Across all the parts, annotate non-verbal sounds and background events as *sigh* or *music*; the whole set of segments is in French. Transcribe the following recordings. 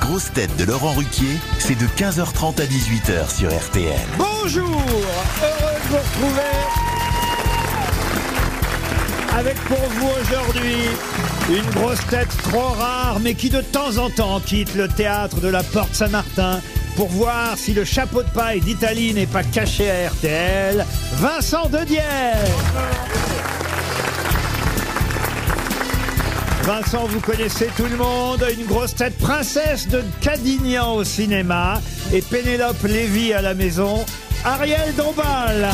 grosses têtes de Laurent Ruquier, c'est de 15h30 à 18h sur RTL. Bonjour Heureux de vous retrouver avec pour vous aujourd'hui une grosse tête trop rare mais qui de temps en temps quitte le théâtre de la Porte Saint-Martin pour voir si le chapeau de paille d'Italie n'est pas caché à RTL, Vincent Dedière Vincent, vous connaissez tout le monde, une grosse tête princesse de Cadignan au cinéma et Pénélope Lévy à la maison, Ariel Dombal.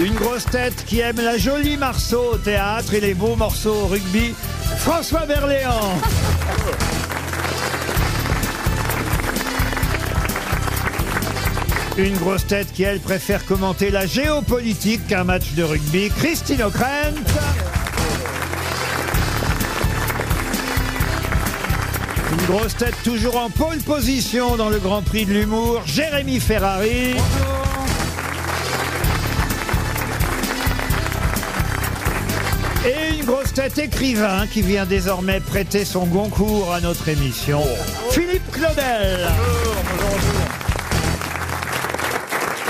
Une grosse tête qui aime la jolie Marceau au théâtre et les beaux morceaux au rugby, François Berléand. Une grosse tête qui, elle, préfère commenter la géopolitique qu'un match de rugby, Christine O'Krent. Une grosse tête toujours en pole position dans le Grand Prix de l'humour, Jérémy Ferrari. Et une grosse tête écrivain qui vient désormais prêter son Goncourt à notre émission, Philippe Claudel.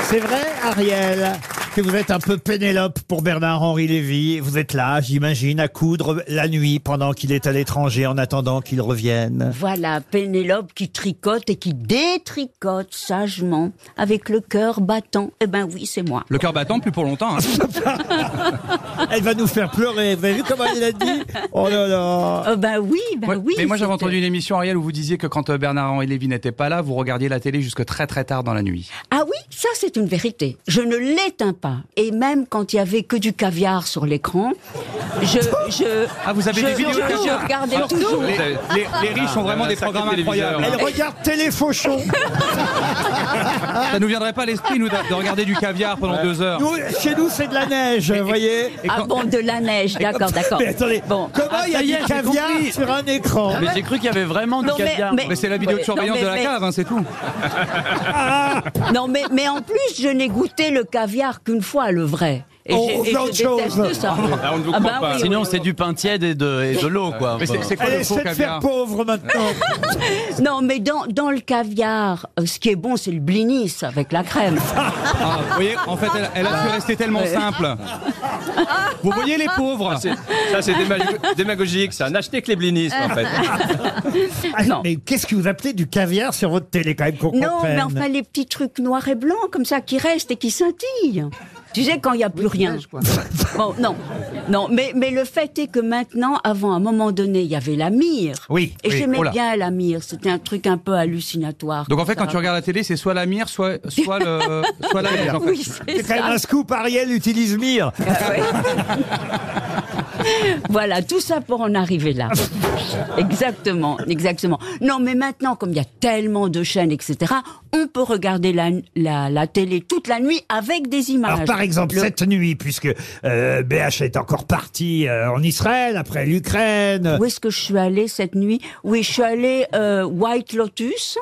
C'est vrai, Ariel, que vous êtes un peu Pénélope pour Bernard-Henri Lévy. Vous êtes là, j'imagine, à coudre la nuit pendant qu'il est à l'étranger en attendant qu'il revienne. Voilà, Pénélope qui tricote et qui détricote sagement, avec le cœur battant. Eh ben oui, c'est moi. Le cœur battant, plus pour longtemps. hein. *laughs* Elle va nous faire pleurer. Vous avez vu comment elle *laughs* a dit Oh là là Oh ben oui, ben Ouais, oui. mais moi j'avais c'était- entendu une émission Ariel où vous disiez que quand euh, Bernard-Henri Lévy n'était pas là, vous regardiez la télé jusque très très tard dans la nuit. Ah oui, ça c'est une vérité. Je ne l'éteins pas. Et même quand il y avait que du caviar sur l'écran, je, je. Ah, vous avez je- des vidéos je- caviar je regardais toujours. Ah, Les, les- les riches ont vraiment Ah, des programmes incroyables. Elle regarde Téléfauchon. Ça nous viendrait pas à l'esprit nous de de regarder du caviar pendant deux heures. Nous, chez nous, c'est de la neige, vous voyez Ah bon, de la neige, d'accord, d'accord. Mais attendez, Bon. comment Ah, il y ça a du est, j'ai caviar compris. Ah, sur un écran Mais j'ai cru qu'il y avait vraiment Non, du caviar. Mais c'est la vidéo de Ouais, surveillance non, de la mais- cave, hein, c'est tout. *laughs* Non, mais, mais en plus, je n'ai goûté le caviar qu'une fois, le vrai. Et Oh, j'ai- et plein de je choses. déteste ça. on ne vous Ah croit bah pas. oui, oui, Sinon, oui. c'est du pain tiède et de, et de l'eau, quoi. Mais c'est Enfin, c'est quoi Elle le faux essaie de caviar faire pauvre maintenant. *laughs* Non, mais dans, dans le caviar, euh, ce qui est bon, c'est le blinis avec la crème. Ah, Vous voyez, en fait, *laughs* elle, elle a su rester tellement Ouais. simple. Vous voyez les pauvres C'est- Ça, c'est déma- démagogique, ça. N'achetez que les blinistes, en fait. Ah, *laughs* Non. Mais qu'est-ce que vous appelez du caviar sur votre télé quand même qu'on Non, comprenne mais enfin, les petits trucs noirs et blancs, comme ça, qui restent et qui scintillent. Tu sais, quand il n'y a plus rien. Bon, non, non, mais, mais le fait est que maintenant, avant, à un moment donné, il y avait la mire. Oui, Et oui, j'aimais oh là. bien la mire. C'était un truc un peu hallucinatoire. Donc en fait, comme quand tu ça. regardes la télé, c'est soit la mire, soit, *laughs* soit, le, soit la neige. En fait. Oui, c'est C'est quand même ça. un scoop, Ariel utilise Mire. Voilà, tout ça pour en arriver *laughs* là. exactement, exactement. Non, mais maintenant, comme il y a tellement de chaînes, etc., on peut regarder la, la, la télé toute la nuit avec des images. Alors par exemple, Le- cette nuit, puisque euh, BH est encore parti euh, en Israël, après l'Ukraine, Où est-ce que je suis allée cette nuit Oui, je suis allée euh, White Lotus.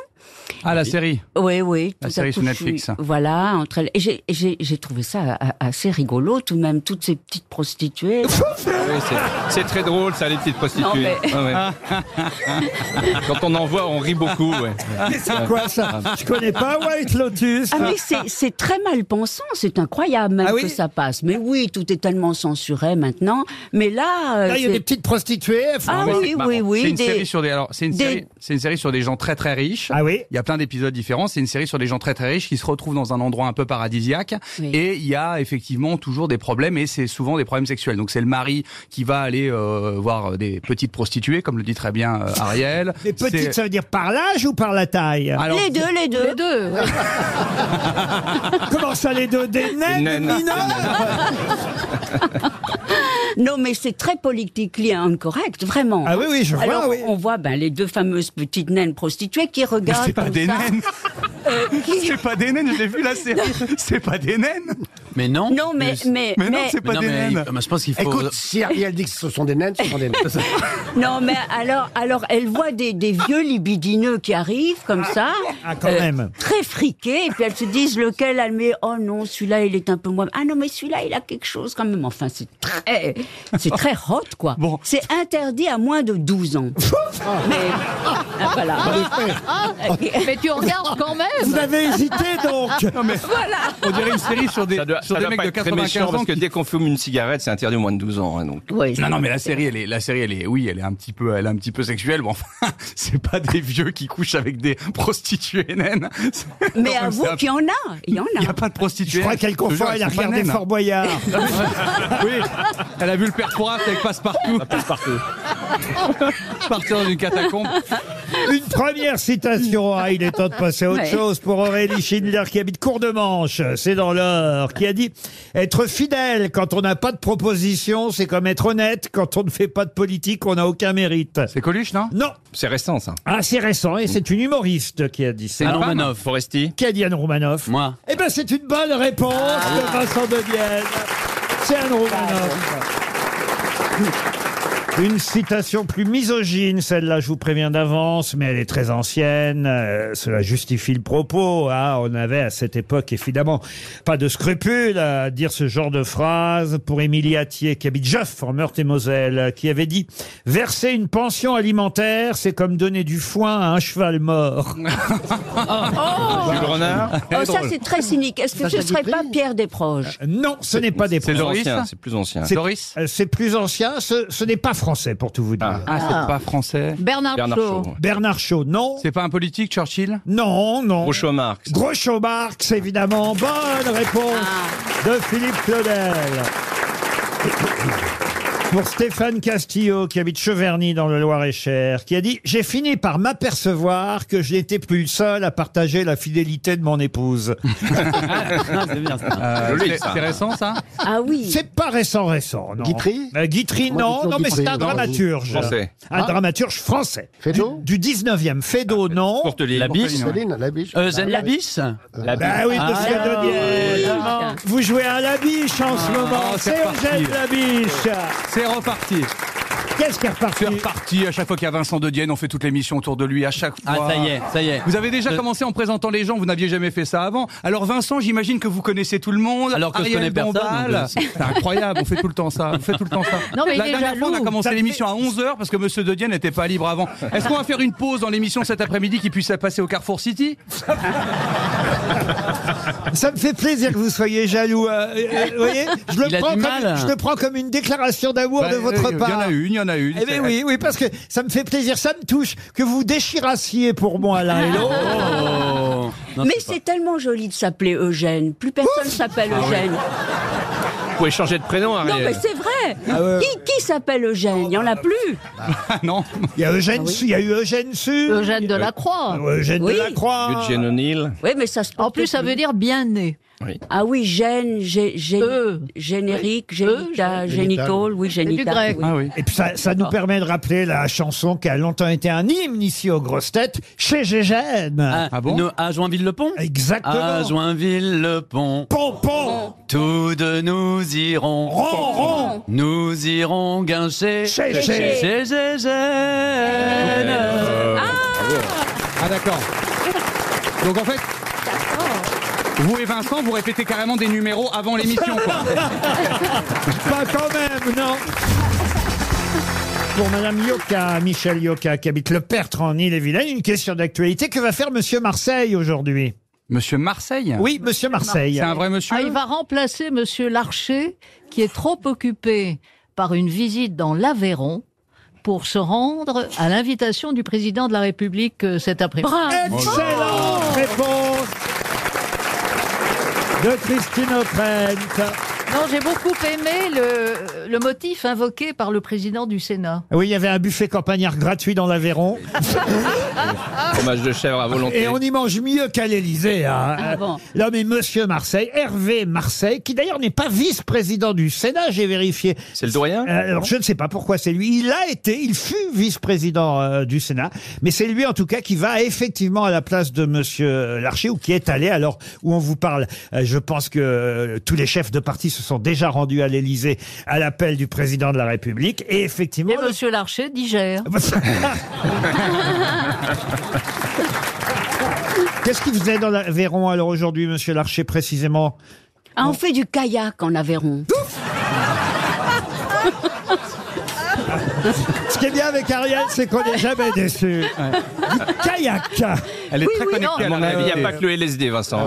Ah, la série. Oui, oui. tout La à série coup, sur je suis- Netflix. Voilà, entre elles. Et j'ai- j'ai j'ai trouvé ça a- assez rigolo, tout de même, toutes ces petites *laughs* prostituées. Oui, c'est- c'est très drôle, ça, les petites prostituées. Non, mais- Ouais, ouais. *laughs* Quand on en voit, on rit beaucoup. ouais. c'est quoi ça Je connais pas White Lotus. Ah mais c'est- c'est très mal pensant, c'est incroyable même Ah oui que ça passe. Mais oui, tout est tellement censuré maintenant. Mais là, euh, Là, il y a c'est- des petites prostituées. elles font- ah Mais oui, c'est marrant. oui, oui, C'est une des- série sur des. Alors, c'est une, des- série- c'est une série sur des gens très très riches. Ah oui Il y a plein d'épisodes différents. C'est une série sur des gens très très riches qui se retrouvent dans un endroit un peu paradisiaque. Oui. Et il y a effectivement toujours des problèmes et c'est souvent des problèmes sexuels. Donc c'est le mari qui va aller euh, voir des petites prostituées, comme le dit très bien euh, Ariel. Les C'est- petites, ça veut dire par l'âge ou par la taille Alors, les deux, les deux. Comment ça, les deux Des naines, Ah, Des naines. mineures *laughs* Non, mais c'est très politiquement incorrect, vraiment. Ah oui, oui, je vois, Alors, oui. on voit ben, les deux fameuses petites naines prostituées qui regardent c'est pas comme des ça. Euh, naines. C'est pas des naines, j'ai vu la série. C'est pas des naines. Mais non. Non, mais, mais, Mais non, c'est pas non, des mais il- naines. mais je pense qu'il faut. Écoute, si Ariel dit que ce sont des naines, ce sont des *laughs* naines. non, mais alors, alors elle voit des, des vieux libidineux qui arrivent comme ça. euh, Ah, quand même. Très friqués. Et puis elles se disent lequel elle met. Oh non, celui-là, il est un peu moins. Ah non, mais celui-là, il a quelque chose quand même. Enfin, c'est très. C'est très hot, quoi. C'est interdit à moins de 12 *laughs* ans. mais. ah, voilà. Mais tu regardes quand bah, Vous même avez hésité donc On dirait une série sur des, Ça doit, sur ça des doit mecs pas de être très méchant 95 ans parce que qui dès qu'on fume une cigarette, c'est interdit au moins de 12 ans. hein, donc. Ouais, Non, non, mais la série, elle est, la série, elle est, oui, elle est un petit peu, elle est un petit peu sexuelle. Bon, enfin, *laughs* c'est pas des vieux qui couchent avec des prostituées naines. C'est- *laughs* mais quand même, avoue c'est un- qu'il y en a. Il y en Il n'y a. a pas de prostituées. Je crois qu'elle confond, jure, elle a elles sont pas regardé naines. hein. Fort Boyard. *laughs* Oui. Elle a vu le père Poirot avec Passepartout. Passepartout. *laughs* Partir dans une catacombe. Une première citation. Ah, il est temps de passer à autre Ouais. chose pour Aurélie Schindler qui habite Cour-de-Manche, c'est dans l'Or, qui a dit Être fidèle quand on n'a pas de proposition, c'est comme être honnête quand on ne fait pas de politique, on n'a aucun mérite. C'est Coluche, non Non, C'est récent ça. ah, c'est récent et c'est une humoriste qui a dit ça. Alain femme Manoff. Foresti Qui a dit Anne Romanoff Moi. Eh ben, c'est une bonne réponse de Vincent Devienne. C'est Anne Romanoff. Une citation plus misogyne, celle-là, je vous préviens d'avance, mais elle est très ancienne. euh, cela justifie le propos. hein. On avait à cette époque, évidemment, pas de scrupules à dire ce genre de phrase pour Émilie Attier, qui habite Joff, en Meurthe-et-Moselle, qui avait dit « Verser une pension alimentaire, c'est comme donner du foin à un *laughs* cheval mort ». Jules *laughs* Renard Oh, ça, c'est très cynique. Est-ce que ce ne serait pas Pierre Desproges Non, ce n'est pas des c'est Plus proches. Doris, ancien, ça C'est plus ancien. C'est- Doris Euh, C'est plus ancien, ce, ce n'est pas français pour tout vous dire. Ah, c'est pas français. Bernard, Bernard Shaw. Shaw. Bernard Shaw, non. C'est pas un politique, Churchill Non, non. Groucho Marx. Groucho Marx, évidemment. Bonne réponse Ah. de Philippe Claudel. Pour Stéphane Castillo, qui habite Cheverny dans le Loir-et-Cher, qui a dit J'ai fini par m'apercevoir que je n'étais plus le seul à partager la fidélité de mon épouse. Ah, Non, c'est Ah, bien ça. Euh, Ah, Joli, c'est- ça. C'est récent, ça Ah oui. C'est pas récent, récent, non Guitry Euh, Guitry, Moi, non, j'ai non, mais c'est toujours un Guitry. dramaturge. Français. Un Ah. dramaturge français. Feydeau Du, du 19e. Fédo, Ah, non. Courteline. La biche Céline, la biche. Ah, Euh, Zen Labis La biche. Bah oui, Ah, monsieur alors, Dodier. Vous jouez à la biche en ce Oh, moment. c'est C'est reparti. Eugène la biche. C'est reparti. Qu'est-ce qui est reparti C'est reparti. À chaque fois qu'il y a Vincent de Dienne, on fait toute l'émission autour de lui. À chaque fois. Ah, ça y est, ça y est. Vous avez déjà commencé en présentant les gens, vous n'aviez jamais fait ça avant. Alors Vincent, j'imagine que vous connaissez tout le monde. Alors que je Ariel connais personne, Dombal. donc, euh, C'est incroyable, on fait tout le temps ça. On fait tout le temps ça. Non, mais il La est dernière fois, on a jaloux. commencé Ça l'émission à 11h parce que Monsieur Dodier n'était pas libre avant. Est-ce qu'on va faire une pause dans l'émission cet après-midi qui puisse passer au Carrefour City Ah, Ça me fait plaisir que vous soyez jaloux. euh, euh, vous voyez, je le, Il a prends du comme, mal. je le prends comme une déclaration d'amour de Bah, votre Il y en part. a une, il y en a une. Eh C'est- bien oui, oui, parce que ça me fait plaisir, ça me touche que vous déchirassiez pour moi l'un et l'autre. Oh euh, Non, Mais c'est tellement joli de s'appeler Eugène. Plus personne s'appelle Ah Eugène. Vous pouvez changer de prénom, hein, Non, mais Ariel. c'est vrai. Ah Qui, qui s'appelle Eugène Il n'y en a plus. Ah, non. Il y a Eugène, Su- il y a eu Eugène Su, Euh, Eugène Delacroix. Eugène Ah Oui. Delacroix. Eugene O'Neill. Oui, mais ça se En porte plus, ça veut dire bien né. Ah oui, gène, gé- gé- Euh. générique, Euh, génita- génital, oui, du génital. grec. oui. Ah oui. Et puis ça, ça nous permet de rappeler la chanson qui a longtemps été un hymne ici aux grosses têtes, chez Gégène. Ah, Ah bon nous- À Joinville-le-Pont Exactement. À Joinville-le-Pont, Pompon, tous deux nous irons. ron, ron, Nous irons guincher. chez, chez. Chez Zézène. Ah d'accord. Donc en fait. Vous et Vincent, vous répétez carrément des numéros avant l'émission. quoi. Pas quand même, non pour Madame Yoka, Michel Yoka, qui habite le Pertre en Ille-et-Vilaine, une question d'actualité. Que va faire Monsieur Marseille aujourd'hui Monsieur Marseille Oui, Monsieur Marseille. C'est un vrai monsieur Ah, il va remplacer Monsieur Larcher, qui est trop occupé par une visite dans l'Aveyron pour se rendre à l'invitation du président de la République euh, cet après-midi. Excellente réponse de Christine O'Krent. Non, j'ai beaucoup aimé le, le motif invoqué par le président du *laughs* Sénat. Ah Oui, il y avait un buffet campagnard gratuit dans l'Aveyron. Ah. Fromage de chèvre à volonté. Et on y mange mieux qu'à l'Élysée. hein. Ah bon. L'homme est Monsieur Marseille, Hervé Marseille, qui d'ailleurs n'est pas vice-président du Sénat, j'ai vérifié. C'est le doyen Euh, Alors je ne sais pas pourquoi c'est lui. Il a été, il fut vice-président euh, du Sénat, mais c'est lui en tout cas qui va effectivement à la place de Monsieur Larcher ou qui est allé alors où on vous parle. Euh, Je pense que euh, tous les chefs de parti se sont déjà rendus à l'Élysée à l'appel du président de la République et effectivement. Et le- Monsieur Larcher *laughs* digère. Qu'est-ce qu'il faisait dans l'Aveyron alors aujourd'hui, Monsieur Larcher précisément Ah, on fait du kayak en Aveyron. Ce qui est bien avec Ariel, c'est qu'on n'est jamais déçu. Du kayak. Elle est Oui, très oui, connectée non. à la Il n'y a réalité. pas que le LSD, *laughs* Vincent.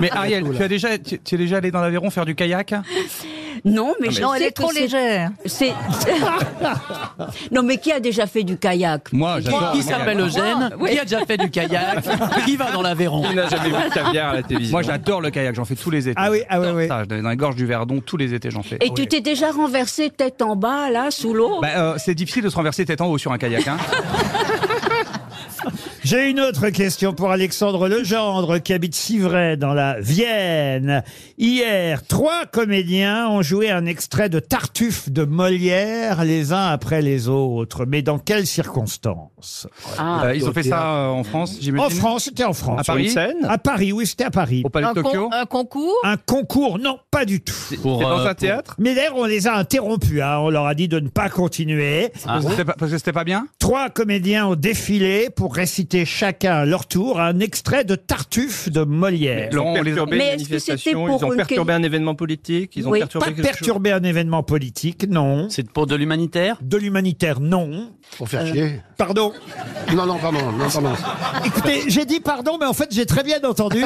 Mais Ariel, tu as déjà, tu, tu es déjà allé dans l'Aveyron faire du kayak Non, mais je Non, sais elle est que trop c'est- légère. C'est. non, mais qui a déjà fait du kayak Moi, j'adore. Ah, Qui s'appelle Eugène Oui. Qui a déjà fait du *laughs* kayak Qui va dans l'Aveyron Il n'a jamais vu de caviar à la télévision. Moi, j'adore le kayak. J'en fais tous les étés. Ah oui, ah oui, oui. Ça, dans les gorges du Verdon, tous les étés, j'en fais. Et tu t'es déjà renversé tête en bas, là, sous l'eau Bah, euh, c'est difficile de se renverser tête en haut sur un kayak. Hein. J'ai une autre question pour Alexandre Legendre qui habite Civray dans la Vienne. Hier, trois comédiens ont joué un extrait de Tartuffe de Molière les uns après les autres. Mais dans quelles circonstances Ah. Euh, ils ont fait ça euh, en France, j'imagine. En France, c'était en France. À Paris Oui. À Paris, oui, c'était à Paris. Au Palais Un, de Tokyo con- un concours Un concours Non, pas du tout. Pour, C'est euh, dans un pour- théâtre Mais d'ailleurs, on les a interrompus. hein. On leur a dit de ne pas continuer. Ah. Parce que c'était pas- Parce que c'était pas bien Trois comédiens ont défilé pour réciter chacun à leur tour un extrait de Tartuffe de Molière. Laurent, on les a- perturbé Mais une est-ce que c'était manifestation, pour ils ont une perturbé un événement politique, ils ont Oui, perturbé Pas quelque perturber un événement politique, non. C'est pour de l'humanitaire De l'humanitaire, non. Pour faire chier. Pardon. Non, non, pardon, non, pardon. Écoutez, j'ai dit pardon, mais en fait, j'ai très bien entendu.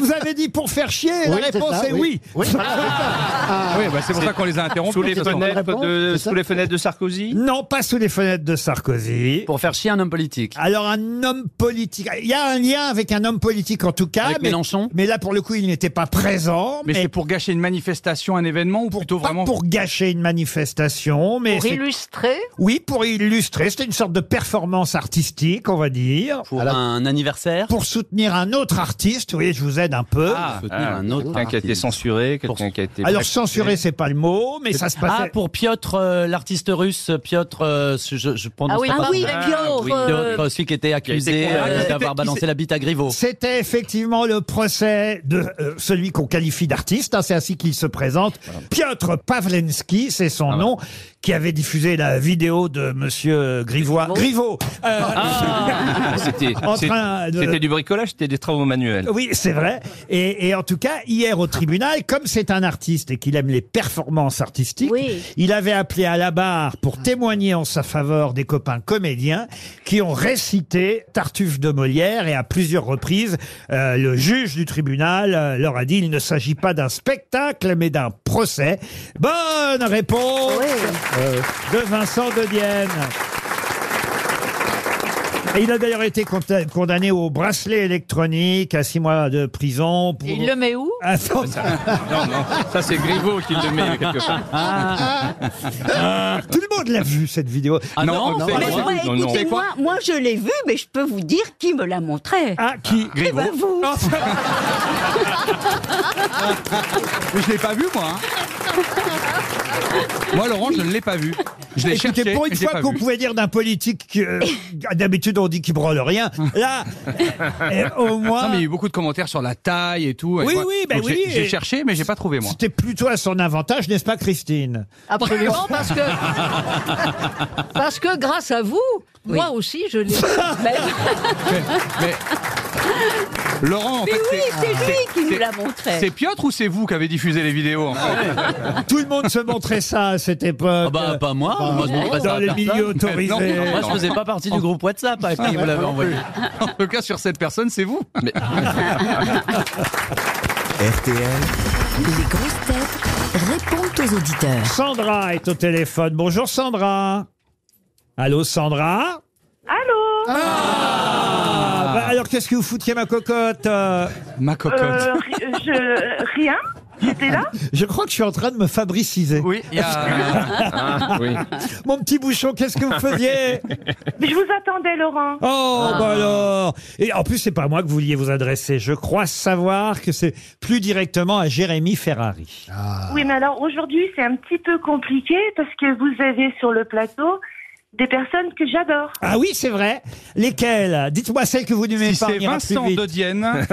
Vous avez dit pour faire chier, la Oui, c'est réponse ça, est oui. oui. Oui, *laughs* voilà, c'est ça. Oui, bah, c'est pour ça qu'on les a chose interrompus. Sous les de toute façon. fenêtres de, C'est ça sous les fenêtres de Sarkozy Non, pas sous les fenêtres de Sarkozy. Pour faire chier un homme politique Alors, un homme politique. Il y a un lien avec un homme politique, en tout cas. Avec mais, Mélenchon mais là, pour le coup, il n'était pas présent. Mais c'est pour gâcher une manifestation, un événement ou plutôt pas vraiment pour gâcher une manifestation, mais pour c'est- illustrer oui, pour illustrer. C'était une sorte de performance artistique, on va dire, Pour Alors- un anniversaire pour soutenir un autre artiste. Vous voyez, je vous aide un peu. Ah, soutenir ah, un autre Quelqu'un qui a été artiste. censuré, quelqu'un qui a été. Alors censurer, c'est pas le mot, mais ça se Ah, passait. pour Piotr, euh, l'artiste russe, Piotr, euh, je, je prononce Ah oui, pas ah son oui, nom. Piotr, oui, euh, Piotr, celui qui était accusé condamné. euh, Il était- d'avoir balancé la bite à Griveaux. C'était effectivement le procès de euh, celui qu'on qualifie d'artiste, hein, c'est ainsi qu'il se présente. Piotr Pavlensky, c'est son nom, qui avait diffusé la vidéo de Monsieur Grivois. Griveau euh, Ah, C'était en c'est- train de- c'était du bricolage, c'était des travaux manuels. Oui, c'est vrai. Et, et en tout cas, hier au tribunal, comme c'est un artiste et qu'il aime les performances artistiques, Oui. il avait appelé à la barre pour témoigner en sa faveur des copains comédiens qui ont récité Tartuffe de Molière et à plusieurs reprises, euh, le juge du tribunal euh, leur a dit il ne s'agit pas d'un spectacle mais d'un procès. Bonne réponse de Vincent de Dienne. Et il a d'ailleurs été conta- condamné au bracelet électronique à six mois de prison pour... Et il le met où Attends. Non, non, ça c'est Griveaux qui le met quelque part. Ah. Ah, tout le monde l'a vu cette vidéo. Ah non, non, c'est- Mais non, moi, non, non. écoutez, moi, moi, je l'ai vu, mais je peux vous dire qui me l'a montré. Ah qui Eh ben, vous Mais je l'ai pas vu, moi. hein. moi, Laurent, je ne l'ai pas vu. Je l'ai Écoutez, cherché. pour mais une je l'ai fois pas qu'on vu. *laughs* pouvait dire d'un politique que euh, d'habitude on dit qu'il branle rien, là eh, au Non, moins mais il y a eu beaucoup de commentaires sur la taille et tout. Et Oui, moi- oui, bah donc j'ai- oui, J'ai et- cherché, mais j'ai pas trouvé, moi. c'était plutôt à son avantage, n'est-ce pas Christine Absolument, parce *laughs* que parce que grâce à vous, moi aussi, je *laughs* l'ai. Mais. Laurent, en *laughs* Mais fait, oui, c'est lui qui nous c'est- l'a montré. C'est Piotr ou c'est vous qui avez diffusé les vidéos en fait Ah Tout le monde se montrait ça à cette époque. Ah bah, pas moi, moi je montrais ça dans à les personne. milieux Non, autorisés. non, Moi, je faisais pas partie du groupe WhatsApp hein, à qui vous l'avez envoyé. En tout cas, sur cette personne, *laughs* c'est vous. RTL, Les grosses têtes répondent aux auditeurs. Sandra est au téléphone. Bonjour Sandra. Allô Sandra Allô ah, bah, Alors, qu'est-ce que vous foutiez, ma cocotte euh Ma cocotte. Euh, ri- je- euh, rien J'étais là Je crois que je suis en train de me fabriciser. Oui, il y *laughs* a... oui. Mon petit bouchon, qu'est-ce que vous faisiez Mais je vous attendais, Laurent. Oh, Ah. bah alors Et en plus, c'est pas à moi que vous vouliez vous adresser. Je crois savoir que c'est plus directement à Jérémy Ferrari. Ah. Oui, mais alors aujourd'hui, c'est un petit peu compliqué parce que vous avez sur le plateau des personnes que j'adore. Ah oui, c'est vrai. Lesquelles Dites-moi celles que vous n'aimez Si pas. c'est on ira Vincent plus vite. Dodienne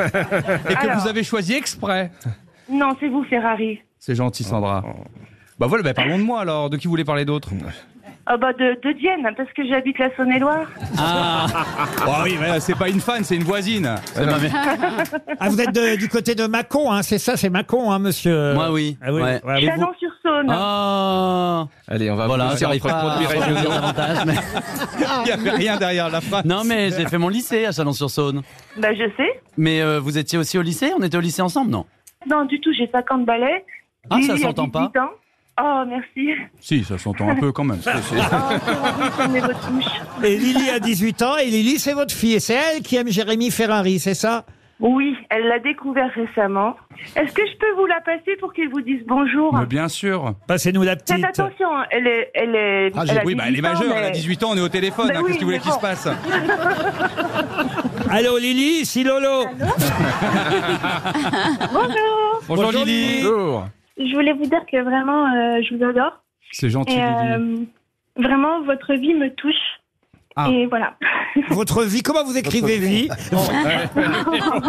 et que Alors. vous avez choisi exprès. Non, c'est vous, Ferrari. C'est gentil, Sandra. Bah voilà, bah parlons de moi alors. De qui vous voulez parler d'autre Ah bah de, de Dienne, parce que j'habite la *laughs* Saône-et-Loire. Ah oui, mais c'est pas une fan, c'est une voisine. Ah, vous êtes de- du côté de Mâcon, hein, c'est ça, c'est Mâcon, hein, monsieur Moi, oui. Ah oui, Ouais. ouais, Et vous- vous- Chalon-sur-Saône. Ah Allez, on va Voilà, vous j'arrive pas à entreconduire. retenir les avantages, mais- *laughs* Il n'y avait rien derrière la phrase. Non, mais j'ai fait mon lycée à Chalon-sur-Saône. Bah je sais. Mais euh, vous étiez aussi au lycée On était au lycée ensemble, non Non, du tout, j'ai 50 balais. Ah, ça Il y a s'entend pas. 18 ans. Oh, merci. Oh, Si, ça s'entend un peu quand *laughs* même. Prenez votre touche. Et Lily a 18 ans, et Lily, c'est votre fille. Et c'est elle qui aime Jérémy Ferrari, c'est ça Oui, elle l'a découvert récemment. Est-ce que je peux vous la passer pour qu'elle vous dise bonjour Mais bien sûr. Passez-nous la Faites petite. attention, hein, elle est... Elle est Ah, j'ai- elle a Oui, bah elle est 18 ans, majeure, mais- elle a 18 ans, on est au téléphone. Bah hein, oui, Qu'est-ce que vous voulez mais qu'il bon. se passe Allô Lily, ici Lolo. *laughs* Bonjour Bonjour, Lily. Bonjour. Je voulais vous dire que vraiment, euh, je vous adore. C'est gentil, Et Lily. euh, vraiment, votre vie me touche. Ah. Et *laughs* voilà. Votre vie, comment vous écrivez vie Oh,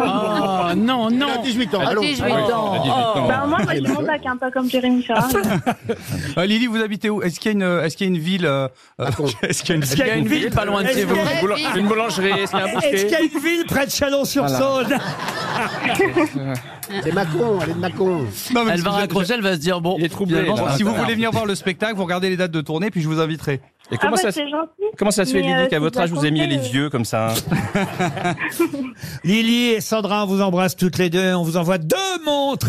Ah, Oh non, non 18 ans, À allô 18 Ah oui. ans. Bah, moi, moi, je monte un peu comme Jérémy Ah, Ferrari. Euh, Lily, vous habitez où Est-ce qu'il y, a une- est-ce qu'il y a une ville euh, euh, *laughs* Est-ce qu'il y a une Il y a une ville pas loin de chez vous. Une boula- Ah, oh. Une boulangerie, est-ce qu'il y a un Est-ce boucher qu'il y a une ville près de Chalon-sur-Saône *laughs* C'est Macron, elle est de Macron. Non, mais Elle va vous- raccrocher, elle va se dire bon. Il est troublé, finalement, là. ça Si vous va. voulez venir voir le spectacle, vous regardez les dates de tournée, puis je vous inviterai. Et Ah comment, bah, ça, se- c'est gentil. comment ça se fait, Mais, Lily, euh, qu'à c'est votre âge, vous raconté, aimiez les euh. vieux comme ça hein Lily et Sandra, on vous embrasse toutes les deux. On vous envoie deux montres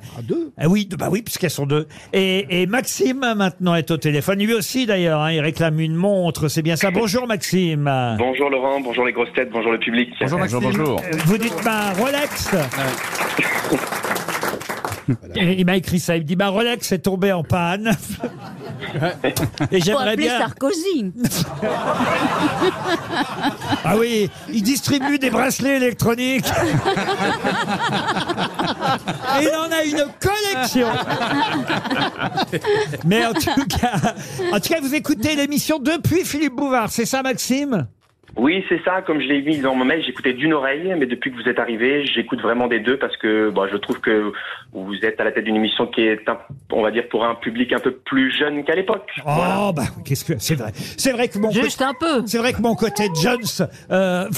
Ah, deux Ah oui, bah oui, puisqu'elles sont deux. Et, et Maxime maintenant est au téléphone. Lui aussi d'ailleurs, hein, il réclame une montre. C'est bien ça. Bonjour Maxime. Bonjour Laurent, bonjour les grosses têtes, bonjour le public. Bonjour Maxime. Ah. bonjour. Vous dites ma Rolex. Et Il m'a écrit ça. Il me dit ma Rolex est tombée en panne. Et Faut j'aimerais appeler bien. Sarkozy. Ah oui, il distribue des bracelets électroniques. Et il en a une collection. Mais en tout cas, en tout cas, vous écoutez l'émission depuis Philippe Bouvard, c'est ça, Maxime Oui, c'est ça, comme je l'ai mis dans mon mail, j'écoutais d'une oreille, mais depuis que vous êtes arrivé, j'écoute vraiment des deux parce que bon, je trouve que vous êtes à la tête d'une émission qui est, un- on va dire, pour un public un peu plus jeune qu'à l'époque. Oh bah qu'est-ce que c'est vrai. C'est vrai que mon côté- Juste un peu. c'est vrai que mon côté Jones euh,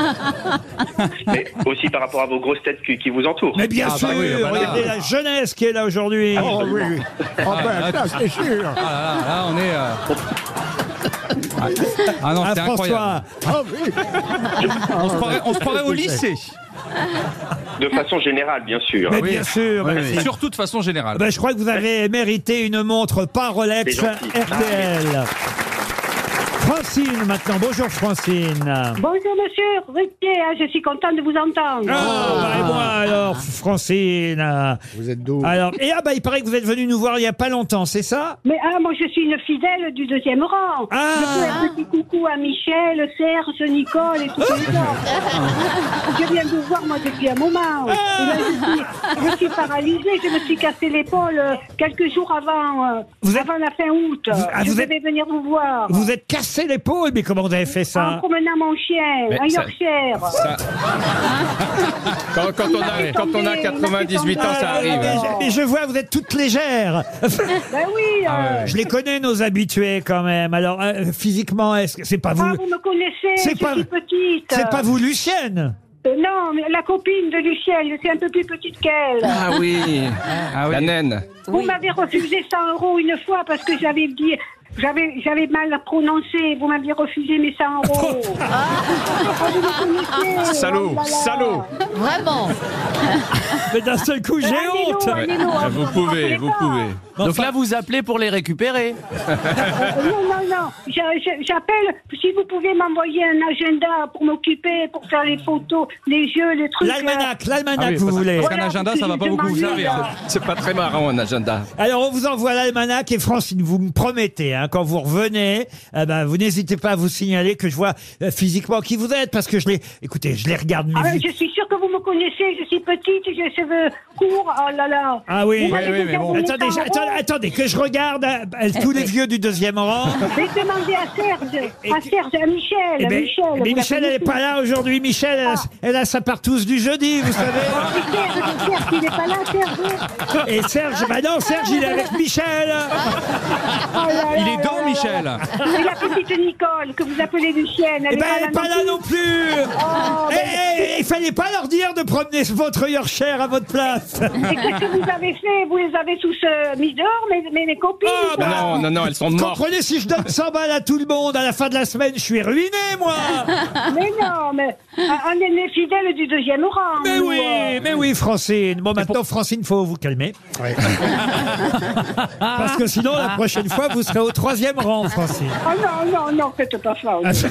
*laughs* Mais aussi par rapport à vos grosses têtes qui, qui vous entourent. mais bien Ah, sûr, bah oui, bah là. regardez la jeunesse qui est là aujourd'hui. Oh oui, oui. Ah ben, ça, c'est sûr. Ah là là, là, on est. euh, Ah, ah non, Ah, c'est incroyable. François, Ah oui. On se croirait, on se croirait au lycée. De façon générale, bien sûr. mais oui. bien sûr. Oui, Maxime. oui. Surtout de façon Ah, générale. Ben, je crois que vous avez mérité une montre par Rolex C'est gentil. Ah, RTL. Francine maintenant. Bonjour Ah. Francine. Bonjour, monsieur Ruquier, hein, je suis contente de vous entendre. Ah, bah, et moi alors, Francine. ah. Vous êtes d'où Alors, et ah bah il paraît que vous êtes venu nous voir il y a pas longtemps, c'est ça Mais ah, moi, je suis une fidèle du deuxième rang. Ah Un petit coucou à Michel, Serge, Nicole et tout les autres. Ah. Je viens de vous voir, moi, depuis un moment. Et là, je, suis, je suis paralysée, je me suis cassé l'épaule euh, quelques jours avant, euh, Vous êtes- avant la fin août. Vous- ah, je vous êtes- devais venir vous voir. Vous êtes cassé l'épaule, mais comment vous avez fait En ça promenant mon chien, Mais Ah, un ça- Yorkshire. Hein Quand, quand on a, quand on a 98 ans, ça Ah, mais- arrive. hein. mais je vois, vous êtes *laughs* toute légère. Ben oui, euh, ah, Je les connais nos habitués quand même. Alors euh, physiquement, est-ce que c'est pas vous vous me connaissez, C'est je pas- suis petite. C'est pas vous Lucienne Euh, Non, mais la copine de Lucienne, c'est un peu plus petite qu'elle. Ah oui. La naine. Ah Vous m'avez refusé 100 euros une fois parce que j'avais dit J'avais, j'avais mal prononcé, vous m'aviez refusé mes 100 *laughs* euros. Ah, vous me connaissez, Salaud, oh là là. salaud. Vraiment Mais d'un seul coup, j'ai Ramenez-nous, honte ramenez-nous, hein, Ah, Vous pouvez, vous pouvez. Donc là, vous appelez pour les récupérer. Euh, Non, non, non. Je- je- J'appelle, si vous pouvez m'envoyer un agenda pour m'occuper, pour faire les photos, les jeux, les trucs. L'almanach, l'almanach, Ah oui, vous parce- voulez. parce qu'un Voilà, agenda, ça va pas beaucoup vous servir. C'est pas très marrant un agenda. Alors, on vous envoie l'almanach et Francine, vous me promettez, hein, quand vous revenez, eh ben, vous n'hésitez pas à vous signaler que je vois euh, physiquement qui vous êtes, parce que je les, écoutez, je les regarde mes Ah, vi- je suis sûre que vous me connaissez, je suis petite, j'ai les cheveux courts, oh là là. Ah oui, Vous m'avez oui, déjà donné attendez, 100 je- attendez, euros. attendez, que je regarde euh, tous les vieux du deuxième rang. J'ai demandé à Serge, à Serge, à Michel, Eh à ben, Michel. mais vous Ah. Michel, la elle n'est pas connaissez. là aujourd'hui. Michel, elle a- elle a sa partouze du jeudi, Ah, vous savez. C'est Serge, c'est Serge, il n'est pas là, Serge. Et Serge, bah non, Serge, il est avec Michel. Oh là là Il est là dans là Michel. là. C'est la petite Nicole que vous appelez Lucienne. Eh ben, elle n'est pas là non plus. Oh, Eh, eh, eh, il fallait pas leur dire de promener votre Yorkshire à votre place. Et qu'est-ce que vous avez fait Vous les avez tous euh, mis dehors, mes, mes, mes copines Ah, quoi. bah, Non, non, non, elles sont mortes. Comprenez, si je donne 100 balles à tout le monde à la fin de la semaine, je suis ruiné, moi. Mais non, mais euh, un un aîné fidèle du deuxième rang. Mais nous, oui, euh. mais oui, Francine. Bon, maintenant, Francine, faut vous calmer. *laughs* Parce que sinon, la prochaine fois, vous serez au troisième rang, Francine. Oh non, non, non, faites pas ça. Ah, Je,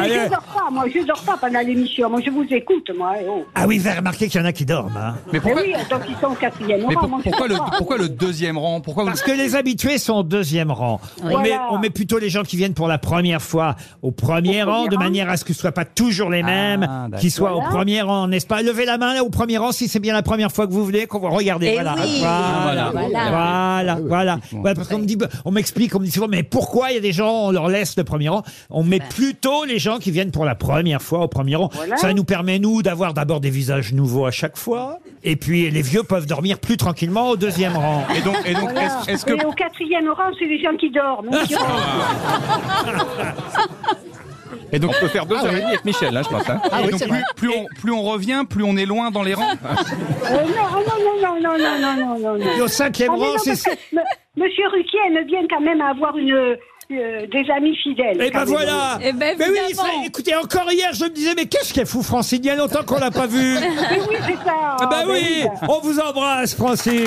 Allez. *laughs* je dors pas, moi, je dors pas pendant l'émission. Moi, je vous écoute, moi. eh, oh. Ah oui, vous avez remarqué qu'il y en a qui dorment. hein. Mais Mais pourquoi, oui, donc ils sont au quatrième mais rang. pour- moi, je pourquoi le, dors pas. pourquoi le deuxième rang Pourquoi vous- Parce que les habitués sont au deuxième rang. On, Voilà. met, on met plutôt les gens qui viennent pour la première fois au premier Au premier rang, de rang. manière à ce que ce ne soient pas toujours les mêmes, Ah, d'accord. qui soient au Voilà. premier rang, n'est-ce pas Levez la main là, au premier rang si c'est bien la première fois que vous venez, qu'on va regarder. Eh voilà. oui, Ah, voilà, voilà, voilà. voilà, Ouais, parce qu'on me dit, bah, on m'explique, on me dit souvent, mais pourquoi il y a des gens, on leur laisse le premier rang On met plutôt les gens qui viennent pour la première fois au premier rang. Voilà. Ça nous permet nous d'avoir d'abord des visages nouveaux à chaque fois, et puis les vieux peuvent dormir plus tranquillement au deuxième rang. Et donc, et donc Voilà. est-ce- est-ce que Mais au quatrième rang, c'est les gens qui dorment. Ah. qui dorment. Et donc, on peut faire deux heures et demie avec Michel, hein, je pense. hein. et donc, plus, plus on, plus on revient, plus on est loin dans les rangs. Euh, non, non, non, non, non, non, non, non. Et au cinquième Ah, mais rang, non, c'est... parce que M- Monsieur Ruquier aime bien quand même avoir une, euh, des amis fidèles. Eh quand ben même. voilà Eh ben, Mais oui, il évidemment. fallait- écoutez, encore hier, je me disais, mais qu'est-ce qu'elle fout, Francine Il y a longtemps qu'on l'a pas vue Mais *laughs* oui, c'est ça. Ah ben ben oui On vous embrasse, Francine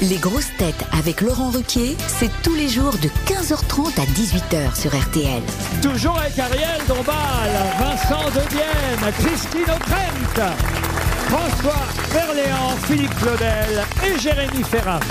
Les grosses têtes avec Laurent Ruquier, c'est tous les jours de 15h30 à 18h sur RTL. Toujours avec Ariel Dombal, Vincent Dedienne, Christine O'Krent, François Berléand, Philippe Claudel et Jérémy Ferrari.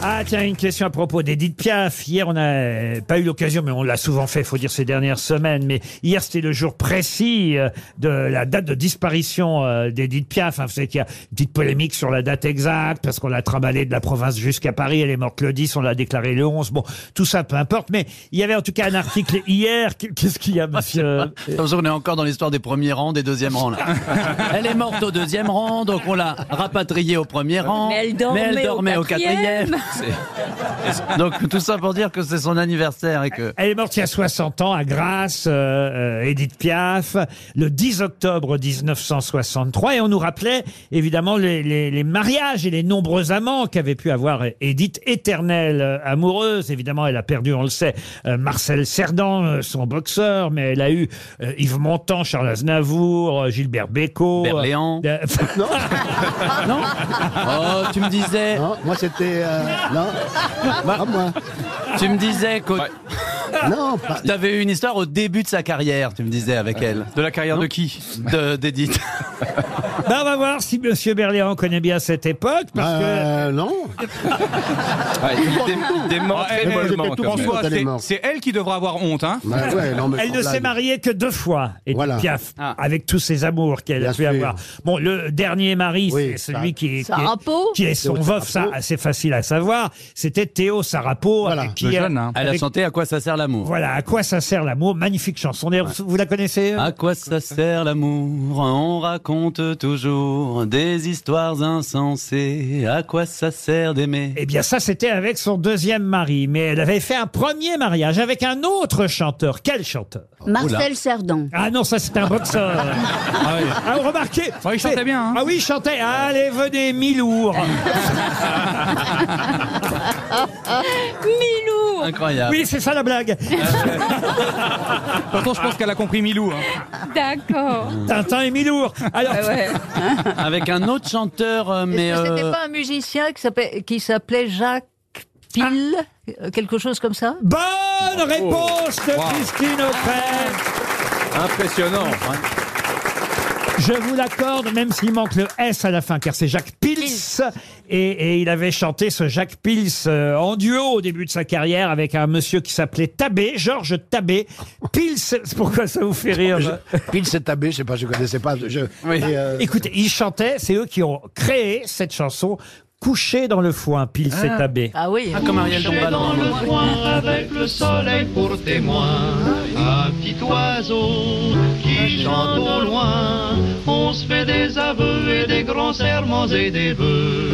Ah tiens, une question à propos d'Edith Piaf. Hier, on n'a euh, pas eu l'occasion, mais on l'a souvent fait, faut dire, ces dernières semaines. Mais hier, c'était le jour précis euh, de la date de disparition euh, d'Edith Piaf. hein. Vous savez qu'il y a une petite polémique sur la date exacte, parce qu'on l'a trimbalée de la province jusqu'à Paris. Elle est morte le 10, on l'a déclarée le 11. Bon, tout ça, peu importe. Mais il y avait en tout cas un article hier. Qu'est-ce qu'il y a, monsieur *laughs* on est encore dans l'histoire des premiers rangs, des deuxièmes rangs. Là. *laughs* Elle est morte au deuxième rang, donc on l'a rapatriée au premier rang. Mais elle dormait au au quatrième. quatrième. *laughs* C'est- donc tout ça pour dire que c'est son anniversaire et *laughs* que. Elle est morte il y a 60 ans à Grasse, euh, euh, Edith Piaf, le 10 octobre 1963. Et on nous rappelait évidemment les, les- les mariages et les nombreux amants qu'avait pu avoir Edith, éternelle euh, amoureuse. Évidemment, elle a perdu, on le sait, euh, Marcel Cerdan, euh, son boxeur, mais elle a eu euh, Yves Montand, Charles Aznavour, euh, Gilbert Bécaud. *laughs* Berléand. euh, Non, Non Oh, tu me disais, non, moi c'était. euh, non, pas moi. tu me disais que Ouais. Non, pas. tu avais eu une histoire au début de sa carrière, tu me disais avec elle. De la carrière de qui De- D'Edith. ben, on va voir si Monsieur Berléand connaît bien cette époque, parce que Euh, non. Ouais, il dé- dément Eh, très mais moi, mollement, j'étais tout quand confus. même. François, quand elle est c'est- morte. c'est elle qui devra avoir honte, hein Bah, ouais, non, mais Elle ne là, s'est il- mariée que deux fois, Edith Voilà. Piaf, Ah. avec tous ses amours qu'elle Bien a pu sûr. avoir. Bon, le dernier mari, Oui, c'est Sarah- celui qui est, qui Sarah est, Pau qui est son Théo veuf, ça, Sarah Pau. c'est facile à savoir. C'était Théo Sarapo, Voilà. avec qui Le elle- jeune, hein. À la avec- santé, à quoi ça sert l'amour Voilà, à quoi ça sert l'amour Magnifique chanson. D'ailleurs, Vous la connaissez euh À quoi ça sert l'amour On raconte toujours des histoires insensées. À quoi ça sert d'aimer Eh bien, ça, c'était avec son deuxième mari. Mais elle avait fait un premier mariage avec un autre chanteur. Quel chanteur Marcel Cerdan. Ah non, ça, *laughs* c'était un boxeur. ah, vous remarquez Il chantait bien. Ah oui, il chantait. Allez, venez, *laughs* Milour. Milou Incroyable. Oui, c'est ça la blague. Pourtant, je pense qu'elle a compris Milou. hein. D'accord. Tintin et Milour. Alors, Mmh. *laughs* Avec un autre chanteur, euh, mais. Ah Est-ce *laughs* que euh, c'était pas un musicien qui s'appelait, qui s'appelait Jacques Pille euh, Quelque chose comme ça Bonne réponse de Christine O'Crève. Impressionnant. Je vous l'accorde, même s'il manque le S à la fin, car c'est Jacques Pils. Et, et il avait chanté ce Jacques Pils euh, en duo au début de sa carrière avec un monsieur qui s'appelait Tabé, Georges Tabé. Pils, c'est pourquoi ça vous fait rire hein Pile c'est tabé, je sais pas, je connaissais pas. Je, et, euh, Écoutez, ils chantaient, c'est eux qui ont créé cette chanson. Couché dans le foin, Pils et Tabé. Ah oui. Ah, comme Ariel Dombal. dans le coin avec le soleil pour témoin. Un petit oiseau qui chante au loin. On se fait des aveux et des grands serments et des vœux.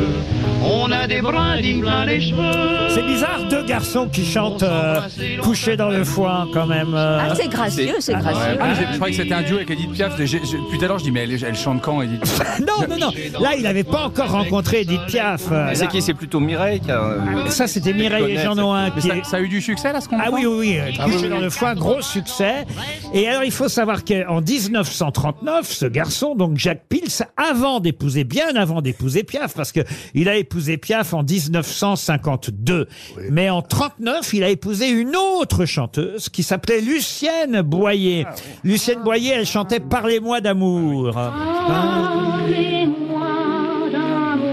On a des brindilles plein les cheveux. C'est bizarre, deux garçons qui chantent euh, Couché dans le foin, quand même. euh. Ah, c'est gracieux, c'est gracieux. Ah, j'ai- je croyais que c'était un duo avec Edith Piaf. J'ai- j'ai- Depuis tout à l'heure, je dis, mais elle, elle chante quand, Edith Non, non, non. Là, il n'avait pas encore rencontré Edith Piaf. euh, C'est qui C'est plutôt Mireille qui a. Ça, c'était Mireille et Jean Noin. Mais qui ça, est- ça a eu du succès, là, ce qu'on Ah oui, oui, oui. euh, Ah oui, Couché oui. dans le foin, gros succès. Et alors, il faut savoir qu'en 1939, ce garçon, donc Jacques Pils, avant d'épouser, bien avant d'épouser Piaf, parce que il a épousé Piaf en 1952. Mais en 39, il a épousé une autre chanteuse qui s'appelait Lucienne Boyer. Lucienne Boyer, elle chantait Parlez-moi d'amour. Parlez-moi d'amour,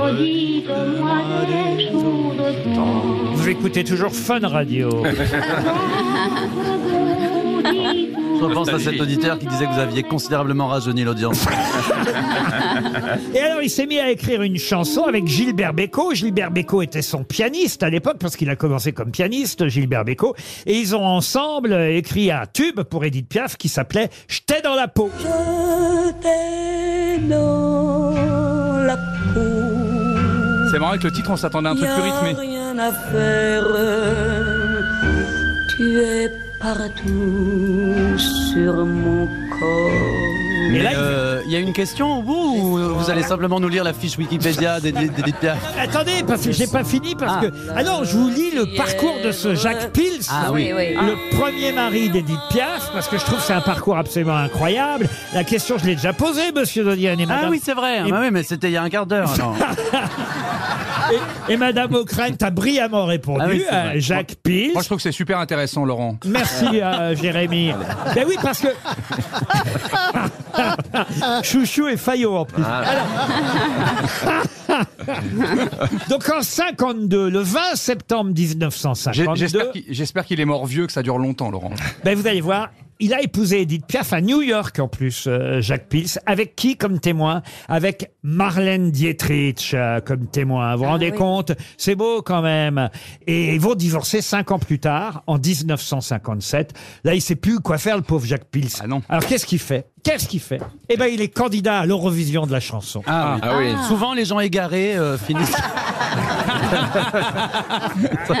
redites-moi des choses grandes. Vous écoutez toujours Fun *laughs* Radio. Je pense à cet auditeur qui disait que vous aviez considérablement rajeuni *laughs* l'audience. Et alors, il s'est mis à écrire une chanson avec Gilbert Bécaud. Gilbert Bécaud était son pianiste à l'époque, parce qu'il a commencé comme pianiste, Gilbert Bécaud. Et ils ont ensemble euh, écrit un tube pour Edith Piaf qui s'appelait « Je t'ai dans la peau Je t'ai dans la peau. C'est marrant, avec le titre, *laughs* on s'attendait à un truc Y a plus rythmé. rien à *laughs* faire. Tu es partout sur mon corps. Mais euh, il y a une question au bout ou vous allez simplement nous lire la fiche Wikipédia d'Edith d'Edith Piaf ». Attendez, parce que j'ai pas fini, parce que... Ah non, je vous lis le parcours de ce Jacques Pils, Ah oui. Oui, oui. le premier mari d'Edith Piaf, parce que je trouve que c'est un parcours absolument incroyable. La question, je l'ai déjà posée, monsieur Dodiane et Ah madame oui, c'est vrai. Ah oui, mais c'était il y a un quart d'heure. alors. *laughs* Et, et Madame O'Krent a brillamment répondu Ah oui, c'est à vrai. Jacques Pils. Moi, je trouve que c'est super intéressant, Laurent. Merci *laughs* euh, Jérémy. Ben oui, parce que. *laughs* Chouchou et Fayot en plus. Ah. *laughs* *laughs* Donc en 52, le 20 septembre J'ai- 1952, J'espère qu'il- j'espère qu'il est mort vieux, que ça dure longtemps, Laurent. ben vous allez voir, il a épousé Edith Piaf à New York en plus, euh, Jacques Pils. Avec qui comme témoin Avec Marlène Dietrich euh, comme témoin. Vous vous rendez oui. compte C'est beau quand même. Et ils vont divorcer cinq ans plus tard, en 1957. Là, il sait plus quoi faire le pauvre Jacques Pils. Ah Alors qu'est-ce qu'il fait Qu'est-ce qu'il fait Eh ben, il est candidat à l'Eurovision de la chanson. Ah, oui. Ah oui. Souvent, les gens égarés euh, *laughs* finissent. *laughs*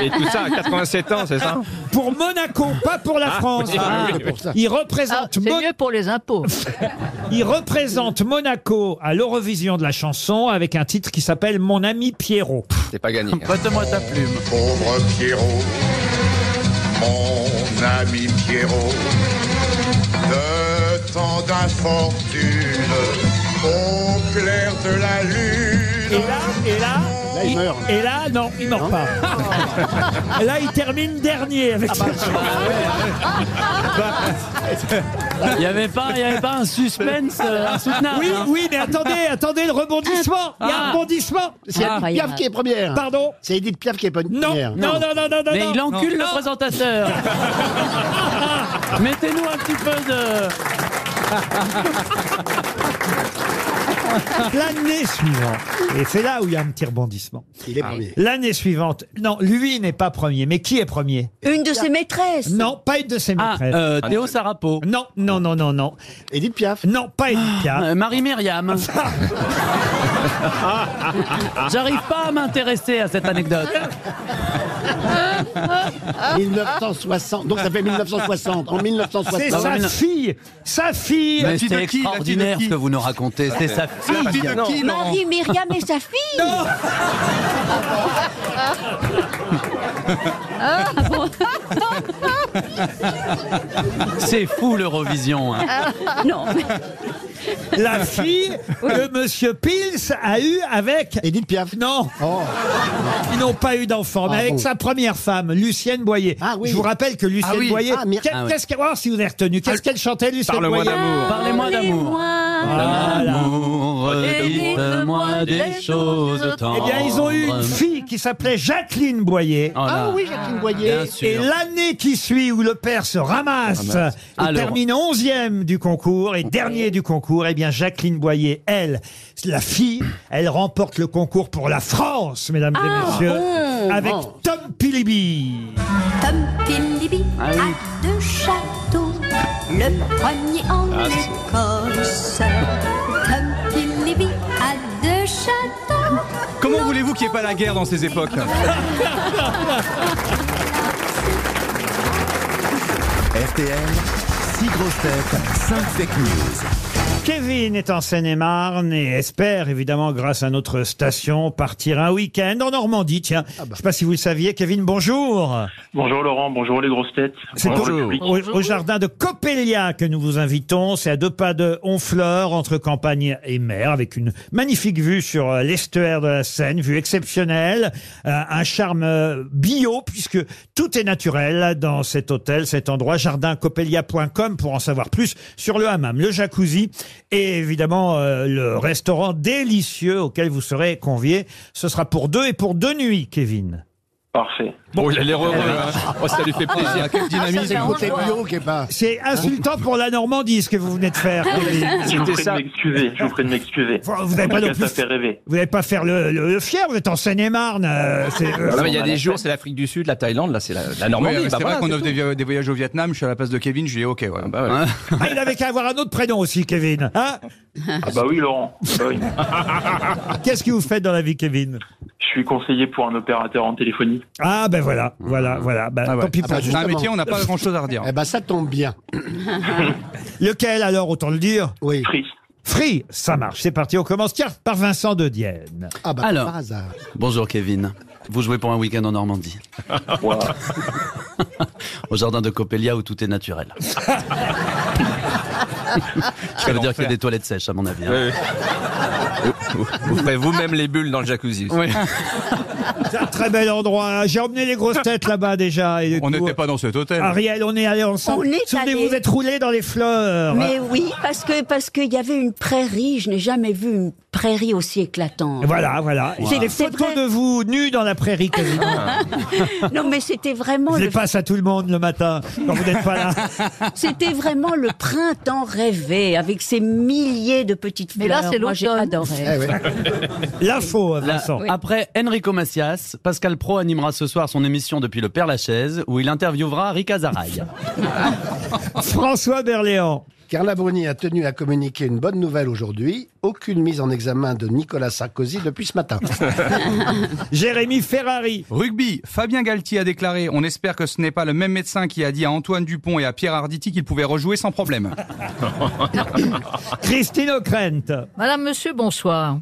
Et tout ça à 87 ans, c'est ça Pour Monaco, pas pour la France. oui, Ah, oui, oui. pour ça. Il Ah, représente c'est Mon- mieux pour les *laughs* impôts. Il représente Monaco à l'Eurovision de la chanson avec un titre qui s'appelle Mon ami Pierrot. C'est pas gagné. hein. Prête-moi ta plume. Pauvre Pierrot, mon ami Pierrot, de tant d'infortune, au clair de la Et lune. là, et là, Là, il meurt. et là, non, il meurt pas. là, il termine dernier avec Ah, bah, ça. *laughs* Ah, Il n'y avait, pas- il y avait pas un suspense euh, insoutenable. Oui, hein. oui, mais attendez, attendez, le rebondissement. Il y a un Ah. rebondissement. C'est Edith Incroyable. Piaf qui est première. Pardon C'est Edith Piaf qui est première. Non, non, non, non, non, non. Mais non. il encule le *laughs* présentateur. *laughs* Mettez-nous un petit peu de. *laughs* L'année suivante, et c'est là où il y a un petit rebondissement. Il est Ah premier. L'année suivante, non, lui n'est pas premier, mais qui est premier Une de ses maîtresses. Ah, Non, pas une de ses maîtresses. euh, Théo Sarapo. Non, non, non, non, non. Edith Piaf. Non, pas Edith Piaf. Ah, Marie *laughs* Myriam. J'arrive pas à m'intéresser à cette anecdote. 1960, donc ça fait 1960. En 1960. C'est sa fille, sa fille. Mais c'est extraordinaire ce que vous nous racontez. C'est Ah, sa fille. Marie, Myriam et sa fille. Ah, bon. *laughs* C'est fou l'Eurovision. hein. Ah. non. mais- La fille que Monsieur Pils a eue avec. Edith Piaf. Oh. Non. Ils n'ont pas eu d'enfant, mais Ah, avec bon. sa première femme, Lucienne Boyer. Je vous rappelle que Lucienne Ah oui. Boyer. Ah, Myr- Qu'est- Ah, ouais. Qu'est-ce qu'elle voir si vous avez retenu Qu'est-ce qu'elle chantait, Lucienne Parle-moi Boyer d'amour. Parlez-moi d'amour. L'amour, dites-moi des choses tendres. Eh bien, ils ont eu une fille qui s'appelait Jacqueline Boyer. là. Ah oui, Jacqueline Bien sûr. Et l'année qui suit où le père se ramasse, Ramasse. et Alors. termine 11e du concours et dernier du concours, eh bien Jacqueline Boyer, elle, la fille, elle remporte le concours pour la France, mesdames Ah, et messieurs, bon. avec Bon. Tom Pilibi. Tom Philippi Ah oui. a deux châteaux, le premier en Ah, c'est- Écosse. Tom Philippi a deux châteaux. Comment voulez-vous qu'il n'y ait pas la guerre dans ces époques RTL, 6 grosses têtes, 5 fake news. Kevin est en Seine-et-Marne et espère, évidemment, grâce à notre station, partir un week-end en Normandie. Tiens, je ne sais pas si vous le saviez, Kevin, bonjour. Bonjour Laurent, bonjour les grosses têtes. C'est au, Bonjour le public. au- au jardin de Coppelia que nous vous invitons. C'est à deux pas de Honfleur, entre campagne et mer, avec une magnifique vue sur euh, l'estuaire de la Seine, vue exceptionnelle, euh, un charme euh, bio, puisque tout est naturel dans cet hôtel, cet endroit, jardincopelia.com pour en savoir plus sur le hammam, le jacuzzi et évidemment euh, le restaurant délicieux auquel vous serez conviés. Ce sera pour deux et pour deux nuits, Kevin. Parfait. Bon, il a l'air heureux. hein. *laughs* Oh, ça lui fait Ah, plaisir. Ah, Quel C'est dynamisme. le côté bio qui est pas. C'est insultant pour la Normandie ce que vous venez de faire. Ah, Kevin. Je vous prie de m'excuser, je vous prie de m'excuser. vous n'avez pas En tout non cas, ça plus- fait rêver. Vous n'allez pas faire le, le- le fier, vous êtes en Seine-et-Marne. euh, c'est- euh, Ah, Non, mais il y c'est- a des jours, c'est l'Afrique du Sud, la Thaïlande, là, c'est la, la Normandie. Oui, bah c'est voilà, vrai qu'on c'est offre tout. bah des, vi- des voyages au Vietnam, je suis à la place de Kevin, je dis ok, ouais. Ah, il avait qu'à avoir un autre prénom aussi, Kevin. hein Ah bah oui Laurent, bah *laughs* oui. Qu'est-ce que vous faites dans la vie, Kevin je suis conseiller pour un opérateur en téléphonie. Ah, ben voilà, voilà, voilà. Ben, Ah ouais. tant pis Ah pour bah, vous. c'est un métier, on n'a pas grand-chose à redire. Eh ben ça tombe bien. Lequel alors, autant le dire Oui. Free. Free, ça marche. C'est parti, on commence. Tiens, par Vincent de Dienne. Ah bah Alors. par hasard. Bonjour Kevin. Vous jouez pour un week-end en *laughs* Normandie. Au jardin de Coppelia où tout est naturel. Ah, Ça veut dire qu'il y a des toilettes sèches à mon avis. hein. Oui, oui. *laughs* Vous- Vous ferez vous-même les bulles dans le jacuzzi. C'est un très bel endroit. hein. J'ai emmené les grosses têtes là-bas déjà. et On tout. n'était pas dans cet hôtel. Ariel, on est allé ensemble. On est Souvenez-vous, allés. vous êtes roulé dans les fleurs. Mais oui, parce que parce qu'il y avait une prairie. Je n'ai jamais vu une prairie aussi éclatante. Voilà, voilà. Wow. J'ai des C'est- c'est photos vrai. de vous nus dans la prairie quasiment. *laughs* non, mais c'était vraiment Je le les passe à tout le monde le matin quand vous n'êtes pas là. *laughs* C'était vraiment le printemps rêvé avec ces milliers de petites fleurs. Mais là, c'est Moi, j'ai l'automne. adoré. Eh *laughs* L'info, La- Vincent. Après Enrico Macias, Pascal Pro animera ce soir son émission depuis le Père Lachaise où il interviewera Rika Zaraï. François Berléand. Carla Bruni a tenu à communiquer une bonne nouvelle aujourd'hui. Aucune mise en examen de Nicolas Sarkozy depuis ce matin. *laughs* Jérémy Ferrari. Rugby, Fabien Galtier a déclaré On espère que ce n'est pas le même médecin qui a dit à Antoine Dupont et à Pierre Arditi qu'ils pouvaient rejouer sans problème. Christine O'Krent. Madame, monsieur, bonsoir.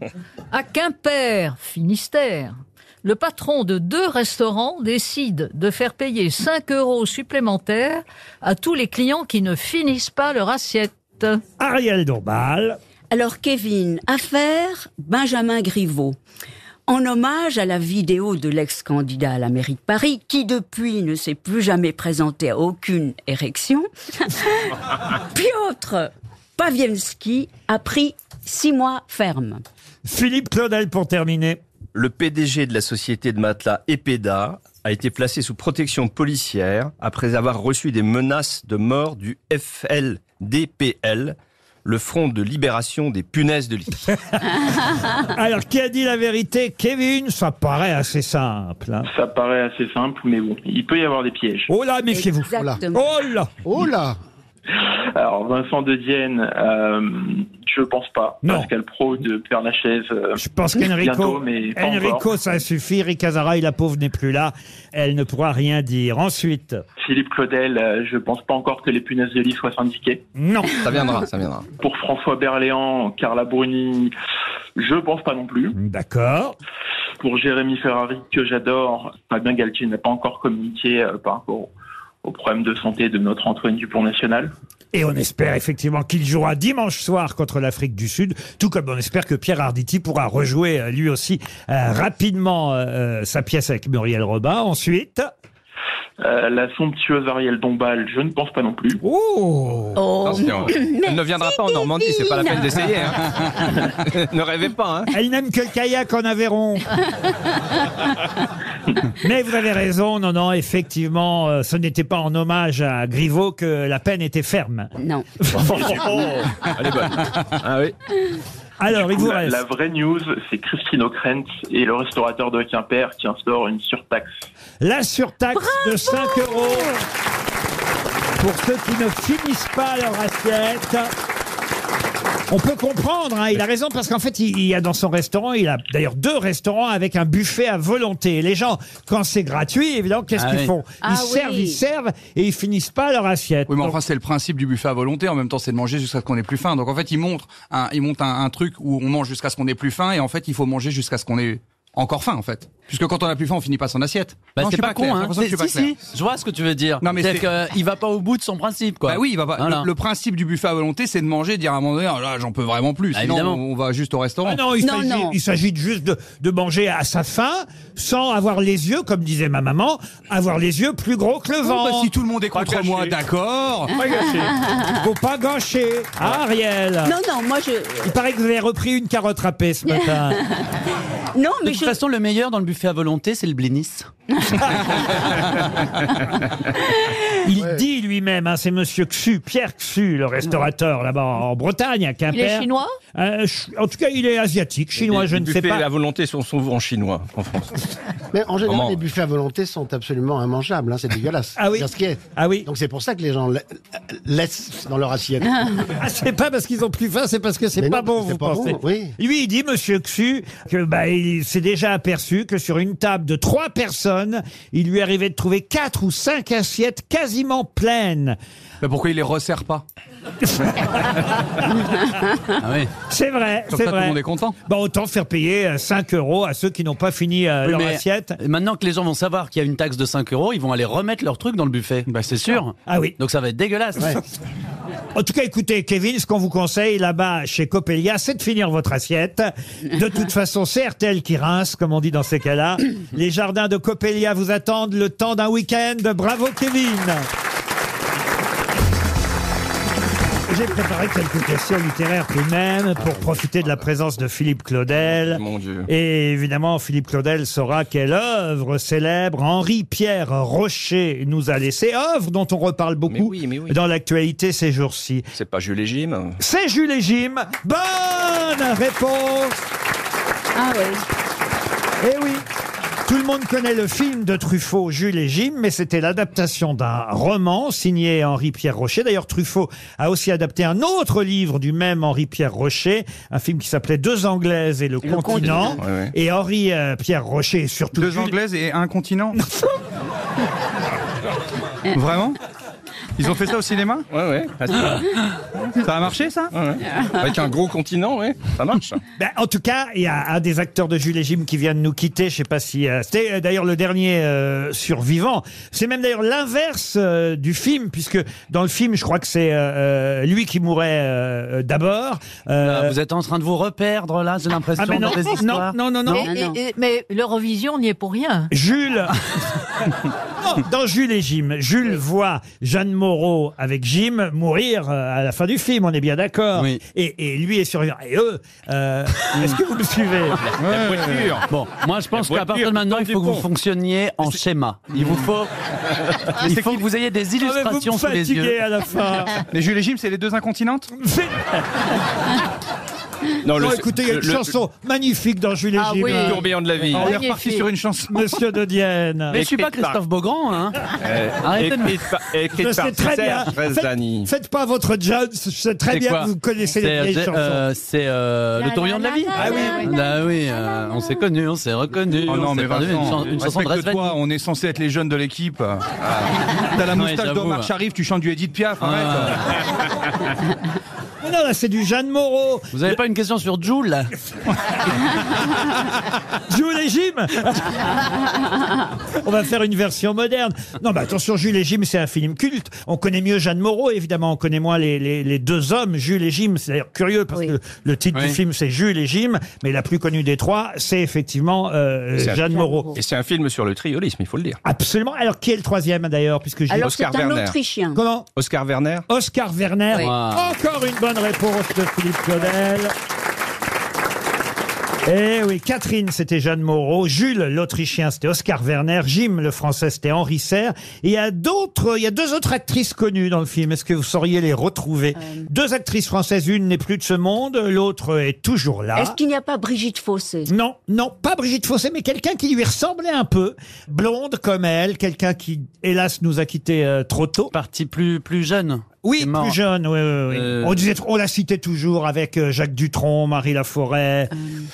À Quimper, Finistère, le patron de deux restaurants décide de faire payer 5 euros supplémentaires à tous les clients qui ne finissent pas leur assiette. Ariel Dombal. Alors, Kevin, affaire Benjamin Griveaux. En hommage à la vidéo de l'ex-candidat à la mairie de Paris, qui depuis ne s'est plus jamais présenté à aucune érection, Piotr Pawiemski a pris six mois ferme. Philippe Claudel pour terminer. Le PDG de la société de matelas EPEDA a été placé sous protection policière après avoir reçu des menaces de mort du FLDPL, le Front de libération des punaises de lit. Alors, qui a dit la vérité Kevin, ça paraît assez simple. hein. Ça paraît assez simple, mais bon, il peut y avoir des pièges. Oh là, méfiez-vous. Oh là. Oh là. Alors, Vincent de Dienne, euh, je pense pas. Pascal Pro de Père Lachaise. je Je pense qu'Enrico, Bientôt, mais pas Enrico, encore. ça suffit. Ricazara, la pauvre, n'est plus là. Elle ne pourra rien dire. Ensuite, Philippe Claudel, euh, je pense pas encore que les punaises de lit soient syndiquées. non. Ça viendra, ça viendra. Pour François Berléand, Carla Bruni, je pense pas non plus. D'accord. Pour Jérémy Ferrari, que j'adore, Fabien Galtier n'a pas encore communiqué euh, par rapport au- au problème de santé de notre Antoine Dupont National. Et on espère effectivement qu'il jouera dimanche soir contre l'Afrique du Sud, tout comme on espère que Pierre Arditi pourra rejouer euh, lui aussi euh, rapidement euh, sa pièce avec Muriel Robin. Ensuite, Euh, la somptueuse Ariel Dombal, je ne pense pas non plus. *laughs* *laughs* Oh, Attention, elle ne viendra pas en Normandie, c'est pas la peine d'essayer. hein. ne rêvez pas. hein. elle n'aime que le kayak en Aveyron. Mais vous avez raison, non, non, effectivement, euh, ce n'était pas en hommage à Griveaux que la peine était ferme. *laughs* Non. Elle est bonne. Ah Alors, il vous la, reste. la vraie news, c'est Christine O'Krent et le restaurateur de Quimper qui instaure une surtaxe. La surtaxe de 5 euros pour ceux qui ne finissent pas leur assiette. On peut comprendre, hein, il a raison, parce qu'en fait, il, il y a dans son restaurant, il a d'ailleurs deux restaurants avec un buffet à volonté. Et Les gens, quand c'est gratuit, évidemment, qu'est-ce Ah qu'ils oui. font Ils Ah oui. servent, ils servent, et ils finissent pas leur assiette. Oui, mais Donc, enfin, c'est le principe du buffet à volonté. En même temps, c'est de manger jusqu'à ce qu'on ait plus faim. Donc, en fait, ils montrent un, ils montent un, un truc où on mange jusqu'à ce qu'on ait plus faim. Et en fait, il faut manger jusqu'à ce qu'on ait encore faim, en fait. Puisque quand on a plus faim, on finit pas son assiette. Bah, Non, je c'est suis pas, clair. con, J'ai hein. l'impression que je C'est- suis pas si, clair. si, je vois ce que tu veux dire. Non, mais C'est-à-dire c'est- qu'il va pas au bout de son principe, quoi. Bah oui, il va pas. Voilà. Le, le principe du buffet à volonté, c'est de manger, dire à un moment donné, Ah là, j'en peux vraiment plus. Ah, Sinon, évidemment. on va juste au restaurant. Ah non, il s'agit- il s'agit de juste de, de manger à sa faim, sans avoir les yeux, comme disait ma maman, avoir les yeux plus gros que le Oh, ventre. bah, si tout le monde est Pas contre moi, gâché. d'accord. Pas gâché. Faut pas gâcher, hein, Ariel. Non, non, moi je. Il paraît que vous avez repris une carotte râpée *laughs* *laughs* ce matin. non, mais de toute façon, le meilleur dans le buffet à volonté, c'est le *laughs* blinis. Il dit lui-même, hein, c'est Monsieur Xu, Pierre Xu, le restaurateur là-bas en Bretagne, à Quimper. chinois Euh, ch- En tout cas, il est asiatique, chinois, Les- je les ne sais buffets pas. à volonté sont souvent chinois en France. Mais en général, Comment les buffets à volonté sont absolument immangeables. hein, c'est dégueulasse. Ah oui. C'est ce qui est. Ah oui. Donc c'est pour ça que les gens la- laissent dans leur assiette. *laughs* Ah, c'est pas parce qu'ils ont plus faim, c'est parce que c'est Mais pas non, bon, c'est vous pas pensez. bon, oui. Lui, il dit, monsieur Xu, que bah, il s'est déjà aperçu que sur une table de trois personnes, il lui arrivait de trouver quatre ou cinq assiettes quasiment pleines. Mais pourquoi il les resserre *laughs* pas Ah C'est vrai, Comme c'est ça, tout le vrai. monde est content. Bah, autant faire payer euh, 5 euros à ceux qui n'ont pas fini euh, Oui, leur mais assiette. Maintenant que les gens vont savoir qu'il y a une taxe de 5 euros, ils vont aller remettre leur truc dans le buffet. Bah, c'est sûr. Ah oui. Donc ça va être dégueulasse. *laughs* En tout cas, écoutez, Kevin, ce qu'on vous conseille là-bas chez Copelia, c'est de finir votre assiette. De toute façon, c'est RTL qui rince, comme on dit dans ces cas-là. Les jardins de Copelia vous attendent le temps d'un week-end. Bravo, Kevin J'ai préparé quelques questions littéraires tout de même pour profiter de la présence de Philippe Claudel. Mon Dieu. Et évidemment, Philippe Claudel saura quelle œuvre célèbre Henri-Pierre Rocher nous a laissé. Œuvre dont on reparle beaucoup dans l'actualité ces jours-ci. C'est pas Jules et Jim. C'est Jules et Jim. Bonne réponse Ah oui. Eh oui tout le monde connaît le film de Truffaut, Jules et Jim, mais c'était l'adaptation d'un roman signé Henri-Pierre Rocher. D'ailleurs, Truffaut a aussi adapté un autre livre du même Henri-Pierre Rocher, un film qui s'appelait Deux Anglaises et le, continent. continent. Ouais, ouais. Et Henri-Pierre Rocher, et surtout Deux Jules- anglaises et un continent Vraiment Ils ont fait ça au cinéma Ouais, ouais. *laughs* *laughs* Ça a marché ça Avec un gros continent, ouais. Ça marche. Ben, en tout cas, il y a un des acteurs de Jules et Jim qui vient de nous quitter. Je sais pas si euh, c'était euh, d'ailleurs le dernier euh, survivant. C'est même d'ailleurs l'inverse euh, du film, puisque dans le film, je crois que c'est euh, euh, lui qui mourait euh, euh, d'abord. Euh, Ah, vous êtes en train de vous reperdre là, j'ai l'impression. Ah, mais non, dans des non, histoires. non, non, non. Et- et- et- mais l'Eurovision *laughs* *laughs* n'y est pour rien. Jules, Non, dans Jules et Jim, Jules voit Jeanne Moreau avec Jim mourir euh, à la fin du film, on est bien d'accord. Et, et lui est survivant. Et eux, euh, Mm. est-ce que vous me suivez Ouais. Bon, moi je pense qu'à partir de maintenant, il faut que vous fonctionniez en schéma. Il vous faut, Ah, il faut que vous ayez des mais vous me illustrations sous les fatiguez yeux. à la fin. Mais Jules et Jim, c'est *laughs* les deux *laughs* incontinentes Non, Non, le- écoutez, il y a une le- le- chanson magnifique dans Jules et Ah Jim. oui. Le tourbillon de la vie. On est Magnifique. reparti sur *laughs* une chanson. Monsieur de Dienne. Mais je suis pas Christophe Beaugrand, hein. Arrêtez de me- Je sais très bien. Faites, faites pas votre Jones. Je sais très C'est bien quoi que vous connaissez les C'est, vieilles euh, chansons. euh, c'est euh, La, le tourbillon de la, la vie. la, Ah oui, Bah oui, euh, on s'est connus, on s'est reconnus. Oh non, on s'est mais perdu, une, chan- Vincent, une chanson de Resvani. respecte-toi, on est censé être les jeunes de l'équipe. *laughs* T'as la Ouais, moustache j'avoue. d'Omar Sharif, tu chantes du Edith Piaf, arrête. Mais non, là, c'est du Jeanne Moreau. Vous avez pas une question sur Joule *laughs* Jules et Jim Ah On va faire une version moderne. Non, mais attention, Jules et Jim, c'est un film culte. On connaît mieux Jeanne Moreau, évidemment. On connaît moins les, les- les deux hommes, Jules et Jim. C'est d'ailleurs curieux parce que le titre Oui. du film, c'est Jules et Jim. Mais la plus connue des trois, c'est effectivement euh, C'est un- Jeanne Moreau. Et c'est un film sur le triolisme, il faut le dire. Absolument. Alors, qui est le troisième, d'ailleurs puisque j'ai- Alors, c'est Oscar un Werner. Autrichien. Comment Oscar Werner Oscar Werner. Oui. Wow. Encore une bonne réponse de Philippe Claudel. Eh oui, Catherine, c'était Jeanne Moreau. Jules, l'Autrichien, c'était Oscar Werner. Jim, le Français, c'était Henri Serre. Et il y a d'autres, il y a deux autres actrices connues dans le film. Est-ce que vous sauriez les retrouver Euh. Deux actrices françaises, une n'est plus de ce monde, l'autre est toujours là. Est-ce qu'il n'y a pas Brigitte Fossé Non, non, pas Brigitte Fossé, mais quelqu'un qui lui ressemblait un peu, blonde comme elle, quelqu'un qui, hélas, nous a quittés euh, trop tôt. Parti plus plus jeune. Oui, plus jeune. oui, oui, oui. Euh. On disait, on la citait toujours avec euh, Jacques Dutronc, Marie Laforêt.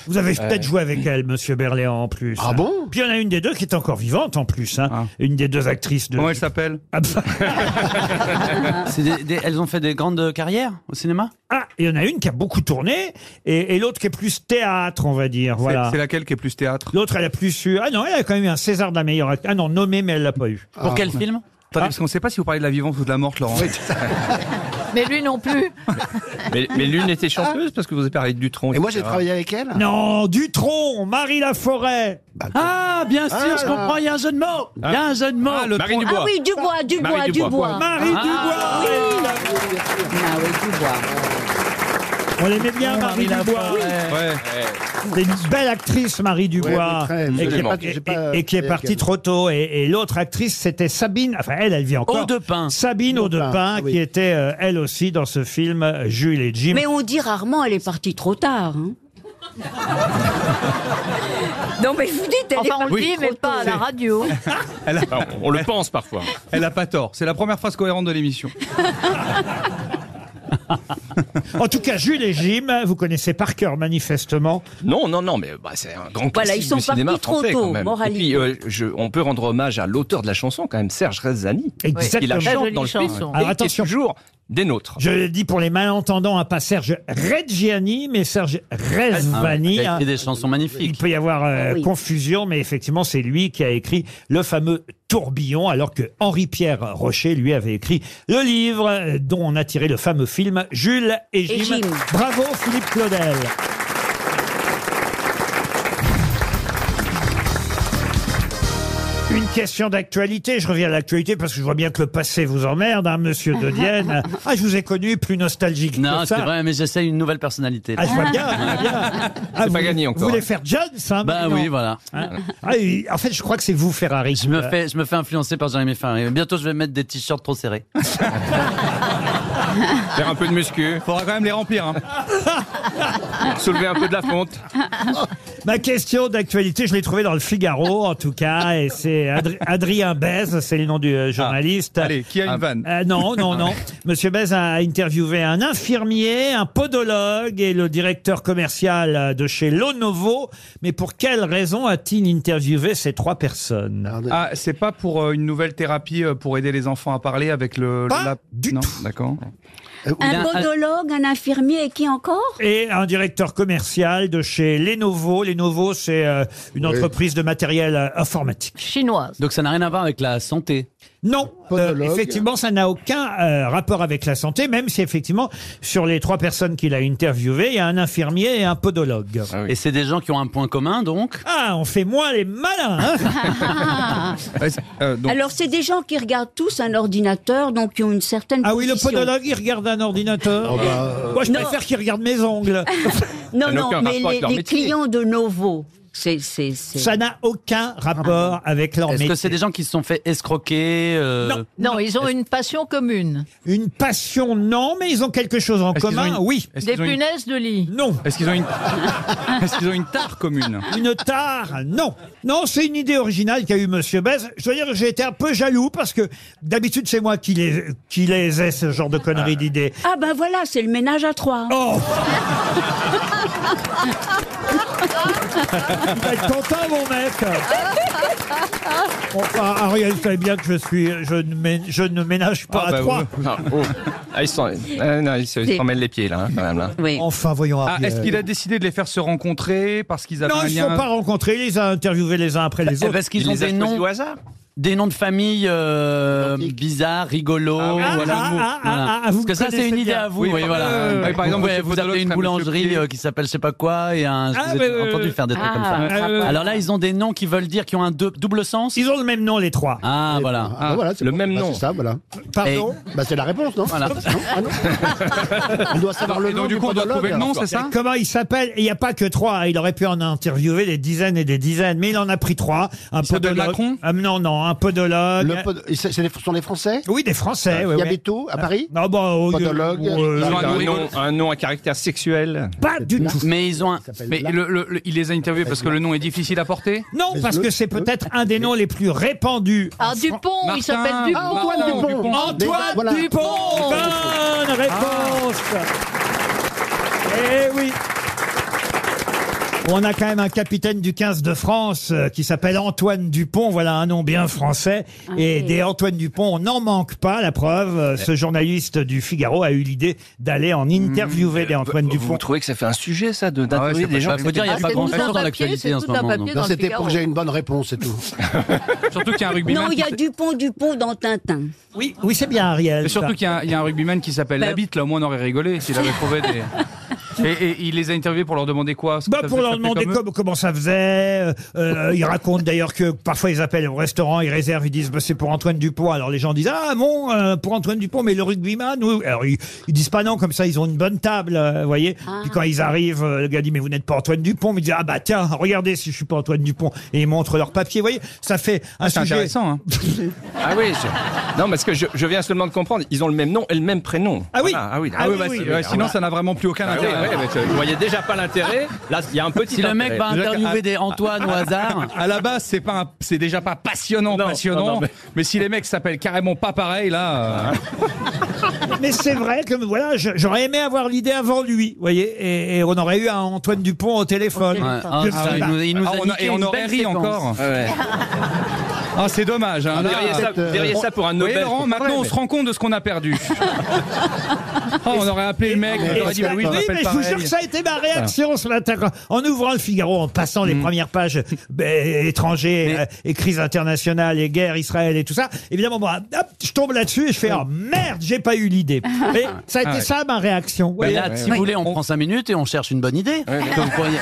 Vous avez Euh. peut-être joué avec elle, Monsieur Berléand, en plus. Ah bon Puis il y en a une des deux qui est encore vivante, en plus. Ah. hein. Une des deux actrices de. Comment elle s'appelle Ah, bah, C'est des- des- elles ont fait des grandes carrières au cinéma ah, il y en a une qui a beaucoup tourné et, et l'autre qui est plus théâtre, on va dire. C'est- Voilà. C'est laquelle qui est plus théâtre L'autre, elle a plus eu. Ah non, elle a quand même eu un César de la meilleure actrice. Ah non, nommée, mais elle l'a pas eu. Ah. Pour quel film Attendez, parce qu'on ne sait pas si vous parlez de la vivante ou de la morte, Laurent. *laughs* Mais lui non plus. Mais, *laughs* mais Ah, l'une était chanteuse parce que vous avez parlé de Dutronc. Et moi, j'ai etc. travaillé avec elle. Bah, Non, Dutron, Marie Laforêt. Ah, bien sûr, Ah, je là. comprends, il y a un jeu de mots. Il y a un jeu de mots. Ah, le Marie tronc- Dubois. Ah oui, Dubois, Dubois, Marie Dubois. Dubois. Marie Ah, Dubois, oui. On l'aimait bien, Oh, Marie, Marie Dubois. Laforêt. C'est une belle actrice, Marie Dubois, très, et, qui est, absolument. par- et- J'ai pas- et- et qui est j'ai partie aucun- trop tôt. Et, et l'autre actrice, c'était Sabine, enfin elle, elle vit encore. Audepin. Sabine Audepin, Audepin, oui. qui était euh, elle aussi dans ce film euh, Jules et Jim. Mais on dit rarement elle est partie trop tard. hein. *laughs* non mais vous dites elle est Enfin, on partie le dit, trop mais pas à la tôt. *laughs* radio. On le pense parfois. Elle a pas tort. C'est la première phrase cohérente de l'émission. En tout cas, Jules et Jim, vous connaissez par cœur manifestement. Non, non, non, mais bah, c'est un grand Voilà, ils classique sont du cinéma partis trop français tôt, quand même. moralité. Et puis, euh, je- on peut rendre hommage à l'auteur de la chanson quand même, Serge Rezzani. Exactement. Il la Très chante jolie dans le chanson. film. Et Alors, qui est attention. toujours des nôtres. Je le dis pour les malentendants, hein, pas Serge Reggiani, mais Serge Ah, Rezvani. Ah, Il a hein. écrit des chansons magnifiques. Il peut y avoir euh, Oui. confusion, mais effectivement, c'est lui qui a écrit le fameux Tourbillon, alors que Henri-Pierre Rocher, lui, avait écrit le livre euh, dont on a tiré le fameux film Jules et Jim. Et Jim. Bravo, Philippe Claudel. Une question d'actualité. Je reviens à l'actualité parce que je vois bien que le passé vous emmerde, hein, monsieur *laughs* De Dienne. Ah, je vous ai connu plus nostalgique Non, que c'est ça. vrai, mais j'essaie une nouvelle personnalité. Ah, je vois bien, je vois bien. Ah, vous- Vous voulez faire Jones, Bah hein maintenant. oui, voilà. Hein Ah, et- en fait, je crois que c'est vous, Ferrari. Je me fais, je me fais influencer par Jérémy Ferrari. Bientôt, je vais mettre des t-shirts trop *laughs* serrés. Faire un peu de muscu. Faudra quand même les remplir. hein. *laughs* Soulever un peu de la fonte. Ma question d'actualité, je l'ai trouvée dans le Figaro, en tout cas, et c'est Adri- Adrien Bèze, c'est le nom du euh, journaliste. Ah, Allez, qui a une Ah, vanne euh, Non, *laughs* non, non. Monsieur Bèze a interviewé un infirmier, un podologue et le directeur commercial euh, de chez Lonovo. Mais pour quelle raison a-t-il interviewé ces trois personnes Ah, c'est pas pour euh, une nouvelle thérapie euh, pour aider les enfants à parler avec le. Pas du non, d'accord. Un podologue, un infirmier et qui encore *laughs* et un directeur commercial de chez Lenovo. Lenovo, c'est euh, une entreprise de matériel euh, informatique. *laughs* Chinoise. Donc, ça n'a rien à voir avec la santé. Non, euh, effectivement, ça n'a aucun euh, rapport avec la santé, même si effectivement, sur les trois personnes qu'il a interviewées, il y a un infirmier et un podologue. Et c'est des gens qui ont un point commun, donc Ah, on fait moins *laughs* les malins hein. Ah. Alors, c'est des gens qui regardent tous un ordinateur, donc qui ont une certaine. Ah oui, le position. podologue, il regarde un ordinateur. Moi, je préfère qu'il regarde mes ongles. *laughs* Non, non, mais les, les clients de Novo, c'est. c'est- c'est- Ça n'a aucun rapport avec leur Est-ce métier. que c'est des gens qui se sont fait escroquer euh, Non, ils ont une passion commune. Une passion, non, mais ils ont quelque chose en Est-ce qu'ils commun, ont une- oui. est-ce Des punaises de lit. Non. Est-ce qu'ils ont une, *laughs* est-ce qu'ils ont une tare commune Une tare, non. Non, c'est une idée originale qu'a eu Monsieur Bez. Je dois dire que j'ai été un peu jaloux parce que d'habitude c'est moi qui les, qui les ai, ce genre de conneries d'idées. Ah ben voilà, c'est le ménage à trois. Oh. *laughs* Vous êtes content, mon mec Enfin, Ariel, vous savez bien que je suis, je ne, mé- je ne ménage pas à bah, trois. oui. Ah, oh. Ah, ils s'en euh, non, ils se- ils s'en mêlent les pieds, là, hein, quand même. Là. Enfin, voyons. Ah, est-ce Ariel. qu'il a décidé de les faire se rencontrer parce qu'ils avaient euh, Non, un ils ne sont lien pas rencontrés. Il les a interviewés les uns après les Eh, autres. Parce qu'ils ont des noms, des noms de famille euh, bizarres, rigolos. Ah, voilà. ah, ah, Voilà. ah, ah, vous Parce que ça, connaissez c'est une idée bien. à vous. Oui, oui, par- voilà. euh, vous, par exemple, pouvez- le vous appelez une photographe, boulangerie euh, qui s'appelle je sais pas quoi et un. Ah, vous mais, avez euh, entendu faire des trucs ah, comme ça. euh, Alors là, ils ont des noms qui veulent dire qui ont un deux- double sens. Ils ont le même nom, les trois. Ah, voilà. Ah, voilà, c'est le bon. même Bah, nom. C'est ça, voilà. Pardon Bah, c'est la réponse, non Voilà. Non Ah, non. *laughs* On doit savoir le nom. podologue, alors. Comment il s'appelle Il n'y a pas que trois. Il aurait pu en interviewer des dizaines et des dizaines, mais il en a pris trois. Un s'appelle podologue. Macron Ah, Non, non, un podologue. Le pod- et c'est- c'est des- Ce sont des Français Oui, des Français. Il oui, y a oui. Beto, à Paris Non, bah, au- Podologue. ou, euh, Ils ont un nom, un nom à caractère sexuel. Pas du tout. Mais ils ont un. Mais le- le- le- il les a interviewés parce que le nom est difficile à porter Non, parce que c'est peut-être un des noms les plus répandus. *laughs* Ah, Dupont, il s'appelle Dupont. Ah, Antoine Dupont. Antoine Mais voilà. Dupont Bonne réponse Eh oui on a quand même un capitaine du 15 de France euh, qui s'appelle Antoine Dupont. Voilà un nom bien français. Et des Antoine Dupont, on n'en manque pas. La preuve, euh, ce journaliste du Figaro a eu l'idée d'aller en interviewer des Antoine Mmh. Vous Dupont. trouvez que ça fait un sujet, ça, de Ah d'interviewer c'est des pas- gens bah, faut dire, il y a qui Ah, pas étaient- grand- tout chose un dans papier, l'actualité c'est en ce tout un moment, papier donc. dans Non, le C'était pour Figaro. que j'ai une bonne réponse, c'est tout. Surtout qu'il y a un rugbyman. Non, il y a qui- Dupont, Dupont dans Tintin. Oui, oui c'est bien Ariel. Et surtout ça. Ben- qu'il y, a un- il y a un rugbyman qui s'appelle Labitte, là au moins on aurait rigolé s'il avait trouvé des. *laughs* Et, et il les a interviewés pour leur demander quoi Ce que Bah, ça pour faisait leur taper demander comme eux comme- comment ça faisait. euh, euh, ils racontent d'ailleurs que parfois ils appellent au restaurant, ils réservent, ils disent bah, c'est pour Antoine Dupont. Alors les gens disent ah bon euh, pour Antoine Dupont, mais le rugbyman. oui. Alors ils, ils disent pas non comme ça, ils ont une bonne table, euh, vous voyez. Puis quand ils arrivent, euh, le gars dit mais vous n'êtes pas Antoine Dupont, mais il dit ah bah tiens regardez si je suis pas Antoine Dupont et ils montrent leur papier, vous voyez. Ça fait un C'est sujet. intéressant. Hein. Ah oui, je- non, parce que je, je viens seulement de comprendre, ils ont le même nom et le même prénom. Ah oui. Voilà, ah oui, Ah oui, bah, oui, c'est- oui. ouais, Sinon, ça n'a vraiment plus aucun Ah oui, intérêt. ouais, mais tu- vous voyez déjà pas l'intérêt. Là, il y a un petit. Si le mec intérêt. Ah. va interviewer des Antoine au hasard. ah, À la base, c'est pas, un- c'est déjà pas passionnant, Non, passionnant. non, non, mais... mais- si les mecs s'appellent carrément pas pareil, là. euh, Mais c'est vrai que voilà je- j'aurais aimé avoir l'idée avant lui, vous voyez, et, et on aurait eu un Antoine Dupont au téléphone. Ouais, ah, Je- ça, il nous, il nous ah, a on a- niqué et on une aurait belle ri séquence. encore. Ah, c'est dommage. Hein, Vous là. diriez ça, vous diriez ça pour un Vous Nobel. voyez, Laurent, maintenant on se rend compte de ce qu'on a perdu. Ah, *laughs* on aurait appelé le mec, on Et aurait dit ça- bah oui, je oui, mais m'appelle je vous jure pareil. que ça a été ma réaction ce matin. quand- En ouvrant le Figaro, en passant Mm. les premières pages ben, étrangers euh, et crise internationale et guerre, Israël et tout ça, évidemment, moi, hop, je tombe là-dessus et je fais Ah merde, j'ai pas eu *laughs* *laughs* l'idée. Mais ça a été Ah ouais. ça ma réaction. Mais Oui. là, si vous voulez, on prend 5 minutes et on cherche une bonne idée. Que vous, pourriez-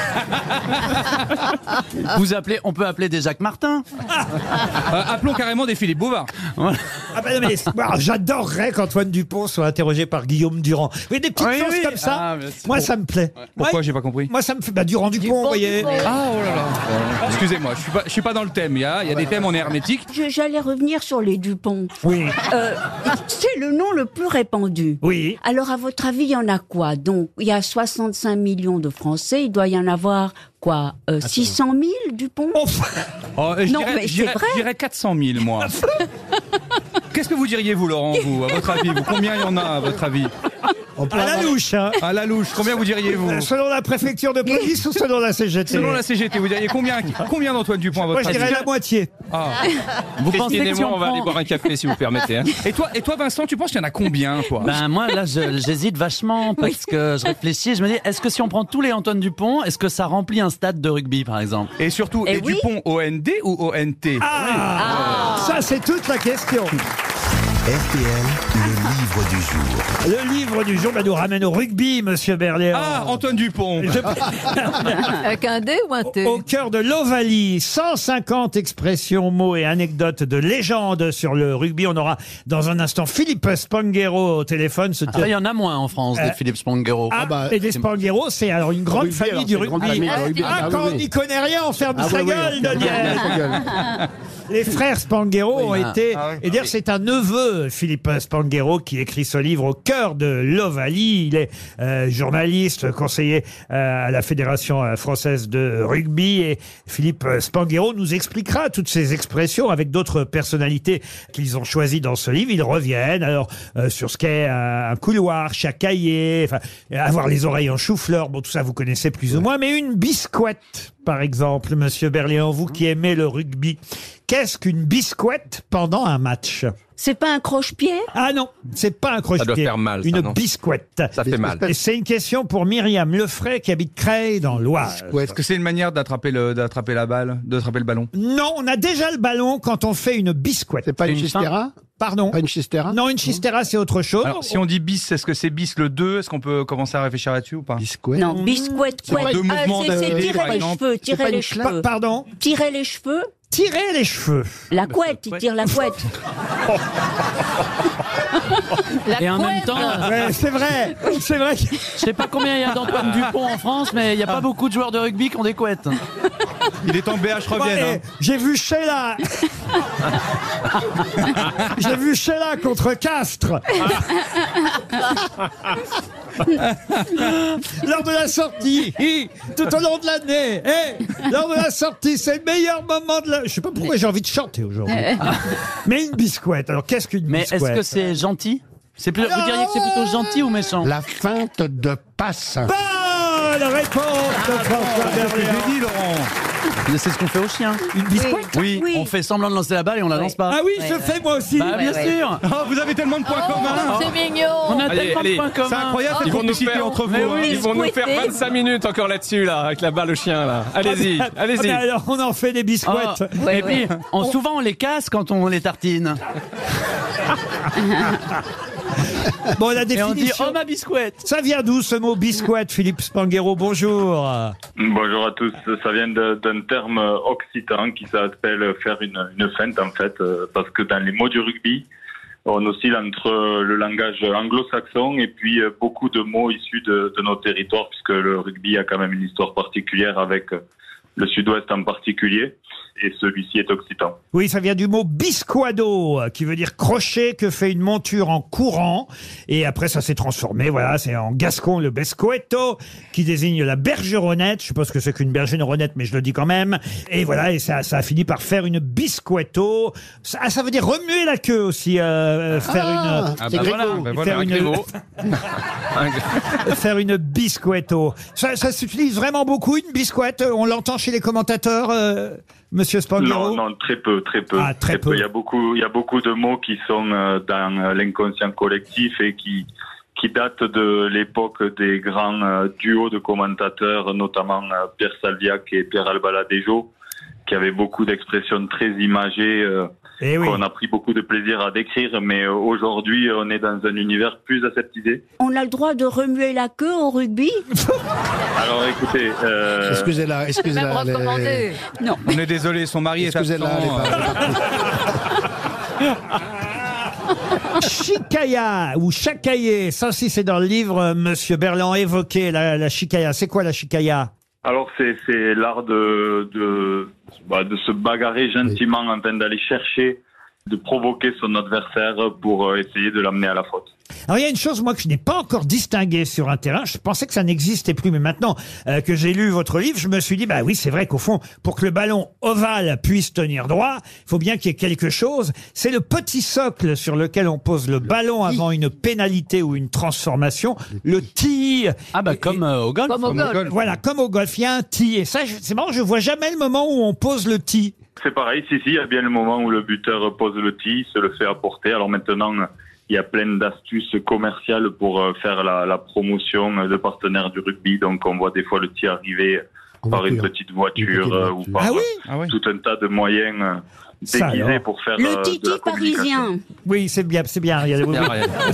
*laughs* Vous appelez, on peut appeler des Jacques Martin. Euh, appelons carrément des Philippe Bouvard. *laughs* Ah ben non, mais alors, j'adorerais qu'Antoine Dupont soit interrogé par Guillaume Durand. Mais des petites Oui, choses oui. comme ça, Ah, bien sûr. moi ça me plaît. Pourquoi Moi, j'ai pas compris moi, ça me fait bah, Durand Dupont, vous voyez. Ah oh là là. Excusez-moi, je suis pas, je suis pas dans le thème. Il y a, il y a des thèmes, on est hermétique. Je- J'allais revenir sur les Dupont. Oui. Euh, c'est le nom le plus répandu. Oui. Alors, à votre avis, il y en a quoi Donc, il y a 65 millions de Français, il doit y en avoir quoi euh, 600 000 Dupont Oh, je Non, dirais- mais je c'est dirais- vrai. je dirais 400 *laughs* 000 moi. Qu'est-ce que vous diriez vous, Laurent, vous, à votre avis vous, Combien il y en a à votre avis À la louche, hein. Ah, Euh, À la louche, combien vous diriez-vous Selon la préfecture de police ou selon la CGT Selon la CGT, vous diriez combien, combien d'Antoine Dupont à Moi, votre je dirais avis la moitié. Ah. Vous pensez Christine que et si moi, on on va aller prend- boire un café si vous permettez. hein. Et toi, et toi, Vincent, tu penses qu'il y en a combien, toi Ben moi là je- j'hésite vachement parce que je réfléchis, je me dis est-ce que si on prend tous les Antoine Dupont, est-ce que ça remplit un stade de rugby par exemple Et surtout, Eh et oui. Dupont OND ou ONT Ah, Ça, c'est toute la question. RTL, le livre du jour. Le livre du jour bah, nous ramène au rugby, monsieur Berlier. Ah, Antoine Dupont Avec un dé ou un T Au cœur de l'Ovalie, 150 expressions, mots et anecdotes de légende sur le rugby. On aura dans un instant Philippe Spanghero au téléphone. Ce Ah, il y en a moins en France, Euh, des Philippe Spanghero. Ah, et des Spanghero, c'est alors une grande bah, rugby, famille alors, du c'est une grande rugby. famille du rugby. Ah, Ah, quand oui, on oui. n'y connaît rien, on ferme Ah, sa oui, oui, gueule, on ferme Daniel. sa gueule. Les frères Spanghero Oui. ont Ah, été. ah oui. Et d'ailleurs, c'est un neveu, Philippe Spanghero, qui écrit ce livre au cœur de l'Ovalie. Il est euh, journaliste, conseiller euh, à la Fédération euh, française de rugby. Et Philippe euh, Spanghero nous expliquera toutes ces expressions avec d'autres personnalités qu'ils ont choisies dans ce livre. Ils reviennent alors euh, sur ce qu'est euh, un couloir, chacailler, enfin, avoir les oreilles en chou-fleur. Bon, tout ça, vous connaissez plus ou moins. Mais une biscouette, par exemple, monsieur Berléand, Mmh. vous qui aimez le rugby, qu'est-ce qu'une biscouette pendant un match C'est pas un croche-pied ah non, c'est pas un croche doit faire mal, ça, Une non biscouette. Ça fait mal. Et c'est une question pour Myriam Lefray qui habite Creil dans l'Oise. Est-ce que c'est une manière d'attraper le, d'attraper la balle, d'attraper le ballon Non, on a déjà le ballon quand on fait une biscouette. C'est pas une chistera Pardon Pas une chistera Non, une chistera, c'est autre chose. Alors, si on dit bis, est-ce que c'est bis le 2 Est-ce qu'on peut commencer à réfléchir là-dessus ou pas Bisquet Non, biscouette, C'est pas couette. deux Ah, mouvements c'est- c'est d'affilée, par tirer les exemple. cheveux, C'est pas tirer une les cla- cheveux. Pardon Tirer les cheveux, Tirer les cheveux. la couette, il tire la couette. *laughs* Et en même temps, Ouais, c'est vrai, c'est vrai. Ah. que- je sais pas combien il y a d'Antoine Dupont en France, mais il n'y a pas beaucoup de joueurs de rugby qui ont des couettes. Il est en BH Ouais, revienne. hein. eh, J'ai *laughs* vu Sheila. *laughs* J'ai vu Sheila contre *laughs* Castres. Lors de la sortie, hi, tout au long de l'année, eh, lors de la sortie, c'est le meilleur moment de la. Je sais pas pourquoi j'ai envie de chanter aujourd'hui. Euh. *laughs* Mais une biscouette. Alors qu'est-ce qu'une Mais biscouette est-ce que c'est gentil C'est plus- Vous diriez que c'est plutôt gentil ou méchant La feinte de passe. Bonne réponse de François Berléand. Mais C'est ce qu'on fait aux chiens. Une biscouette Oui, on fait semblant de lancer la balle et on la lance pas. Ah oui, je fais moi aussi. Bah, bien sûr Oh, vous avez tellement de points communs C'est mignon On a Allez, tellement allez, de points c'est communs. incroyable cette Ils vont nous complicité faire- entre vous. Mais hein. oui. Ils vont nous Biscuité. faire 25 minutes encore là-dessus, là, avec la balle au chien, là. Allez-y, Ah, mais- allez-y. ah, mais alors, on en fait des Ah, biscouettes. et puis, on, souvent on les casse quand on les tartine. Bon, la Et on dit définition. Oh ma biscouette Ça vient d'où ce mot biscouette, Philippe Spanghero Bonjour. Bonjour à tous. Ça vient de- d'un terme occitan qui s'appelle faire une, une feinte, en fait, euh, parce que dans les mots du rugby, on oscille entre le langage anglo-saxon et puis euh, beaucoup de mots issus de, de nos territoires, puisque le rugby a quand même une histoire particulière avec euh, le sud-ouest en particulier, et celui-ci est occitan. Oui, ça vient du mot bisquado, euh, qui veut dire crochet que fait une monture en courant. Et après, ça s'est transformé. Voilà, c'est en gascon le bescueto, qui désigne la bergeronnette. Je sais pas ce que c'est qu'une bergeronnette, mais je le dis quand même. Et voilà, et ça, ça a fini par faire une biscuetto. Ça, ah, ça veut dire remuer la queue aussi, euh, faire une. Ah, c'est Grégo. ben Faire un une- grégo. *laughs* faire une biscuetto. Ça, ça s'utilise vraiment beaucoup, une biscuette. On l'entend chez les commentateurs, euh, monsieur Spanghero Non, non, très peu, très peu. Ah, très peu. Il y a beaucoup, il y a beaucoup de mots qui sont euh, dans euh, l'inconscient collectif et qui qui datent de l'époque des grands euh, duos de commentateurs, notamment euh, Pierre Salviac et Pierre Albaladejo, qui avaient beaucoup d'expressions très imagées. euh, Eh oui. qu'on a pris beaucoup de plaisir à décrire, mais euh, aujourd'hui, on est dans un univers plus aseptisé. On a le droit de remuer la queue au rugby Alors écoutez, euh, *laughs* Excusez-la, Même excusez-la. recommandé Non. On est désolé, son mari est absent. Excusez-la, les euh, Chicaya ou chacaillé, ça si c'est dans le livre, euh, Monsieur Berland évoquait la, la chicaya. C'est quoi la chicaya Alors c'est c'est l'art de de bah, de se bagarrer gentiment en train d'aller chercher de provoquer son adversaire pour euh, essayer de l'amener à la faute. Alors il y a une chose moi que je n'ai pas encore distinguée sur un terrain. Je pensais que ça n'existait plus, mais maintenant euh, que j'ai lu votre livre, je me suis dit bah oui c'est vrai qu'au fond pour que le ballon ovale puisse tenir droit, il faut bien qu'il y ait quelque chose. C'est le petit socle sur lequel on pose le ballon avant une pénalité ou une transformation, le tee. Ah bah Et- comme euh, au golf. Comme au golf. Voilà, comme au golf, il y a un tee. Et ça, je- c'est marrant, je vois jamais le moment où on pose le tee. C'est pareil, si, si, il y a bien le moment où le buteur pose le tee, se le fait apporter. Alors maintenant, il y a plein d'astuces commerciales pour euh, faire la, la promotion de partenaires du rugby. Donc on voit des fois le tee arriver En par une voiture. petite voiture, Une petite euh, ou voiture. par Ah oui euh, tout un tas de moyens euh, Ça, déguisé alors. pour faire euh, Le de titi la communication. parisien. Oui, c'est bien, c'est bien, Ariel. Oui, oui.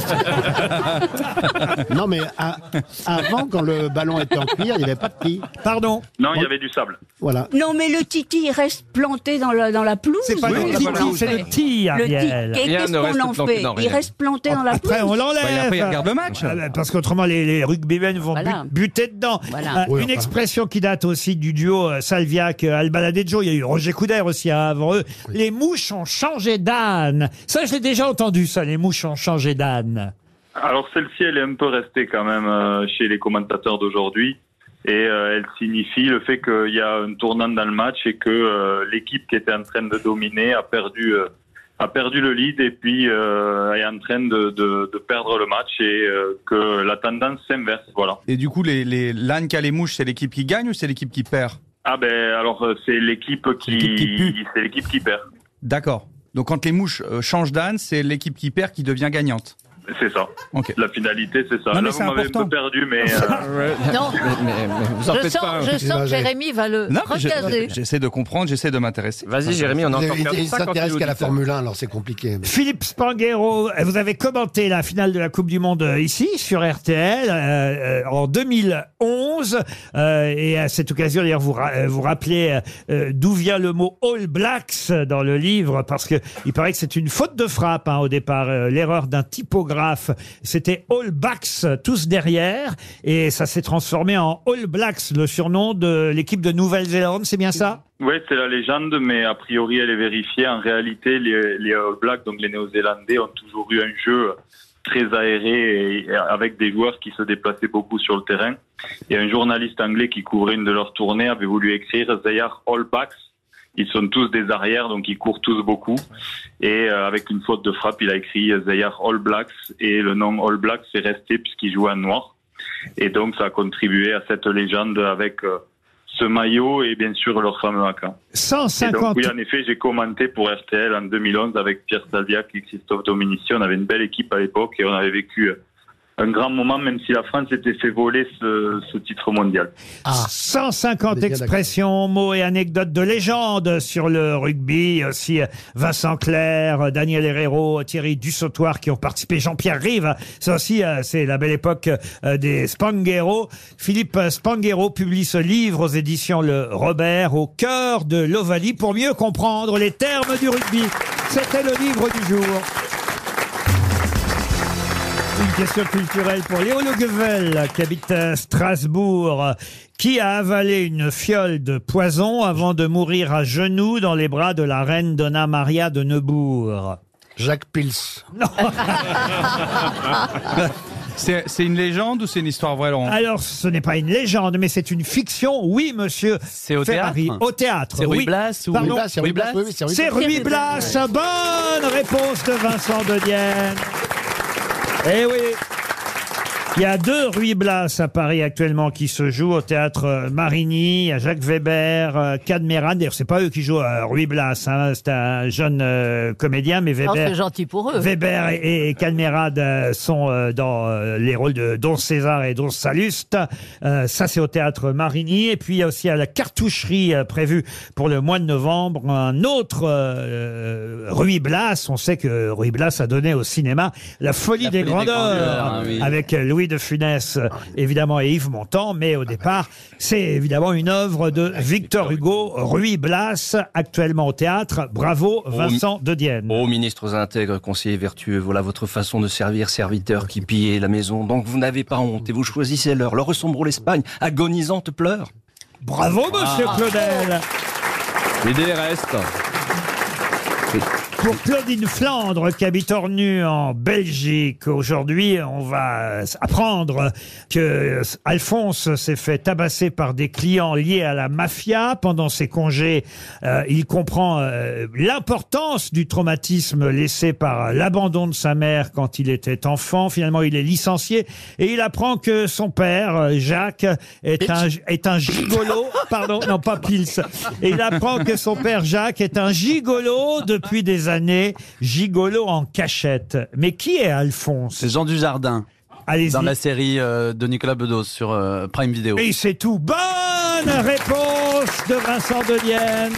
Non, mais à- avant, quand le ballon était en cuir, il n'y avait pas de pli. Pardon Non, il y avait du sable. Voilà. Non, mais le titi, il reste planté dans la, dans la pelouse. C'est pas Oui, le la titi, balance. c'est le ti, Le ti. Ariel. Et Rien qu'est-ce ne reste qu'on en planté. fait Non, Il rien. reste planté dans la pelouse. Après, on Bah, l'enlève. après, il regarde le match. Ah, bah, Parce qu'autrement, les, les rugbymen vont Voilà. but- buter dedans. Voilà. Euh, Oui, une enfin. expression qui date aussi du duo euh, Salviac-Albaladejo. Il y a eu Roger Coudert aussi hein, avant eux. Les mouches ont changé d'âne. Ça, je l'ai déjà entendu, ça. Les mouches ont changé d'âne. Alors celle-ci, elle est un peu restée quand même euh, chez les commentateurs d'aujourd'hui. Et euh, elle signifie le fait qu'il y a un tournant dans le match et que euh, l'équipe qui était en train de dominer a perdu, euh, a perdu le lead et puis euh, est en train de, de, de perdre le match et euh, que la tendance s'inverse. Voilà. Et du coup, les, les, l'âne qui a les mouches, c'est l'équipe qui gagne ou c'est l'équipe qui perd Ah ben alors euh, c'est l'équipe C'est l'équipe qui qui pue. c'est l'équipe qui perd. D'accord. Donc quand les mouches euh, changent d'âne, c'est l'équipe qui perd qui devient gagnante. C'est ça. Ok. La finalité, c'est ça. Non, mais Là, c'est vous m'avez un important. peu perdu, *laughs* mais euh, Non, je sens, je sens que Jérémy va le hein. Non, mais je- recaser. j'essaie de comprendre, j'essaie de m'intéresser. Vas-y, Jérémy, on a Il, encore il- perdu il 50 s'intéresse 000 qu'à la auditeurs. Formule 1, alors c'est compliqué. mais- Philippe Spanghero, euh, vous avez commenté la finale de la Coupe du Monde euh, ici, sur RTL, euh, euh, en 2011. euh, et à cette occasion, d'ailleurs, vous, ra- euh, vous rappelez euh, euh, d'où vient le mot All Blacks dans le livre, parce que il paraît que c'est une faute de frappe hein, au départ, euh, l'erreur d'un typographe. C'était All Blacks, tous derrière. Et ça s'est transformé en All Blacks, le surnom de l'équipe de Nouvelle-Zélande, c'est bien ça ouais, c'est la légende, mais a priori, elle est vérifiée. En réalité, les, les All Blacks, donc les Néo-Zélandais, ont toujours eu un jeu très aéré et, et avec des joueurs qui se déplaçaient beaucoup sur le terrain. Et un journaliste anglais qui couvrait une de leurs tournées avait voulu écrire They are All Blacks. Ils sont tous des arrières, donc ils courent tous beaucoup. Et euh, avec une faute de frappe, il a écrit They are All Blacks. Et le nom All Blacks est resté puisqu'il jouait en noir. Et donc, ça a contribué à cette légende avec euh, ce maillot et bien sûr leur fameux haka. Et 150 donc, oui, en effet, j'ai commenté pour RTL en 2011 avec Pierre Salviac et Christophe Dominici. On avait une belle équipe à l'époque et on avait vécu un grand moment, même si la France s'était fait voler ce, ce titre mondial. Ah. 150 On est bien expressions, mots et anecdotes de légende sur le rugby. Aussi euh, Vincent Clerc, euh, Daniel Herrero, euh, Thierry Dussautoir qui ont participé. Jean-Pierre Rive, ça aussi, euh, c'est la belle époque euh, des Spanghero. Philippe euh, Spanghero publie ce livre aux éditions Le Robert, au cœur de l'Ovalie, pour mieux comprendre les termes du rugby. C'était le livre du jour. Une question culturelle pour Léo Le Guevel, qui habite à Strasbourg, qui a avalé une fiole de poison avant de mourir à genoux dans les bras de la reine Donna Maria de Neubourg. Jacques Pils. C'est, c'est une légende ou c'est une histoire vraie, Laurent Alors, ce n'est pas une légende, mais c'est une fiction. Oui, monsieur C'est au Ferrari. théâtre Au théâtre, C'est Ruy oui. Blas ou- Ruy Pardon Blas, c'est Ruy Ruy Blas, Blas oui, oui, c'est Ruy C'est Blas. Ruby Blas. Bonne réponse de Vincent de Dienne. Eh oui. Il y a deux Ruy Blas à Paris actuellement qui se jouent au théâtre euh, Marigny, à Jacques Weber, euh, Cadmeran. D'ailleurs, c'est pas eux qui jouent à Ruy Blas, hein. c'est un jeune euh, comédien, mais Alors, Weber. c'est gentil pour eux. Weber et, et Calmerade euh, sont euh, dans euh, les rôles de Don César et Don Saluste. Euh, ça, c'est au théâtre Marigny. Et puis, il y a aussi à la cartoucherie euh, prévue pour le mois de novembre un autre euh, euh, Ruy Blas. On sait que Ruy Blas a donné au cinéma La Folie, La des, Folie des grandeurs, Grandeurs, hein, oui. Ah, avec euh, Louis de Funès, euh, évidemment, et Yves Montand. Mais au départ, c'est évidemment une œuvre de Victor Hugo, Ruy Blas, actuellement au théâtre. Bravo, *laughs* Vincent de Dienne. Ô ministres intègres, conseillers vertueux, voilà votre façon de servir, serviteurs qui pillez la maison. Donc vous n'avez pas honte et vous choisissez l'heure. Leur ressemblant l'Espagne, agonisante pleure. Bravo, Ah. Ah. monsieur Claudel. L'idée reste. Pour Claudine Flandre, qui habite Ornu en Belgique, aujourd'hui, on va euh, apprendre que euh, Alphonse s'est fait tabasser par des clients liés à la mafia pendant ses congés. euh, il comprend euh, l'importance du traumatisme laissé par l'abandon de sa mère quand il était enfant. Finalement, il est licencié et il apprend que son père, euh, Jacques, est un, est un gigolo. Pardon, non, pas Pils. Et il apprend que son père, Jacques, est un gigolo depuis des années, gigolo en cachette. Mais qui est Alphonse *laughs* C'est Jean Dujardin, Allez-y. dans la série euh, de Nicolas Bedos sur euh, Prime Video. Et c'est tout. Bonne réponse de Vincent Delienne.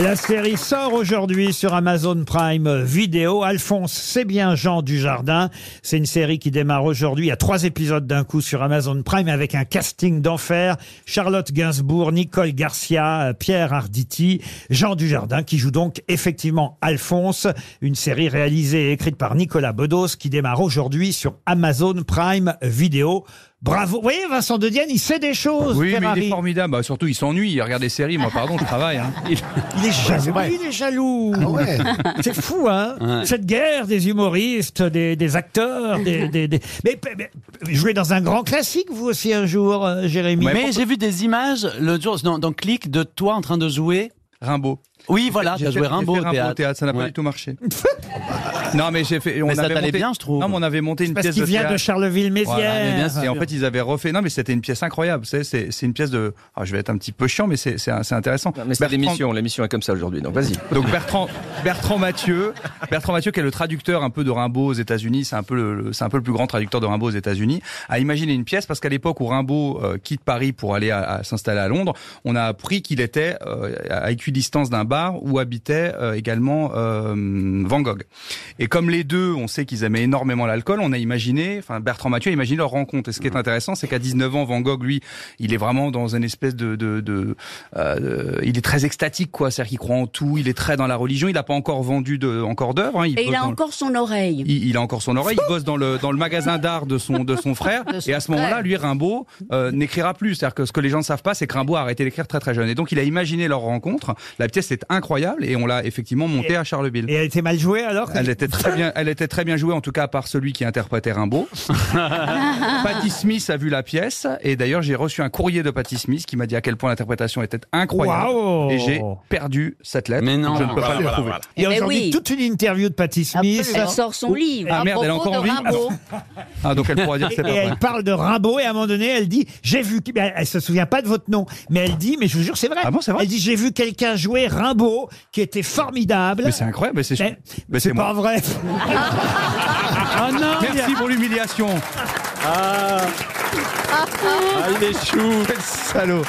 La série sort aujourd'hui sur Amazon Prime Vidéo. Alphonse, c'est bien Jean Dujardin. C'est une série qui démarre aujourd'hui. Il y a trois épisodes d'un coup sur Amazon Prime avec un casting d'enfer. Charlotte Gainsbourg, Nicole Garcia, euh, Pierre Arditi, Jean Dujardin qui joue donc effectivement Alphonse. Une série réalisée et écrite par Nicolas Bedos qui démarre aujourd'hui sur Amazon Prime Vidéo. Bravo. Vous voyez, Vincent De Dienne, il sait des choses. Oui, mais il Ferrari. est formidable. Bah, surtout, il s'ennuie, il regarde des séries. Moi, pardon, je travaille. hein. Il est jaloux, il est jaloux. *laughs* ouais. C'est fou, hein Ouais. Cette guerre des humoristes, des, des acteurs, *laughs* des, des- des- Mais, mais jouer dans un grand classique, vous aussi, un jour, euh, Jérémy. Mais j'ai vu des images l'autre jour dans, dans Click de toi en train de jouer Rimbaud. Oui, voilà, J'ai t'as fait- joué j'ai Rimbaud fait au théâtre. Ça n'a pas Ouais. du tout marché. non, mais j'ai fait. On Mais ça avait t'allait monté- bien, je trouve. Non, mais on avait monté une parce pièce qu'il de vient de théâtre. Charleville-Mézières. Voilà, mais bien sûr. sûr. Et en fait, ils avaient refait. Non, mais c'était une pièce incroyable. C'est, c'est, c'est une pièce de. ah, je vais être un petit peu chiant, mais c'est, c'est, c'est intéressant. Mais c'est Bertrand- l'émission, l'émission est comme ça aujourd'hui, donc vas-y. Donc Bertrand, Bertrand Mathieu, Bertrand Mathieu, qui est le traducteur un peu de Rimbaud aux États-Unis, c'est un peu le, le- c'est un peu le plus grand traducteur de Rimbaud aux États-Unis, a imaginé une pièce parce qu'à l'époque où Rimbaud euh, quitte Paris pour aller à, à s'installer à Londres, on a appris qu'il était euh, à équidistance d'un bar où habitait euh, également euh, Van Gogh. Et comme les deux, on sait qu'ils aimaient énormément l'alcool, on a imaginé, enfin Bertrand Mathieu a imaginé leur rencontre. Et ce qui est intéressant, c'est qu'à 19 ans, Van Gogh, lui, il est vraiment dans une espèce de, de, de- euh, de- il est très extatique, quoi. C'est-à-dire qu'il croit en tout, il est très dans la religion. Il n'a pas encore vendu de, encore d'œuvres. hein. Et il bosse a dans le- encore son oreille. il, il a encore son oreille, il bosse dans le, dans le magasin d'art de son, de son frère, De son et à ce moment-là, frère. lui, Rimbaud, euh, n'écrira plus. C'est-à-dire que ce que les gens ne savent pas, c'est que Rimbaud a arrêté d'écrire très très jeune. Et donc, il a imaginé leur rencontre. La pièce est incroyable, et on l'a effectivement montée à Charleville. Et elle était mal jouée alors elle était, très bien, elle était très bien jouée, en tout cas par celui qui interprétait *laughs* Rimbaud. Patty Smith a vu la pièce, et d'ailleurs j'ai reçu un courrier de Patty Smith qui m'a dit à quel point l'interprétation était incroyable. Waouh Et j'ai perdu cette lettre. Mais non. je ne peux Voilà, pas le voilà, retrouver. voilà. Il y a Eh ben aujourd'hui oui. toute une interview de Patti Smith. Absolument. Elle sort son livre. Ah merde, elle est encore en vie Ah, donc elle pourra dire que c'est Et pas vrai. elle parle de Rimbaud et à un moment donné, elle dit j'ai vu. qui- Elle elle se souvient pas de votre nom, mais elle dit mais je vous jure c'est vrai. Ah Elle dit j'ai vu quelqu'un jouer Rimbaud qui était formidable. Mais c'est incroyable, mais c'est- Mais- mais c'est c'est moi. *laughs* pas vrai. Ah Merci pour l'humiliation. Ah, il est chou. *laughs* Ah, Quel salaud.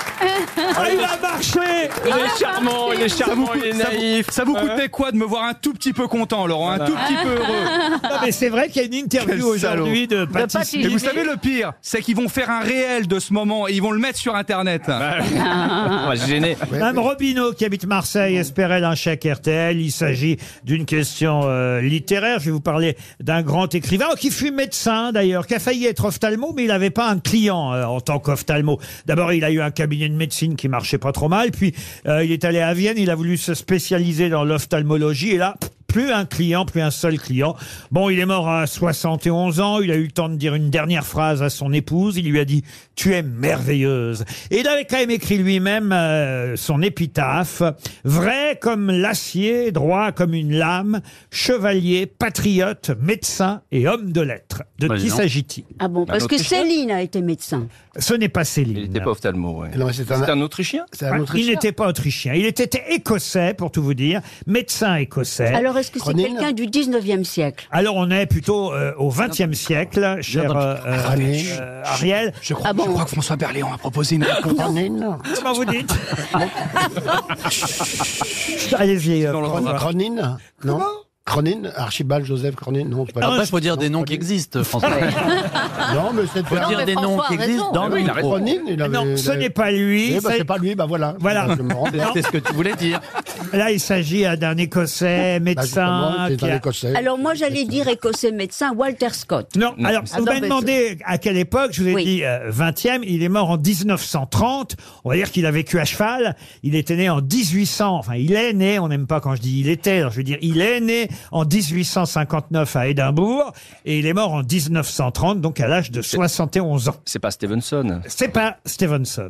Ah, il a marché Il est charmant, il est charmant, il est naïf. Ah. Ça vous coûtait quoi de me voir un tout petit peu content, Laurent Un tout petit peu heureux *laughs* Non, mais c'est vrai qu'il y a une interview Quel salaud. aujourd'hui de Patti Smith. Et vous savez le pire, c'est qu'ils vont faire un réel de ce moment et ils vont le mettre sur Internet. Bah *laughs* On va se gêner. Mme Robineau, qui habite Marseille, espérait d'un chèque RTL. Il s'agit d'une question euh, littéraire. Je vais vous parler d'un grand écrivain oh, qui fut médecin, d'ailleurs, qui a failli être ophtalmo, mais il n'avait pas un client euh, en tant qu'ophtalmo. D'abord, il a eu un cabinet de médecine qui marchait pas trop mal. Puis, euh, il est allé à Vienne. Il a voulu se spécialiser dans l'ophtalmologie. Et là... pff, Plus un client, plus un seul client. Bon, il est mort à 71 ans. Il a eu le temps de dire une dernière phrase à son épouse. Il lui a dit Tu es merveilleuse. Et il avait quand même écrit lui-même euh, son épitaphe Vrai comme l'acier, droit comme une lame, chevalier, patriote, médecin et homme de lettres. De Bah, dis qui donc. s'agit-il Ah bon, Un parce que Autrichien Céline a été médecin. Ce n'est pas Céline. Il n'était pas ophtalmo, ouais. Non, mais C'est Bah, c'est un... un- *laughs* Autrichien C'est un Ah, Il Autrichien. n'était pas autrichien. Il était écossais, pour tout vous dire, médecin écossais. Alors, est-ce que c'est Cronin. quelqu'un du 19e siècle Alors on est plutôt euh, au XXe siècle, cher euh, euh, Ah, euh, Ariel. Je Ah crois, que François Berléand a proposé une réponse. Comment vous dites Allez-y. euh, François. Cronin Non Cronin Archibald Joseph Cronin Non, c'est pas Après, il faut dire des noms qui existent, François. *laughs* Non, mais c'est Faut dire des noms qui existent dans le oui, il a micro. Cronin, il avait- Non, ce il avait- n'est pas lui. Eh ben, Ça- c'est pas lui, bah voilà. Voilà. Bah, je me rendais- C'est ce que tu voulais dire. Là, il s'agit euh, d'un écossais, médecin. Bah, justement, c'est qui un a- Écossais. Alors, moi, j'allais dire écossais médecin Walter Scott. Non, alors, Ah, vous non, m'avez mais- demandé à quelle époque, je vous ai Oui. dit euh, 20e, il est mort en 1930, on va dire qu'il a vécu à cheval, il était né en 1800, enfin il est né, on n'aime pas quand je dis il était, alors je veux dire il est né en 1859 à Édimbourg, et il est mort en 1930, donc à l'âge de 71 ans. C'est pas Stevenson. C'est pas Stevenson.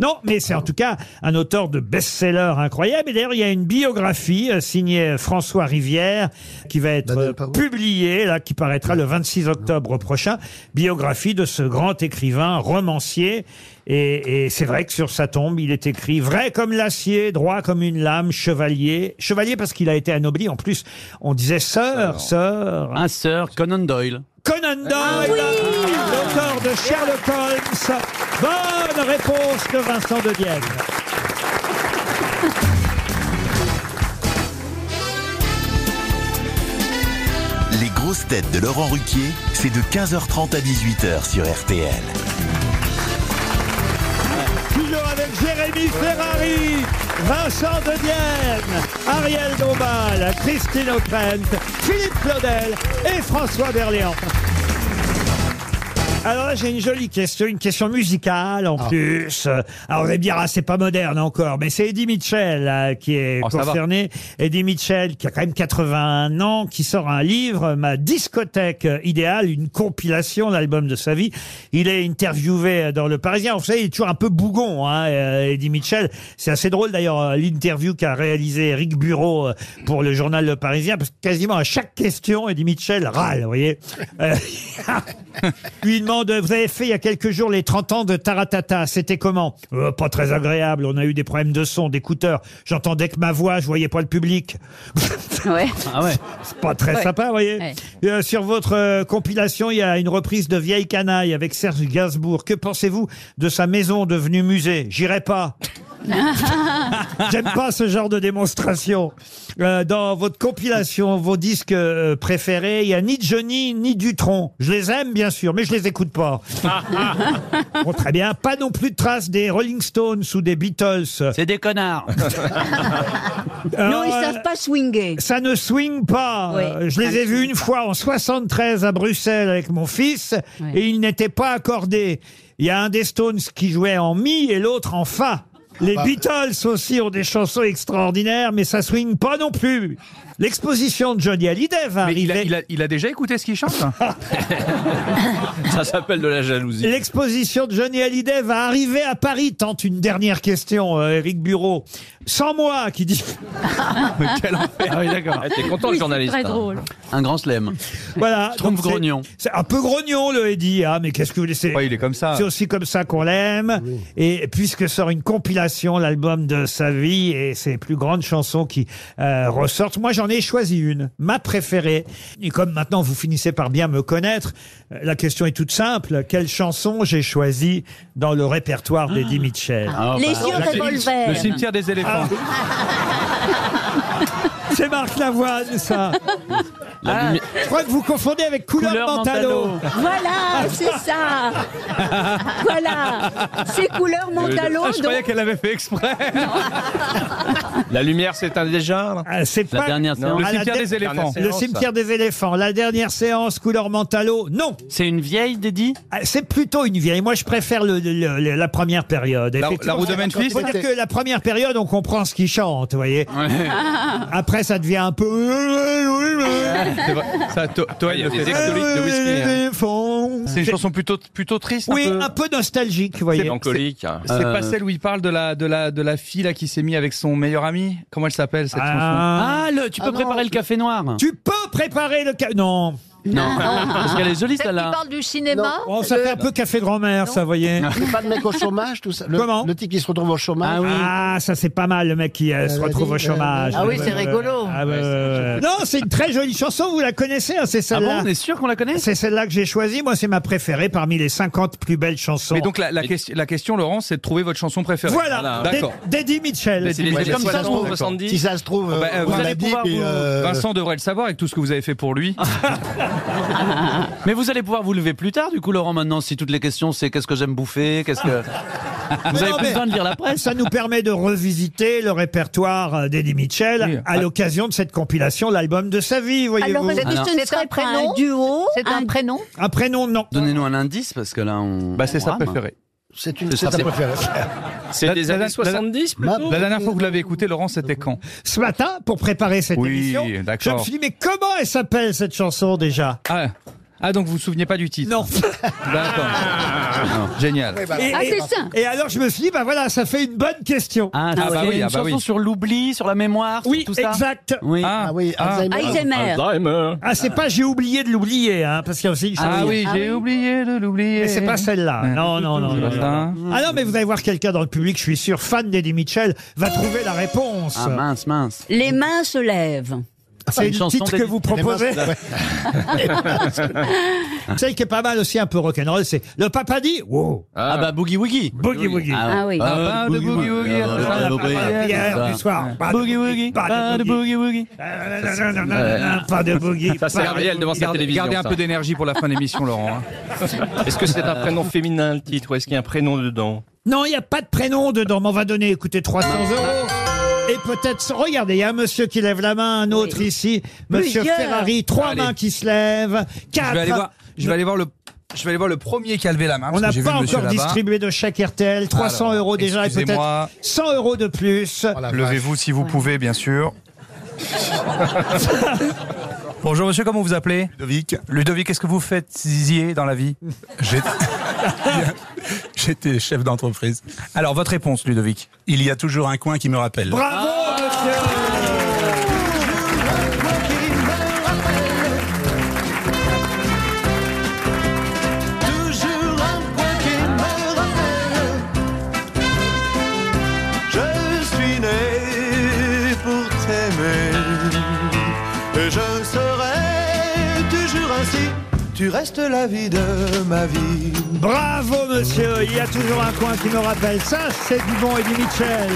Non, mais c'est en tout cas un auteur de best-seller incroyable. Et d'ailleurs, il y a une biographie euh, signée François Rivière qui va être euh, publiée, là, qui paraîtra le 26 octobre prochain. Biographie de ce grand écrivain, romancier. Et, et c'est vrai que sur sa tombe, il est écrit vrai comme l'acier, droit comme une lame, chevalier. Chevalier parce qu'il a été anobli. En plus, on disait sœur, sœur. Un sœur, Conan Doyle. Ah Conan Doyle, l'auteur de Sherlock Holmes. Bonne réponse de Vincent de Dienne. Les grosses têtes de Laurent Ruquier, c'est de 15h30 à 18h sur RTL. Toujours avec Jérémy Ferrari, Vincent Dedienne, Ariel Dombal, Christine O'Krent, Philippe Claudel et François Berléand. Alors là, j'ai une jolie question, une question musicale Ah. en plus. Euh, Alors vous allez me dire, ah, c'est pas moderne encore, mais c'est Eddie Mitchell euh, qui est Oh, ça va. concerné. Eddie Mitchell, qui a quand même 81 ans, qui sort un livre, Ma discothèque euh, idéale, une compilation, l'album de sa vie. Il est interviewé euh, dans Le Parisien. Vous savez, il est toujours un peu bougon, hein, euh, Eddie Mitchell. C'est assez drôle d'ailleurs, euh, l'interview qu'a réalisé Eric Bureau euh, pour le journal Le Parisien, parce que quasiment à chaque question, Eddie Mitchell râle, vous voyez. Euh, *laughs* lui demande Vous avez fait il y a quelques jours les 30 ans de Taratata, c'était comment Euh, Pas très agréable, on a eu des problèmes de son, d'écouteurs. J'entendais que ma voix, je voyais pas le public. Ah ouais. C'est pas très Ouais. sympa, vous voyez. Ouais. Euh, sur votre euh, compilation, il y a une reprise de Vieille Canaille avec Serge Gainsbourg. Que pensez-vous de sa maison devenue musée J'irai pas. *laughs* J'aime pas ce genre de démonstration. Euh, dans votre compilation, vos disques euh, préférés, il y a ni Johnny ni Dutron. Je les aime bien sûr, mais je les écoute *laughs* pas. bon, très bien. Pas non plus de traces des Rolling Stones ou des Beatles. C'est des *laughs* connards. euh, non, ils savent pas swinguer. Ça ne swing pas. Oui. Euh, je les ai vus une fois en 73 à Bruxelles avec mon fils Oui. et ils n'étaient pas accordés. Il y a un des Stones qui jouait en mi et l'autre en fa. Les Beatles aussi ont des chansons extraordinaires, mais ça swing pas non plus. L'exposition de Johnny Hallyday va Mais il a, arriver. il a- il a déjà écouté ce qu'il chante hein *laughs* Ça s'appelle de la jalousie. *laughs* L'exposition de Johnny Hallyday va arriver à Paris. Tente une dernière question, euh, Eric Bureau. Sans moi, qui dit. Quel enfer. Ah oui, d'accord. Ah, t'es content, le Oui, c'est journaliste, très hein. *laughs* drompe Un grand slam. Voilà. Schtroumpf donc c'est- grognon. C'est un peu grognon, le Eddie, hein, mais qu'est-ce que vous laissez il est comme ça. C'est aussi comme ça qu'on l'aime. Et puisque sort une compilation, l'album de sa vie et ses plus grandes chansons qui euh, ressortent, moi j'en ai choisi une, ma préférée. Et comme maintenant vous finissez par bien me connaître, euh, la question est toute simple. Quelle chanson j'ai choisie dans le répertoire d'Eddie Mitchell Ah. Les bah, yeux la- revolver. le cimetière des éléphants. *laughs* C'est Marc Lavoine, ça. Ah, je crois que vous confondez avec Couleur, Couleur Mentalo. Mentalo. Voilà, c'est ça. Voilà. C'est couleur Euh, mentalo. Ah, je croyais qu'elle avait fait exprès. *laughs* La lumière s'éteint déjà. Ah, c'est la pas- dernière Non, séance. à la der- Le cimetière des éléphants. La dernière séance, couleur mentalo, non. Ah, C'est une vieille, Dédi C'est plutôt une vieille. Moi, je préfère le- le- le- la première période. La- Effectivement, la roue de Memphis faut dire que la première période, on comprend ce qu'ils chantent, vous voyez. Ouais. *laughs* Après, ça devient un peu... *laughs* C'est vrai. Ça, To- Toen le fait. hein. hein. C'est une chanson plutôt, plutôt triste. Oui, un peu. un peu nostalgique, vous voyez. mélancolique. C'est Euh, pas celle où il parle de la, de la, de la fille là, qui s'est mise avec son meilleur ami Comment elle s'appelle cette Ah, chanson le, tu peux préparer le café noir. Tu peux préparer le ca- Non. *laughs* Non. Parce qu'elle est jolie, Celle qui celle-là. parle du cinéma. Oh, ça fait un peu café grand-mère, ça, vous voyez. Le pas de mec au chômage, tout ça. Le, Comment Le type qui se retrouve au chômage. Ah, ça c'est pas mal le mec qui euh, se Elle a retrouve dit, au chômage. euh, Ah oui, c'est Euh, rigolo. bah, ah, euh, Non, c'est une très jolie chanson, vous la connaissez, hein, c'est celle-là. Ah bon, on est sûr qu'on la connaît C'est celle-là que j'ai choisie, moi c'est ma préférée parmi les 50 plus belles chansons. Mais donc la, la, question- la question, Laurent, c'est de trouver votre chanson préférée. Voilà, D'accord. D'Eddie Mitchell. C'est les années comme 60, ça, se trouve, d'accord. 70. Si ça se trouve, Ah bah, euh, euh, on Vincent- l'a dit, puis, euh, Vincent devrait le savoir avec tout ce que vous avez fait pour lui. Mais vous allez pouvoir vous lever plus tard, du coup, Laurent, maintenant, si toutes les questions, c'est qu'est-ce que j'aime bouffer, qu'est-ce que. Vous avez Non, plus mais besoin de lire la presse. Ça nous permet de revisiter le répertoire euh, d'Eddie Mitchell à l'occasion de cette compilation, l'album de sa vie, voyez-vous. Alors, est-ce Ah que ce ne C'est un serait pas prénom un duo C'est un prénom Un prénom, non. Donnez-nous un indice, parce que là, on. Bah, c'est on sa rame. préférée. C'est une C'est c'est ça, ta c'est- préférée. C'est La- des la- années la- 70 plutôt La dernière fois que vous l'avez écouté, Laurent, c'était quand Ce matin, pour préparer cette Oui, émission, je d'accord. me suis dit, mais comment elle s'appelle cette chanson déjà ah. ah, donc vous vous souveniez pas du titre Non. D'accord. *laughs* Génial. Et- Ah, et- c'est ça. bah, Et alors je me suis dit, bah voilà, ça fait une bonne question. Ah, Ah, bah c'est oui, une ah, bah chanson oui. sur l'oubli, sur la mémoire, sur Oui, tout ça. exact. Oui. Ah, oui, ah. Alzheimer. Alzheimer. Ah, c'est pas j'ai oublié de l'oublier, hein, parce qu'il y a aussi une chanson. Ah oui, j'ai oublié de l'oublier. Mais c'est pas celle-là. Non, non, non. C'est pas non, ça. non. Ah non, mais vous allez voir quelqu'un dans le public, je suis sûr, fan d'Eddie Mitchell, va trouver la réponse. Ah, Ah mince, mince. Les mains se lèvent. c'est le titre que vous proposez. *laughs* Celle qui est pas mal aussi, un peu rock'n'roll, c'est le papa dit. Wow. Ah bah Boogie Woogie. Boogie Woogie. Ah oui. Ah, Ah, de Boogie Boogie Woogie. euh, Woogie. Ah, Pas ah, de ah, ah, Hier ah, du soir. ah, Boogie Woogie. Pas de Boogie Woogie. Nanana, Pas de Boogie. Ça, c'est pas de Ariel devant Boogie. sa télévision, Gardez un ça. peu d'énergie pour la fin de l'émission, Laurent. *laughs* Est-ce que c'est un prénom féminin, le titre, ou est-ce qu'il y a un prénom dedans Non, il n'y a pas de prénom dedans, mais on va donner, écoutez, 300 euros. Et peut-être, regardez, il y a un monsieur qui lève la main, un autre ici, monsieur Plusieurs. Ferrari, trois Allez. mains qui se lèvent, quatre. Je vais aller voir. Je vais aller voir le. Je vais aller voir le premier qui a levé la main. parce On que n'a j'ai vu pas le monsieur encore là-bas. distribué de chèque RTL, 300 Alors, euros déjà et peut-être excusez-moi. 100 euros de plus. Oh Levez-vous si vous pouvez, bien sûr. *laughs* Bonjour monsieur, comment vous appelez Ludovic. Ludovic, qu'est-ce que vous faisiez dans la vie *laughs* J'étais chef d'entreprise. Alors, votre réponse, Ludovic Il y a toujours un coin qui me rappelle. Bravo, monsieur Toujours un point qui me rappelle. Je suis né pour t'aimer. Et je serai *laughs* toujours ainsi. Tu restes la vie de ma vie. Bravo, monsieur. Il y a toujours un coin qui me rappelle. Ça, c'est du bon et du Mitchell.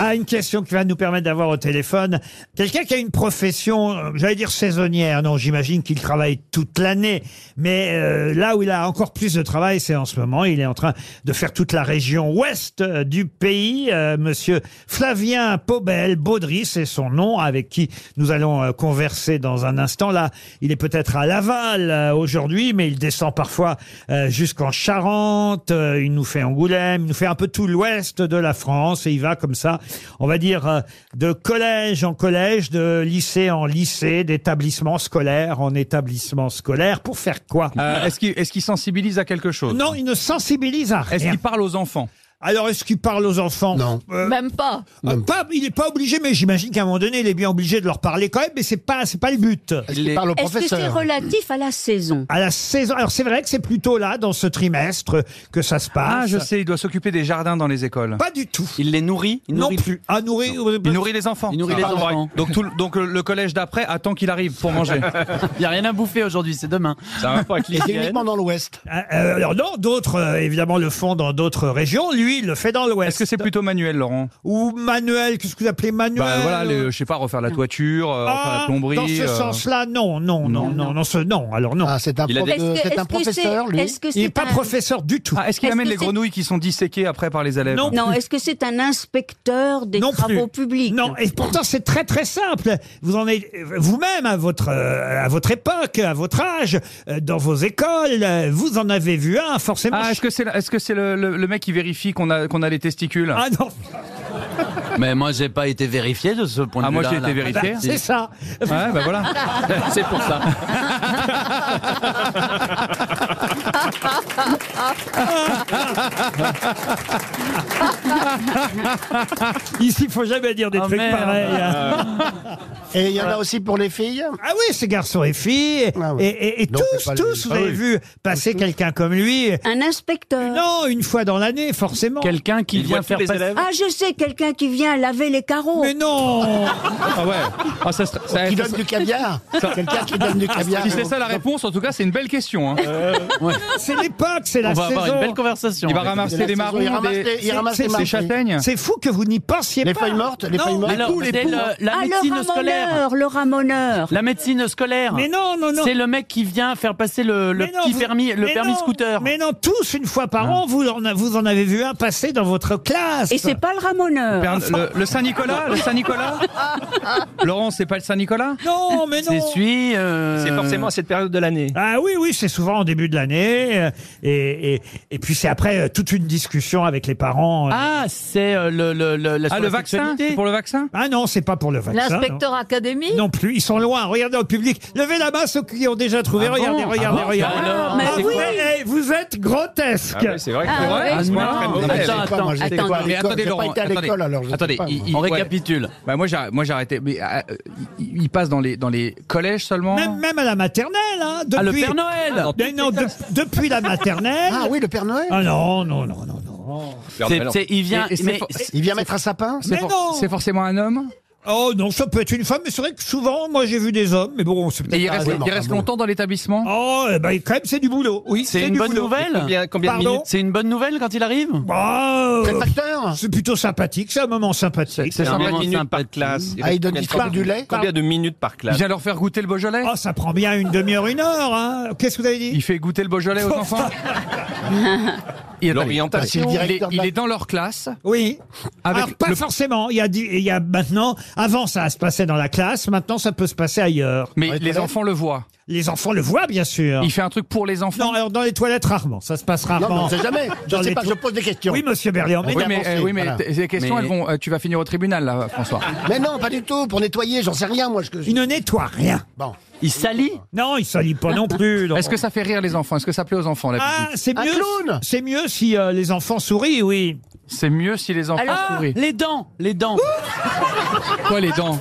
Ah, une question qui va nous permettre d'avoir au téléphone quelqu'un qui a une profession, euh, j'allais dire saisonnière. Non, j'imagine qu'il travaille toute l'année. Mais euh, là où il a encore plus de travail, c'est en ce moment. Il est en train de faire toute la région ouest euh, du pays. Euh, monsieur Flavien Paubel, Baudry, c'est son nom, avec qui nous allons euh, converser dans un instant. Là, il est peut-être à Laval euh, aujourd'hui, mais il descend parfois euh, jusqu'en Charente. euh, il nous fait Angoulême, il nous fait un peu tout l'ouest de la France et il va comme ça, on va dire, euh, de collège en collège, de lycée en lycée, d'établissement scolaire en établissement scolaire. Pour faire quoi Euh, Est-ce qu'il est-ce qu'il sensibilise à quelque chose Non, il ne sensibilise à rien. Est-ce qu'il parle aux enfants Alors, est-ce qu'il parle aux enfants Non. Même pas. pas, il n'est pas obligé, mais j'imagine qu'à un moment donné, il est bien obligé de leur parler quand même, mais c'est pas, c'est pas le but. Est-ce que c'est relatif à la saison À la saison. Alors c'est vrai que c'est plutôt là, dans ce trimestre, que ça se passe. Ah, je sais, il doit s'occuper des jardins dans les écoles. Pas du tout. Il les nourrit Non plus. Ah, nourrit. Il nourrit les enfants. Il nourrit les Ah, enfants. pareil. Donc, tout le, donc le- le collège d'après attend qu'il arrive pour *laughs* manger. Il n'y a rien à bouffer aujourd'hui, c'est demain. Ça va pas avec Et c'est uniquement dans l'Ouest. Ah, euh, alors non, d'autres euh, évidemment le font dans d'autres régions. Lui, il le fait dans l'Ouest. Est-ce que c'est plutôt manuel, Laurent Ou manuel Qu'est-ce que vous appelez manuel Bah, voilà, les- je sais pas, refaire la toiture, euh, refaire Ah, la plomberie. dans ce euh, sens-là, non, non, non, non, non, ce- non, alors non. c'est un, Il a prof des- de- c'est un professeur, lui. Il n'est pas professeur du tout. Ah, est-ce qu'il Est-ce amène que les c'est- grenouilles qui sont disséquées après par les élèves Non, est-ce que c'est un inspecteur des travaux publics Non, et pourtant c'est très très simple. Vous en êtes euh, vous-même à votre euh, à votre époque, à votre âge, euh, dans vos écoles, euh, vous en avez vu un *laughs* forcément. Ah, est-ce que c'est est-ce que c'est le, le- le mec qui vérifie qu'on a qu'on a les testicules Ah non. Mais moi, j'ai pas été vérifié de ce point de Ah, moi, vue-là. j'ai été là. vérifié. Si. Bah, C'est ça. Ouais, bah voilà. *laughs* c'est pour ça. Ah, Ici, il faut jamais dire des trucs merde. pareils. hein. *laughs* Et il y en a aussi pour les filles Ah oui, c'est garçons et filles. Et, et- et Non, c'est tous, pas tous, les- vous Ah avez oui. vu passer quelqu'un comme lui. Un inspecteur. Non, une fois dans l'année, forcément. Quelqu'un qui vient faire passer. Ah, je sais, quelqu'un qui vient laver les carreaux. Mais *laughs* non Ah ouais. Ah, ça, serait- ça- Qui ça- donne du caviar ça- Ah, Quelqu'un qui donne du caviar. Si Ah, c'est ça la réponse, en tout cas, c'est une belle question. hein. Euh, C'est l'époque, c'est la On va saison. avoir une belle conversation. Il va ramasser C'est la des saison, marrons, il ramasse des- les- il c'est- ramasse c'est- les marrons. c'est châtaignes. C'est fou que vous n'y pensiez Les pas. feuilles mortes, les Non, feuilles mortes. les Alors, poux, les c'est poux. le- la ah, médecine le scolaire. ramoneur, le ramoneur. La médecine scolaire. Mais non, non, non. C'est le mec qui vient faire passer le, le Mais non, petit vous- permis, le mais permis non, scooter. Mais non, tous une fois par an, vous en, a- vous en avez vu un passer dans votre classe. euh, Et c'est pas le ramoneur. Perne- Le, le Saint-Nicolas, *laughs* le Saint-Nicolas. Laurent, c'est pas le Saint-Nicolas Non, mais non. Puis, C'est forcément à cette période de l'année. Ah oui, oui, c'est souvent en début de l'année. euh, Et, et, et puis c'est après euh, toute une discussion avec les parents. euh. Ah, c'est euh, le, le, le, la- Ah, sur le la vaccin sexualité. C'est pour le vaccin Ah non, c'est pas pour le vaccin. non. L'inspecteur académique Non plus, ils sont loin. Regardez au public. Levez la main ceux qui ont déjà trouvé. Ah bon regardez, Ah regardez, bon regardez. Bah alors, mais Ah c'est oui, quoi eh, vous êtes grotesque. Ah ouais, c'est vrai que Ah c'est vrai. ouais. à ce point, Ah très non. mauvais. Attends, je sais pas, attends, moi, j'étais attends. pas à Mais l'école, attendez, j'ai pas Laurent, été à attendez. l'école, alors je sais Attendez, pas. il- il- On ouais. récapitule. Bah moi j'arrête- moi, j'ai arrêté. Mais euh, il il passe dans les dans les collèges seulement. Même, même à la maternelle, hein, depuis... Ah, le Père Noël Mais non, de- depuis la maternelle... Ah oui, le Père Noël Ah non, non, non, non, non. C'est- c'est- il vient- mais- il vient mettre un sapin Mais non C'est forcément un homme Oh non, ça peut être une femme, mais c'est vrai que souvent, moi j'ai vu des hommes, mais bon, c'est Et il reste, il reste longtemps dans l'établissement Oh, eh ben, quand même, c'est du boulot. Oui, C'est c'est une du bonne boulot. nouvelle Combien- combien de Pardon minutes C'est une bonne nouvelle quand il arrive Quel Bah, euh, C'est plutôt sympathique, c'est un moment sympathique. Ah, C'est combien de minutes par classe Combien- Combien de minutes par classe leur faire goûter le Beaujolais Oh, ça prend bien une demi-heure, une heure. hein. Qu'est-ce que vous avez dit Il fait goûter le Beaujolais *laughs* aux *laughs* enfants Il est- L'orientation. Bah, c'est Il, le est, directeur de la- il est dans leur classe. Oui. Avec Alors, pas forcément. Il y, a, dix- il y a maintenant, avant ça se passait dans la classe, maintenant ça peut se passer ailleurs. Mais les enfants le voient. Les enfants le voient, bien sûr. Il fait un truc pour les enfants. Non, alors dans les toilettes, rarement. Ça se passe rarement. Non, mais on sait jamais. Je Dans sais les pas, to- je pose des questions. Oui, monsieur Berlian. Oui, mais, d'avancez, euh, oui, mais voilà. t- ces questions, elles vont, euh, tu vas finir au tribunal, là, François. Mais non, pas du tout, pour nettoyer, j'en sais rien, moi. Je... Il ne nettoie rien. Bon. Il salit Non, il salit pas non *laughs* plus. non. Est-ce que ça fait rire les enfants Est-ce que ça plaît aux enfants la Ah, musique c'est mieux. C'est mieux si euh, les enfants sourient, oui. C'est mieux si les enfants Alors- sourient. Les dents, les dents. *laughs* Quoi les dents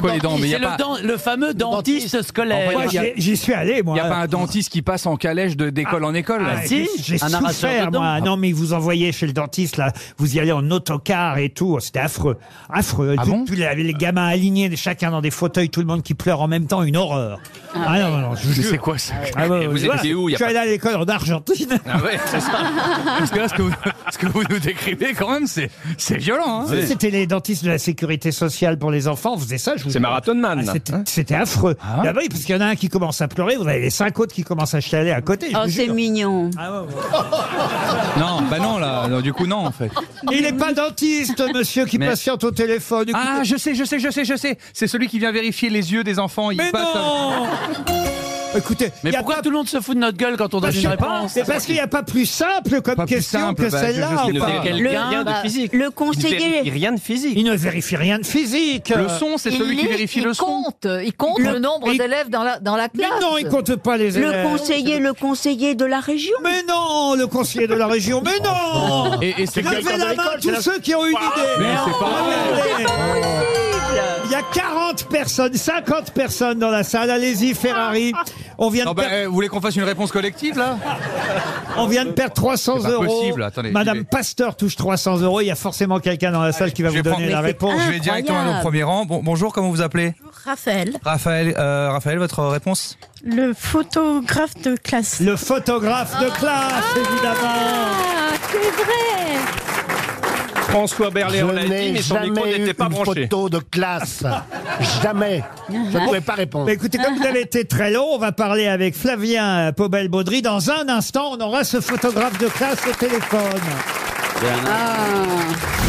Quoi les dents Mais y a C'est le, pas- dent- le fameux dentiste, scolaire. Moi, j'y- j'y suis allé, moi. Il n'y a pas un dentiste qui passe en calèche de- d'école en école. Ah, j'ai- J'ai souffert, Ah. moi. Non, mais vous envoyez chez le dentiste, là. Vous y allez en autocar et tout. Oh, C'était affreux. Affreux. Ah Tout- tous les, les gamins alignés, chacun dans des fauteuils, tout le monde qui pleure en même temps, une horreur. Ah, non, non, non, je vous Mais jure. c'est quoi ça Ah, ouais, Et ouais, vous ouais. étiez où Il y a Je suis pas- allé à l'école en Argentine. Ah *laughs* ouais, c'est ça. Parce que là, ce que vous, *laughs* ce que vous nous décrivez, quand même, c'est c'est violent. hein. Ah, C'était les dentistes de la sécurité sociale pour les enfants, on faisait ça. C'est Marathon Man, là. Ah, C'était c'était affreux. Là-bas, parce qu'il y en a un qui commence à pleurer, vous avez les cinq autres qui commencent à chialer à côté. je Oh, vous c'est jure. Ah mignon. Non, bah non, là, non, du coup, non, en fait. Il n'est pas dentiste, monsieur, qui Mais- patiente au téléphone. Ah, je sais, je sais, je sais, je sais. C'est celui qui vient vérifier les yeux des enfants. Il Mais passe- *laughs* non Écoutez, mais pourquoi tout le monde se fout de notre gueule quand on donne Bah, Parce une que- réponse C'est parce qu'il n'y a pas plus simple comme question simple, que bah, je- je celle-là. sais ou pas. pas Quelqu'un Quelqu'un de bah, physique. le conseiller. Il vérifie rien de physique. Il ne vérifie rien de physique. Le son, c'est Il celui qui lit, vérifie il le son. compte, Il compte Le- le, nombre il- d'élèves dans la, dans la Mais classe. non, il compte pas les Le élèves. conseiller, le conseiller de la région. Mais non, le conseiller de la région. Mais non Et- et c'est Levez quelqu'un de la main l'école, c'est tous la- ceux qui ont une idée. Mais c'est pas vrai. Regardez. Il y a 40 personnes, 50 personnes dans la salle. Allez-y, Ferrari. On vient de Non, bah, perdre- eh, vous voulez qu'on fasse une réponse collective, là On vient de perdre 300 C'est pas euros. possible, attendez, Madame il est- Pasteur touche 300 euros. Il y a forcément quelqu'un dans la salle qui va vous donner la réponse. Je vais directement à nos premiers rangs. Bon- bonjour, comment vous appelez Raphaël, Raphaël, euh, Raphaël, votre réponse le photographe de classe. Le photographe de classe, évidemment. Ah, c'est vrai François Berléand l'a Je dit, mais n'ai son micro jamais eu n'était pas une branché. photo de classe. jamais. Je ne pouvais pas répondre. Mais écoutez, comme vous avez été très long, on va parler avec Flavien Pobel-Baudry. Dans un instant, on aura ce photographe de classe au téléphone. Ah.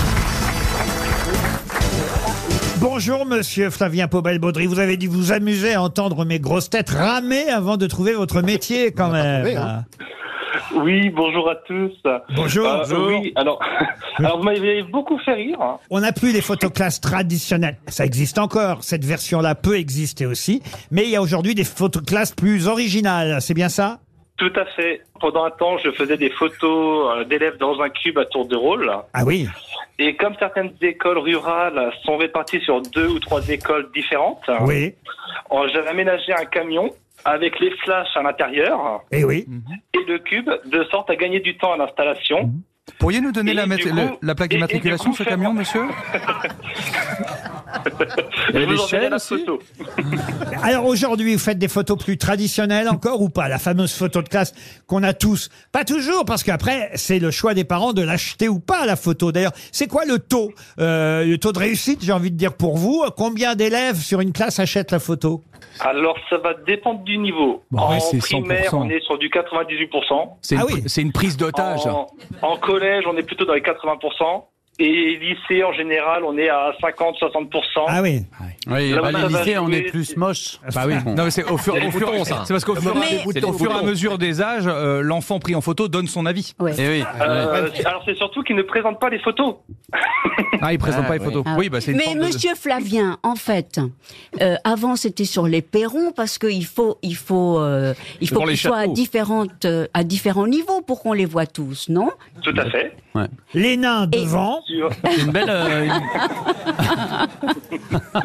Bonjour, monsieur Flavien Pobel-Baudry. Vous avez dû vous amuser à entendre mes grosses têtes ramer avant de trouver votre métier, quand même. trouvé, hein. Oui, bonjour à tous. Bonjour, Euh, bonjour. Oui, *laughs* alors, alors vous m'avez beaucoup fait rire. hein. On n'a plus les photoclasses traditionnelles. Ça existe encore. Cette version-là peut exister aussi. Mais il y a aujourd'hui des photoclasses plus originales. C'est bien ça Tout à fait. Pendant un temps, je faisais des photos euh, d'élèves dans un cube à tour de rôle. Ah oui Et comme certaines écoles rurales sont réparties sur deux ou trois écoles différentes, Oui. euh, j'avais aménagé un camion avec les flashs à l'intérieur Eh oui. et le cube, de sorte à gagner du temps à l'installation. Mhm. Pourriez nous donner Et la, du mat- coup- le- la plaque et- et du d'immatriculation coup, de ce camion, monsieur Je vous l'échelle enverrai la aussi photo. Alors aujourd'hui, vous faites des photos plus traditionnelles encore ou pas La fameuse photo de classe qu'on a tous. Pas toujours, parce qu'après, c'est le choix des parents de l'acheter ou pas, la photo. D'ailleurs, c'est quoi le taux euh, Le taux de réussite, j'ai envie de dire pour vous. Combien d'élèves sur une classe achètent la photo Alors, ça va dépendre du niveau. Bon, en Bah ouais, c'est primaire, 100%. on est sur du 98%. C'est Ah Ah une, pri- c'est une Oh. prise d'otage. hein. En, en collège, on est plutôt dans les 80%. Et lycée, en général, on est à 50-60%. Ah oui. Oui, Là, bah, ça les va lycées, on est jouer. plus Ah, moche. Bah oui. Non, mais c'est au fur, Il y a au des fur- boutons, ça. c'est parce qu'au Mais- fur, C'est au des fur et à boutons. mesure des âges, euh, l'enfant pris en photo donne son avis. Eh oui. Euh, c'est- alors, c'est surtout qu'ils ne présentent pas les photos. Ah, il présente Ah, pas les oui. photos. Ah. Oui, bah c'est une Mais forme de- monsieur Flavien, en fait, euh, avant c'était sur les perrons parce qu'il faut, il faut, euh, il C'est faut pour les qu'ils soient à, châteaux. différentes, euh, à différents niveaux pour qu'on les voit tous, non Tout à fait. les nains Et- devant. C'est une belle, *laughs* euh,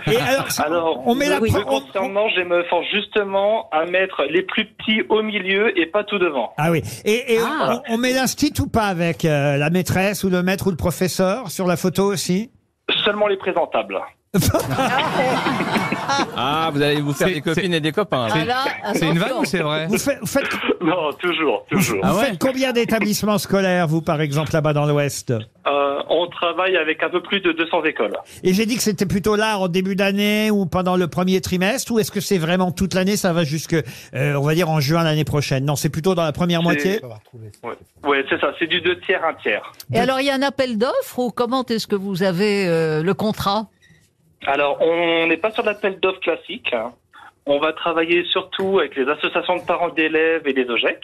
Et alors, on met la me pro- concernant, je me force justement à mettre les plus petits au milieu et pas tout devant. Ah oui. Et, et on- Ah. on, on met l'instit ou pas avec euh, la maîtresse ou le maître ou le professeur sur la photo aussi Seulement les présentables. Ah, vous allez vous faire des copines et des copains. Ah là, C'est une vanne attention. ou c'est vrai Vous faites- vous faites- *laughs* Ah Non, toujours, toujours. Vous faites combien d'établissements scolaires, vous, par exemple, là-bas dans l'Ouest Euh, on travaille avec un peu plus de 200 écoles. Et j'ai dit que c'était plutôt là en début d'année ou pendant le premier trimestre, ou est-ce que c'est vraiment toute l'année Ça va jusque, euh, on va dire, en juin l'année prochaine. Non, c'est plutôt dans la première moitié. Ouais, Ouais, c'est ça, c'est du 2 tiers, 1 tiers. Et alors, il y a un appel d'offres ou comment est-ce que vous avez euh, le contrat Alors, on n'est pas sur l'appel d'offres classique. hein. On va travailler surtout avec les associations de parents d'élèves et les OGEC.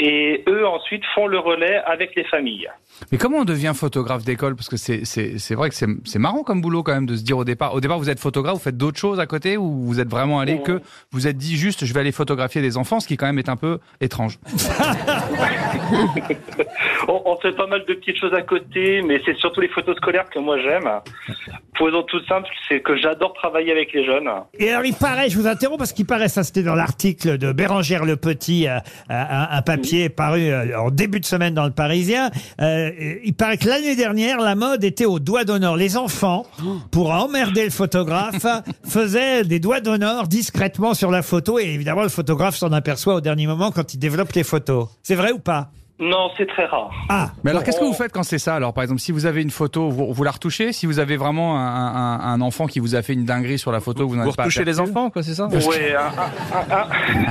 Et eux, ensuite, font le relais avec les familles. Mais comment on devient photographe d'école Parce que c'est- c'est c'est vrai que c'est c'est marrant comme boulot quand même de se dire au départ. Au départ, vous êtes photographe, vous faites d'autres choses à côté ou vous êtes vraiment allé que vous êtes dit juste je vais aller photographier des enfants, ce qui quand même est un peu étrange. On, on fait pas mal de petites choses à côté, mais c'est surtout les photos scolaires que moi j'aime. Pour une raison toute simple, c'est que j'adore travailler avec les jeunes. Et alors, il paraît, je vous interromps parce qu'il paraît, ça c'était dans l'article de Bérangère Le Petit, euh, un, un papier paru euh, en début de semaine dans le Parisien. euh, il paraît que l'année dernière, la mode était au doigt d'honneur. Les enfants, pour emmerder *laughs* le photographe, faisaient des doigts d'honneur discrètement sur la photo. Et évidemment, le photographe s'en aperçoit au dernier moment quand il développe les photos. C'est vrai ou *laughs* pas Non, c'est très rare. Ah, Mais alors qu'est-ce que vous Oh. faites quand c'est ça Alors par exemple, si vous avez une photo, vous, vous la retouchez. Si vous avez vraiment un, un- un enfant qui vous a fait une dinguerie sur la photo, vous n'en Vous êtes pas retouchez les aperçu. enfants, quoi, c'est ça Ouais, un,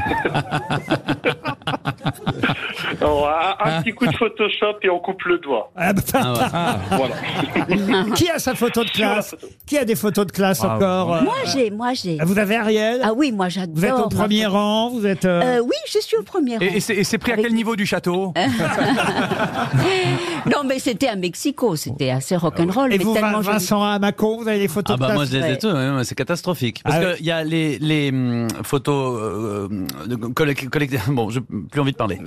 un- un- un- un- un petit coup de Photoshop et on coupe le doigt. Ah, bah, Voilà. Qui a sa photo de Sur la classe Qui a des photos de classe Bravo. encore euh, Ah, Moi j'ai, moi j'ai. Vous avez Ariel Ah oui, moi j'adore. Vous êtes ma au premier photo. rang Vous êtes euh, Euh, oui, je suis au premier rang. Et, et c'est- et c'est pris à quel niveau du Eh, château Non, mais c'était à Mexico, c'était assez rock'n'roll. Et Oh, mais vous, tellement Vin- joli. Vincent Amaco, vous avez les photos Ah bah de moi classe je les ai tous, ouais, ouais, c'est catastrophique. Parce Ah que ouais. il y a les, les hum, photos euh, de collect- collect- *laughs* Bon, j'ai plus envie de parler.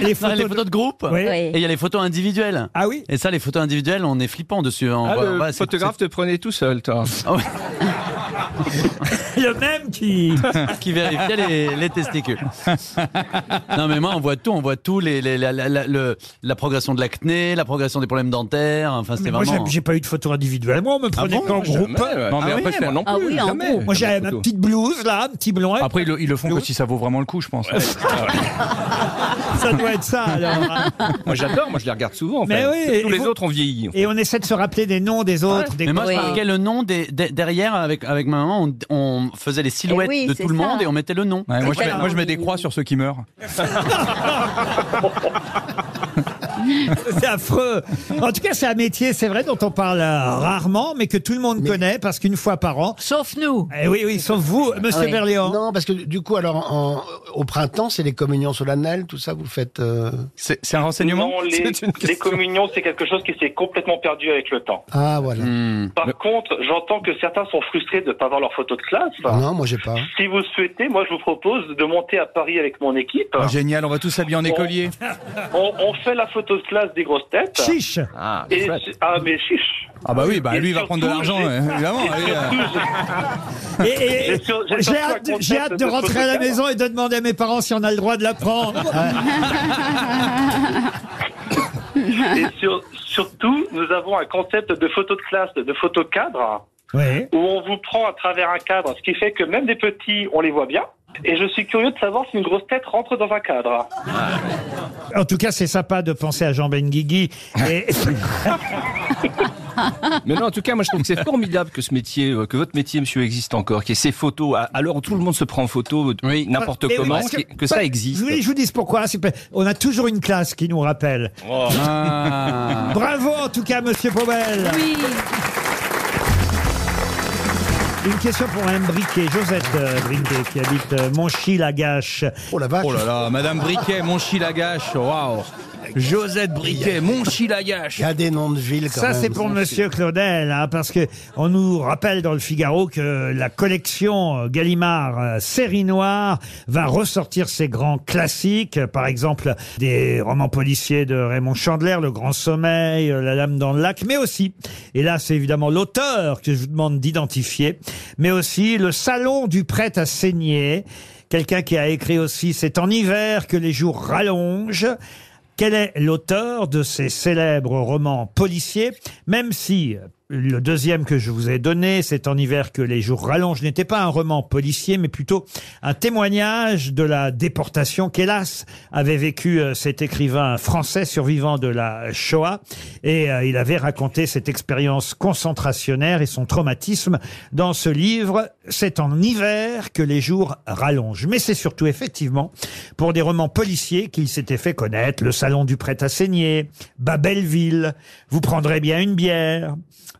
les, photos les photos de groupe *laughs* Oui. et *laughs* il y a les photos individuelles. Ah oui Et ça, les photos individuelles, on est flippant dessus. hein. On Ah, voit- le on voit- c'est- Ah photographe te prenait tout *laughs* seul, toi. *laughs* Le même qui... *laughs* qui vérifiait les, les testicules. Non mais moi on voit tout, on voit tout, les, les- la, la- la- le- la progression de l'acné, la progression des problèmes dentaires, enfin c'était Mais moi, vraiment... Ah j'ai- j'ai pas eu de photos individuelles. Moi, on me prenait bon qu'en Jamais, groupe. ouais. Non, mais Ah après, oui, c'est moi non ah plus, oui, en jamais. groupe. Moi, j'avais Jamais Eh, ma photo. petite blouse, là, un petit blond. Après, ils le, ils le font que si ça vaut vraiment le coup, je *laughs* pense. Ça doit être ça, *laughs* alors. hein. moi j'adore, moi je les regarde souvent. en Mais fait. oui, Tous et les vous- autres ont vieilli. Et on essaie de se rappeler des noms des autres. Des Mais moi, je copains. marquais le nom des, des- derrière avec, avec ma maman. On, on faisait les silhouettes Eh oui, de c'est tout le ça. monde et on mettait le nom. Ouais, moi, je mets, moi, je mets des croix sur ceux qui meurent. *laughs* C'est affreux. En tout cas, c'est un métier, c'est vrai, dont on parle euh, rarement, mais que tout le monde connaît parce qu'une fois par an. Sauf nous. Eh oui, oui, sauf vous, Ah monsieur Berléand. Non, parce que du coup, alors, en- au printemps, c'est les communions solennelles, tout ça, vous faites. euh, C'est c'est un renseignement Non, les, *laughs* C'est une question. les communions, c'est quelque chose qui s'est complètement perdu avec le temps. Ah, voilà. Par contre, j'entends que certains sont frustrés de ne pas avoir leur photo de classe. Non, moi, j'ai pas. Si vous souhaitez, moi je vous propose de monter à Paris avec mon équipe. Oh, génial, on va tous s'habiller en écolier. *laughs* On, on fait la photo de classe des grosses têtes. Chiche Ah, Et- chouette. ah mais chiche. Ah bah oui, bah Et lui il va surtout, prendre de l'argent, j'ai- ouais, évidemment. et euh. surtout, *laughs* allez, euh. Et- et- J'ai sur- j'ai J'ai surtout un hâte, concept j'ai hâte de de rentrer à la photocard. maison et de demander à mes parents si on a le droit de *laughs* la prendre. j'ai- *laughs* et sur- surtout, nous avons un concept de photo de classe, de photo cadre, Oui. où on vous prend à travers un cadre, ce qui fait que même des petits, on les voit bien. Et je suis curieux de savoir si une grosse tête rentre dans un cadre. Ah. En tout cas, c'est sympa de penser à Jean Benguigui. *laughs* Et... Mais non, en tout cas, moi je trouve que c'est formidable que ce métier, euh, que votre métier, monsieur, existe encore, qu'il y ait ces photos, à- à l'heure où tout le monde se prend en photo, euh, Oui. n'importe Mais oui, comment, parce que, que ça parce- existe. Je voulais que je vous dise pourquoi. c'est pas- On a toujours une classe qui nous rappelle. Ah. Oh. *laughs* Bravo en tout cas, Monsieur Paubel. Oui. Une question pour Mme Briquet, Josette euh, Briquet, qui habite euh, Monchy-Lagache. Oh la vache. Oh là là, Madame Briquet, mon chi la gâche, waouh. Josette Briquet, Monchilagache. Il y a des noms de villes quand Ça, même. c'est pour Monsieur Claudel, hein, parce que on nous rappelle dans le Figaro que la collection euh, Gallimard euh, série noire va ressortir ses grands classiques, euh, par exemple des romans policiers de Raymond Chandler, Le Grand Sommeil, euh, La Lame dans le lac, mais aussi, et là, c'est évidemment l'auteur que je vous demande d'identifier, mais aussi le salon du prêtre à saigner. Quelqu'un qui a écrit aussi C'est en hiver que les jours rallongent. Quel est l'auteur de ces célèbres romans policiers Même si euh, le deuxième que je vous ai donné, c'est en hiver que les jours rallongent, n'était pas un roman policier, mais plutôt un témoignage de la déportation qu'hélas avait vécu euh, cet écrivain français survivant de la Shoah. Et euh, il avait raconté cette expérience concentrationnaire et son traumatisme dans ce livre C'est en hiver que les jours rallongent. Mais c'est surtout effectivement pour des romans policiers qu'il s'était fait connaître. Le Salon du Prêt à Saigner, Babelville, Vous prendrez bien une bière,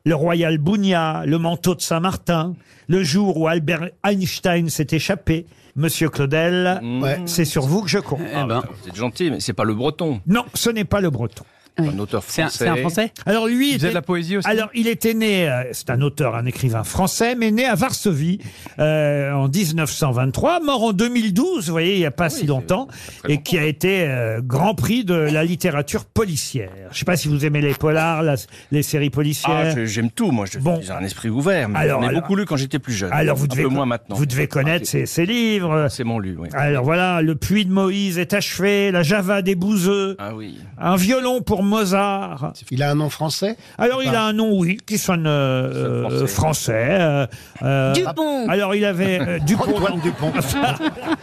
Le Royal Bougnat, Le Manteau de Saint-Martin, Le jour où Albert Einstein s'est échappé. Monsieur Claudel, Ouais. c'est sur vous que je compte. Ah, C'est gentil, mais c'est pas le breton. Non, ce n'est pas le breton. Un auteur français. C'est un- c'est un Français Alors lui, faisait de la poésie aussi. Alors, il était né, euh, c'est un auteur, un écrivain français, mais né à Varsovie euh, en 1923, mort en 2012, vous voyez, il n'y a pas si longtemps, et qui a été euh, grand prix de la littérature policière. Je ne sais pas si vous aimez les polars, la- les séries Ah, policières. je- j'aime tout, moi. Je suis un esprit ouvert. Mais Alors, j'en ai alors- beaucoup lu quand j'étais plus jeune. Alors, vous un devez peu con- moins maintenant. Ah, vous devez connaître ces- ces livres. C'est mon lu, oui. Alors voilà, le puits de Moïse est achevé, la Java des Bouzeux, Ah oui. un violon pour Mozart. Il a un nom français Alors il a un nom, oui, qui sonne euh, euh, français. euh, euh, Dupont. Alors il avait *laughs* euh, Dupont. Antoine *laughs* Dupont.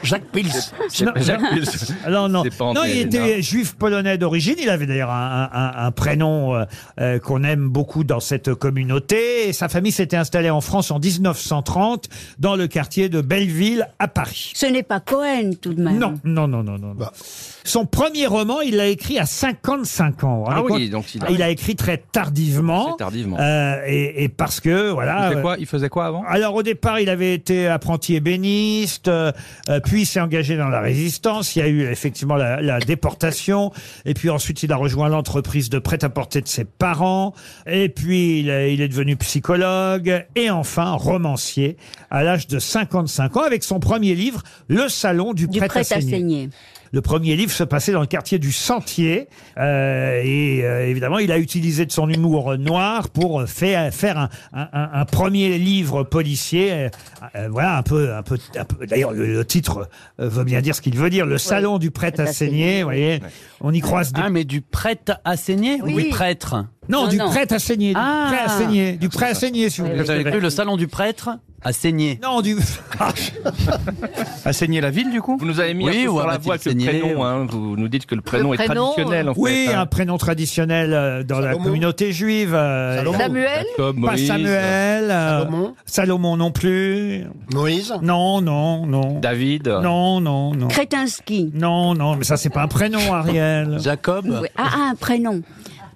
Jacques Pils. Non, non. Non, non. Non, il était juif polonais d'origine. Il avait d'ailleurs un, un- un- un prénom euh, euh, qu'on aime beaucoup dans cette communauté. Et sa famille s'était installée en France en 1930 dans le quartier de Belleville à Paris. Ce n'est pas Cohen tout de même. Non, non, non, non, non. non. Bah. Son premier roman, il l'a écrit à 55 ans. Vous vous Ah rendez oui, compte donc il a- il a écrit très tardivement. tardivement. Euh, et, et parce que voilà. Il faisait quoi- avant Alors au départ, il avait été apprenti ébéniste, euh, euh, puis il s'est engagé dans la résistance. Il y a eu effectivement la, la déportation, et puis ensuite il a rejoint l'entreprise de prêt-à-porter de ses parents, et puis il, a- il est devenu psychologue et enfin romancier à l'âge de 55 ans avec son premier livre, Le salon du, Du prêt à saigner. le premier livre se passait dans le quartier du Sentier euh, et euh, évidemment il a utilisé de son humour euh, noir pour euh, faire, faire un, un- un- un premier livre policier. euh, euh, voilà un peu, un peu, un peu- d'ailleurs le, le titre euh, veut bien dire ce qu'il veut dire. Le salon du prêtre à saigner, vous voyez, on y croise des... Ah, mais du prêtre à saigner ou Oui. du prêtre Non, du prêtre à saigner, du Ah. prêt à saigner, du prêt à saigner si vous voulez. Vous avez cru le salon du prêtre à saigner Non, du. À saigner la ville, du coup Vous nous avez mis Oui, un peu ou sur à la voie avec le Mathilde Seigner, prénom. ou- hein. Vous nous dites que le prénom, Le prénom, est traditionnel, en euh, oui, fait. hein. un prénom traditionnel euh, dans la communauté juive. euh, Salomon. Samuel Jacob, Pas Moïse. Samuel. euh, Salomon. non plus. Moïse Non, non, non. David. Non, non, non. Kretinsky. Non, non, mais ça, c'est pas un prénom, Ariel. Jacob Oui. Ah, ah, un prénom.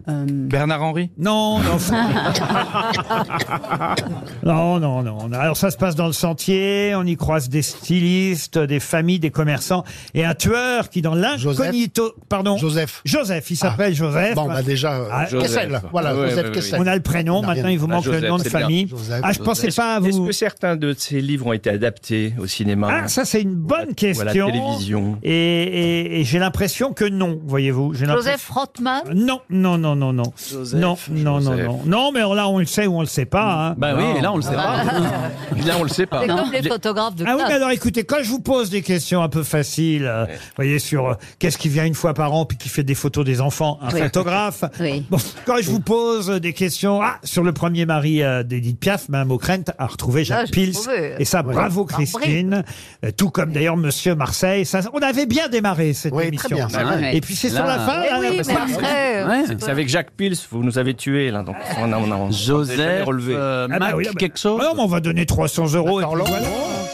Bernard Henry Non, non. Non, non, non. Alors ça se passe dans le sentier, on y croise des stylistes, des familles, des commerçants et un tueur qui dans l'incognito... Pardon Joseph. Joseph, il s'appelle Joseph. Ah. Bon, bah déjà, euh, Joseph. Kessel. Voilà, Ouais, Joseph ouais, ouais, Kessel. On a le prénom, Non, maintenant il vous Ah, manque le Joseph, nom de c'est bien. famille. Joseph. ah, je pensais Est-ce- pas à vous. Est-ce que certains de ces livres ont été adaptés au cinéma Ah, ça, c'est une bonne question. télévision. Et, et- et j'ai l'impression que non, voyez-vous. J'ai Joseph l'impression- Rothman Non, non, non, non, non. non, non, non, Joseph. non. Non, mais là, on le sait ou on le sait pas. hein. bah Bah oui, et là, on le sait Ah, pas. Là, on le sait pas. C'est comme les photographes de Ah oui, classe. mais alors écoutez, quand je vous pose des questions un peu faciles, euh, vous voyez, sur euh, qu'est-ce qui vient une fois par an puis qui fait des photos des enfants, un Oui. photographe. Oui. *laughs* Bon, quand je vous pose des questions ah, sur le premier mari euh, d'Edith Piaf, Mme O'Krent a retrouvé Là, Jacques j'ai Pils. trouvé. Et ça, Ouais. bravo Marbré. Christine. Euh, Tout comme d'ailleurs Monsieur Marseille. Ça, on avait bien démarré cette émission. Bah bien, c'est vrai. Et puis c'est sur Ah, Là. la fin. Eh hein, oui, parce mais que- après, euh, C'est c'est avec Jacques Pils, vous nous avez tués, là. Donc, on a, on a, on s'est jamais Joseph, relevé. euh, Ah bah Mac, oui, ah bah- quelque chose Ah non, mais on va donner 300 euros. et puis voilà.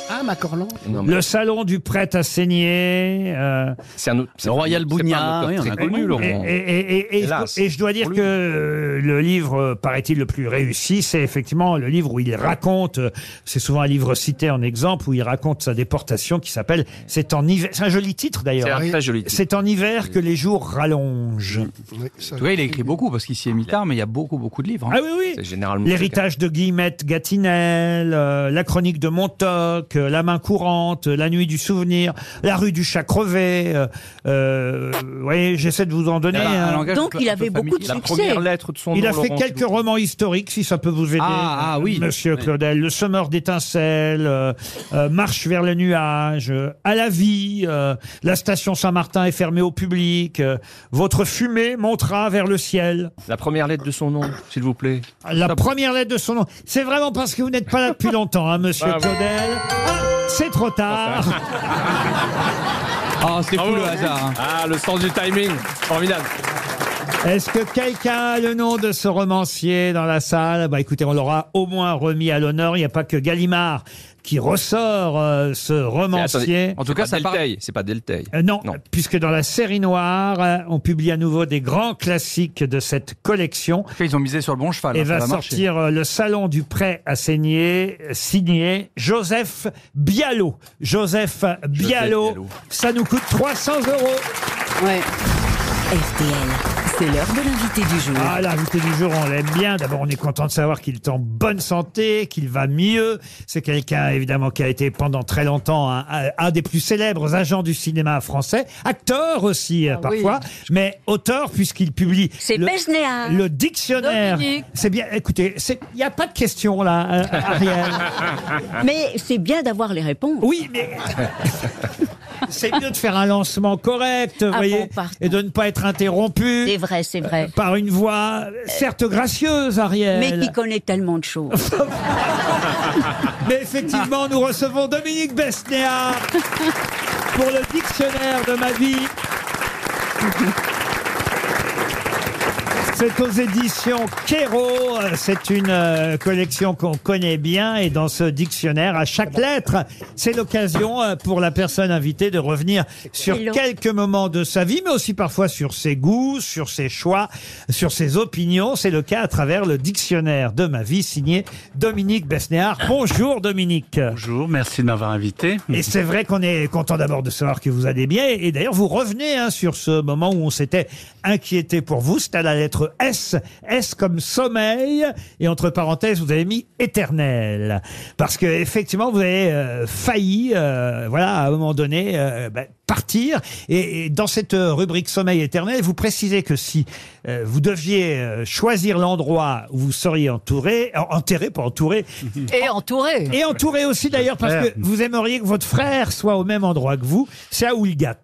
Ah, femme à Corlon Le salon du prêtre à saigner. euh, C'est un Le Royal Bougna, oui, on a connu, Laurent. Et, et- et- et- Hélas. et je dois dire que euh, le livre, euh, paraît-il, le plus réussi, c'est effectivement le livre où il raconte, euh, c'est souvent un livre cité en exemple, où il raconte sa déportation qui s'appelle C'est en hiver. C'est un joli titre d'ailleurs. C'est un hein. très joli titre. C'est en hiver que les jours rallongent. En tout cas, il a écrit beaucoup parce qu'il s'y est mis tard, mais il y a beaucoup, beaucoup de livres. Ah oui, oui. L'héritage de Guillemette Gatinel, euh, la chronique de Montoc, euh, la main courante, euh, la nuit du souvenir, la rue du chat crevé. Euh, euh, vous voyez, j'essaie de vous en donner. Eh ben, un hein. langage Donc, un peu- il un peu avait beaucoup de familier. La succès. première lettre de son Il nom, a fait Laurent, quelques s'il vous plaît. romans historiques, si ça peut vous aider. Ah, ah euh, oui. Monsieur Claudel, Le Sommeur d'étincelles, euh, euh, Marche vers les nuages, euh, À la vie, euh, La station Saint-Martin est fermée au public, euh, Votre fumée montera vers le ciel. La première lettre de son nom, s'il vous plaît. La Ça- première lettre de son nom. C'est vraiment parce que vous n'êtes pas là depuis longtemps, hein, monsieur Bah, oui. Claudel. Ah, c'est trop tard. Ah, c'est fou le hasard. Ah, le sens du timing. Formidable. Est-ce que quelqu'un a le nom de ce romancier dans la salle Bah écoutez, on l'aura au moins remis à l'honneur. Il n'y a pas que Gallimard qui ressort euh, ce Mais romancier. attendez, En tout cas, ça Delteil, c'est pas Delteil. Euh, non, puisque dans la série noire, euh, on publie à nouveau des grands classiques de cette collection. Ils ont misé sur le bon cheval. Et hein, ça va va marcher. sortir euh, le salon du prêt à saigner, euh, signé Joseph Bialot. Joseph Bialot, Bialot. ça nous coûte 300 euros. Ouais. RTL, c'est l'heure de l'invité du jour. Ah, l'invité du jour, on l'aime bien. D'abord, on est content de savoir qu'il est en bonne santé, qu'il va mieux. C'est quelqu'un, évidemment, qui a été pendant très longtemps un, un- un des plus célèbres agents du cinéma français, acteur aussi, euh, parfois, mais auteur, puisqu'il publie C'est le, Besnéard. le dictionnaire. Dominique. C'est bien, écoutez, c'est- il n'y a pas de question, là, euh, Ariel. *laughs* Mais c'est bien d'avoir les réponses. Oui, mais. C'est mieux de faire un lancement correct, vous Ah bon, voyez, pardon. et de ne pas être interrompu Euh, C'est vrai, c'est vrai. par une voix, certes gracieuse, Ariel. Mais qui connaît tellement de choses. *laughs* Mais effectivement, nous recevons Dominique Besnéard pour le dictionnaire de ma vie. C'est aux éditions Quéro. C'est une euh, collection qu'on connaît bien. Et dans ce dictionnaire, à chaque lettre, c'est l'occasion euh, pour la personne invitée de revenir sur Hello. quelques moments de sa vie, mais aussi parfois sur ses goûts, sur ses choix, sur ses opinions. C'est le cas à travers le dictionnaire de ma vie signé Dominique Besnéard. Bonjour Dominique. Bonjour, merci de m'avoir invité. Et c'est vrai qu'on est content d'abord de savoir que vous allez bien. Et d'ailleurs, vous revenez hein, sur ce moment où on s'était inquiété pour vous. C'était à la lettre S. S comme sommeil. Et entre parenthèses, vous avez mis éternel. Parce que effectivement, vous avez euh, failli, euh, voilà, à un moment donné, euh, bah, partir. Et, et dans cette euh, rubrique sommeil éternel, vous précisez que si euh, vous deviez euh, choisir l'endroit où vous seriez entouré, en- enterré, pas entouré, Et entouré. et entouré aussi d'ailleurs parce que vous aimeriez que votre frère soit au même endroit que vous. C'est à Oulgat.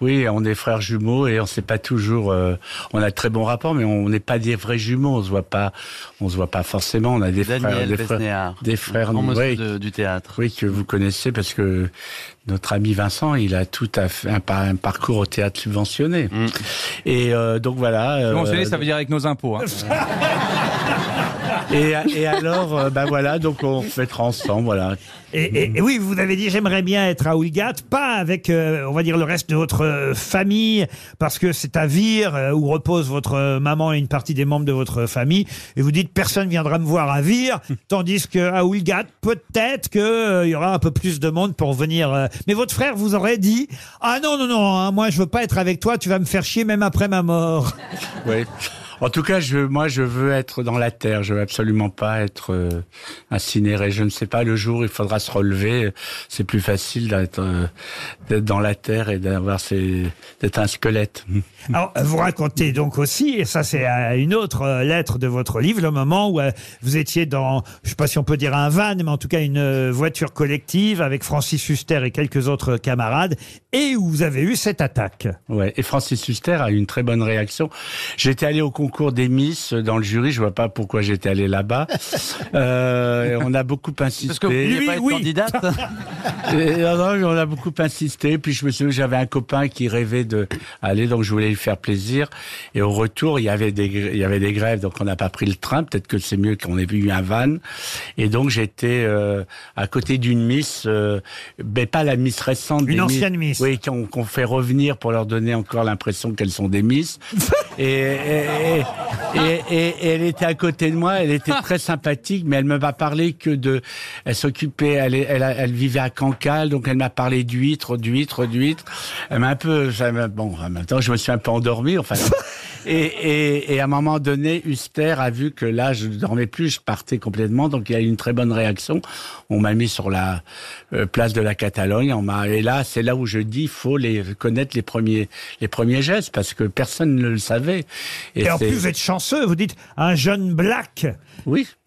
Oui, on est frères jumeaux et on sait pas toujours. euh, on a de très bons rapports, mais on n'est pas des vrais jumeaux. On se voit pas. On se voit pas forcément. On a des frères, Daniel des frères, Besnéard. des frères Grand monsieur oui, de- du théâtre. oui, que vous connaissez parce que notre ami Vincent, il a tout à fait un, par- un parcours au théâtre subventionné. Mm. Et euh, donc voilà. euh, Subventionné, ça veut dire avec nos impôts. hein. et, et alors, euh, bah voilà, donc on fêtera ensemble, voilà. Et, et- et oui, vous avez dit j'aimerais bien être à Oulgat, pas avec, euh, on va dire, le reste de votre euh, famille, parce que c'est à Vire euh, où repose votre euh, maman et une partie des membres de votre famille. Et vous dites personne viendra me voir à Vire, tandis que à Oulgat, peut-être que euh, il y aura un peu plus de monde pour venir. euh. Mais votre frère vous aurait dit ah non non non, hein, moi je veux pas être avec toi, tu vas me faire chier même après ma mort. Oui. En tout cas, je, moi, je veux être dans la terre. Je veux absolument pas être euh, incinéré. Je ne sais pas. Le jour, il faudra se relever. C'est plus facile d'être euh, d'être dans la terre et d'avoir ces- d'être un squelette. Alors, vous racontez donc aussi, et ça c'est euh, une autre euh, lettre de votre livre, le moment où euh, vous étiez dans, je sais pas si on peut dire un van, mais en tout cas une euh, voiture collective avec Francis Huster et quelques autres camarades, et où vous avez eu cette attaque. Ouais. Et Francis Huster a eu une très bonne réaction. J'étais allé au concours concours des Miss dans le jury. Je vois pas pourquoi j'étais allé là-bas. Euh, on a beaucoup insisté. Parce que vous vouliez pas être candidate. Ah Et, non, non, on a beaucoup insisté. Puis je me souviens, j'avais un copain qui rêvait de aller, donc je voulais lui faire plaisir. Et au retour, il y avait des, gr- il y avait des grèves, donc on n'a pas pris le train. Peut-être que c'est mieux qu'on ait vu un van. Et donc j'étais euh, à côté d'une Miss, euh, mais pas la Miss récente. Une des ancienne Miss. Oui, qu'on qu'on fait revenir pour leur donner encore l'impression qu'elles sont des Miss. et, et- et- et- et- et elle était à côté de moi. Elle était très sympathique, mais elle me m'a parlé que de. Elle s'occupait. Elle, est- elle, a- elle vivait à Cancale, donc elle m'a parlé d'huîtres, d'huîtres, d'huîtres. Elle m'a un peu. ça m'a- Bon, en même temps, je me suis un peu endormi. Enfin. Et, et, et à un moment donné, Huster a vu que là, je ne dormais plus, je partais complètement. Donc, il y a eu une très bonne réaction. On m'a mis sur la euh, place de la Catalogne. On m'a, et là, c'est là où je dis, il faut les, connaître les premiers, les premiers gestes parce que personne ne le savait. Et, en c'est- plus, vous êtes chanceux, vous dites un jeune black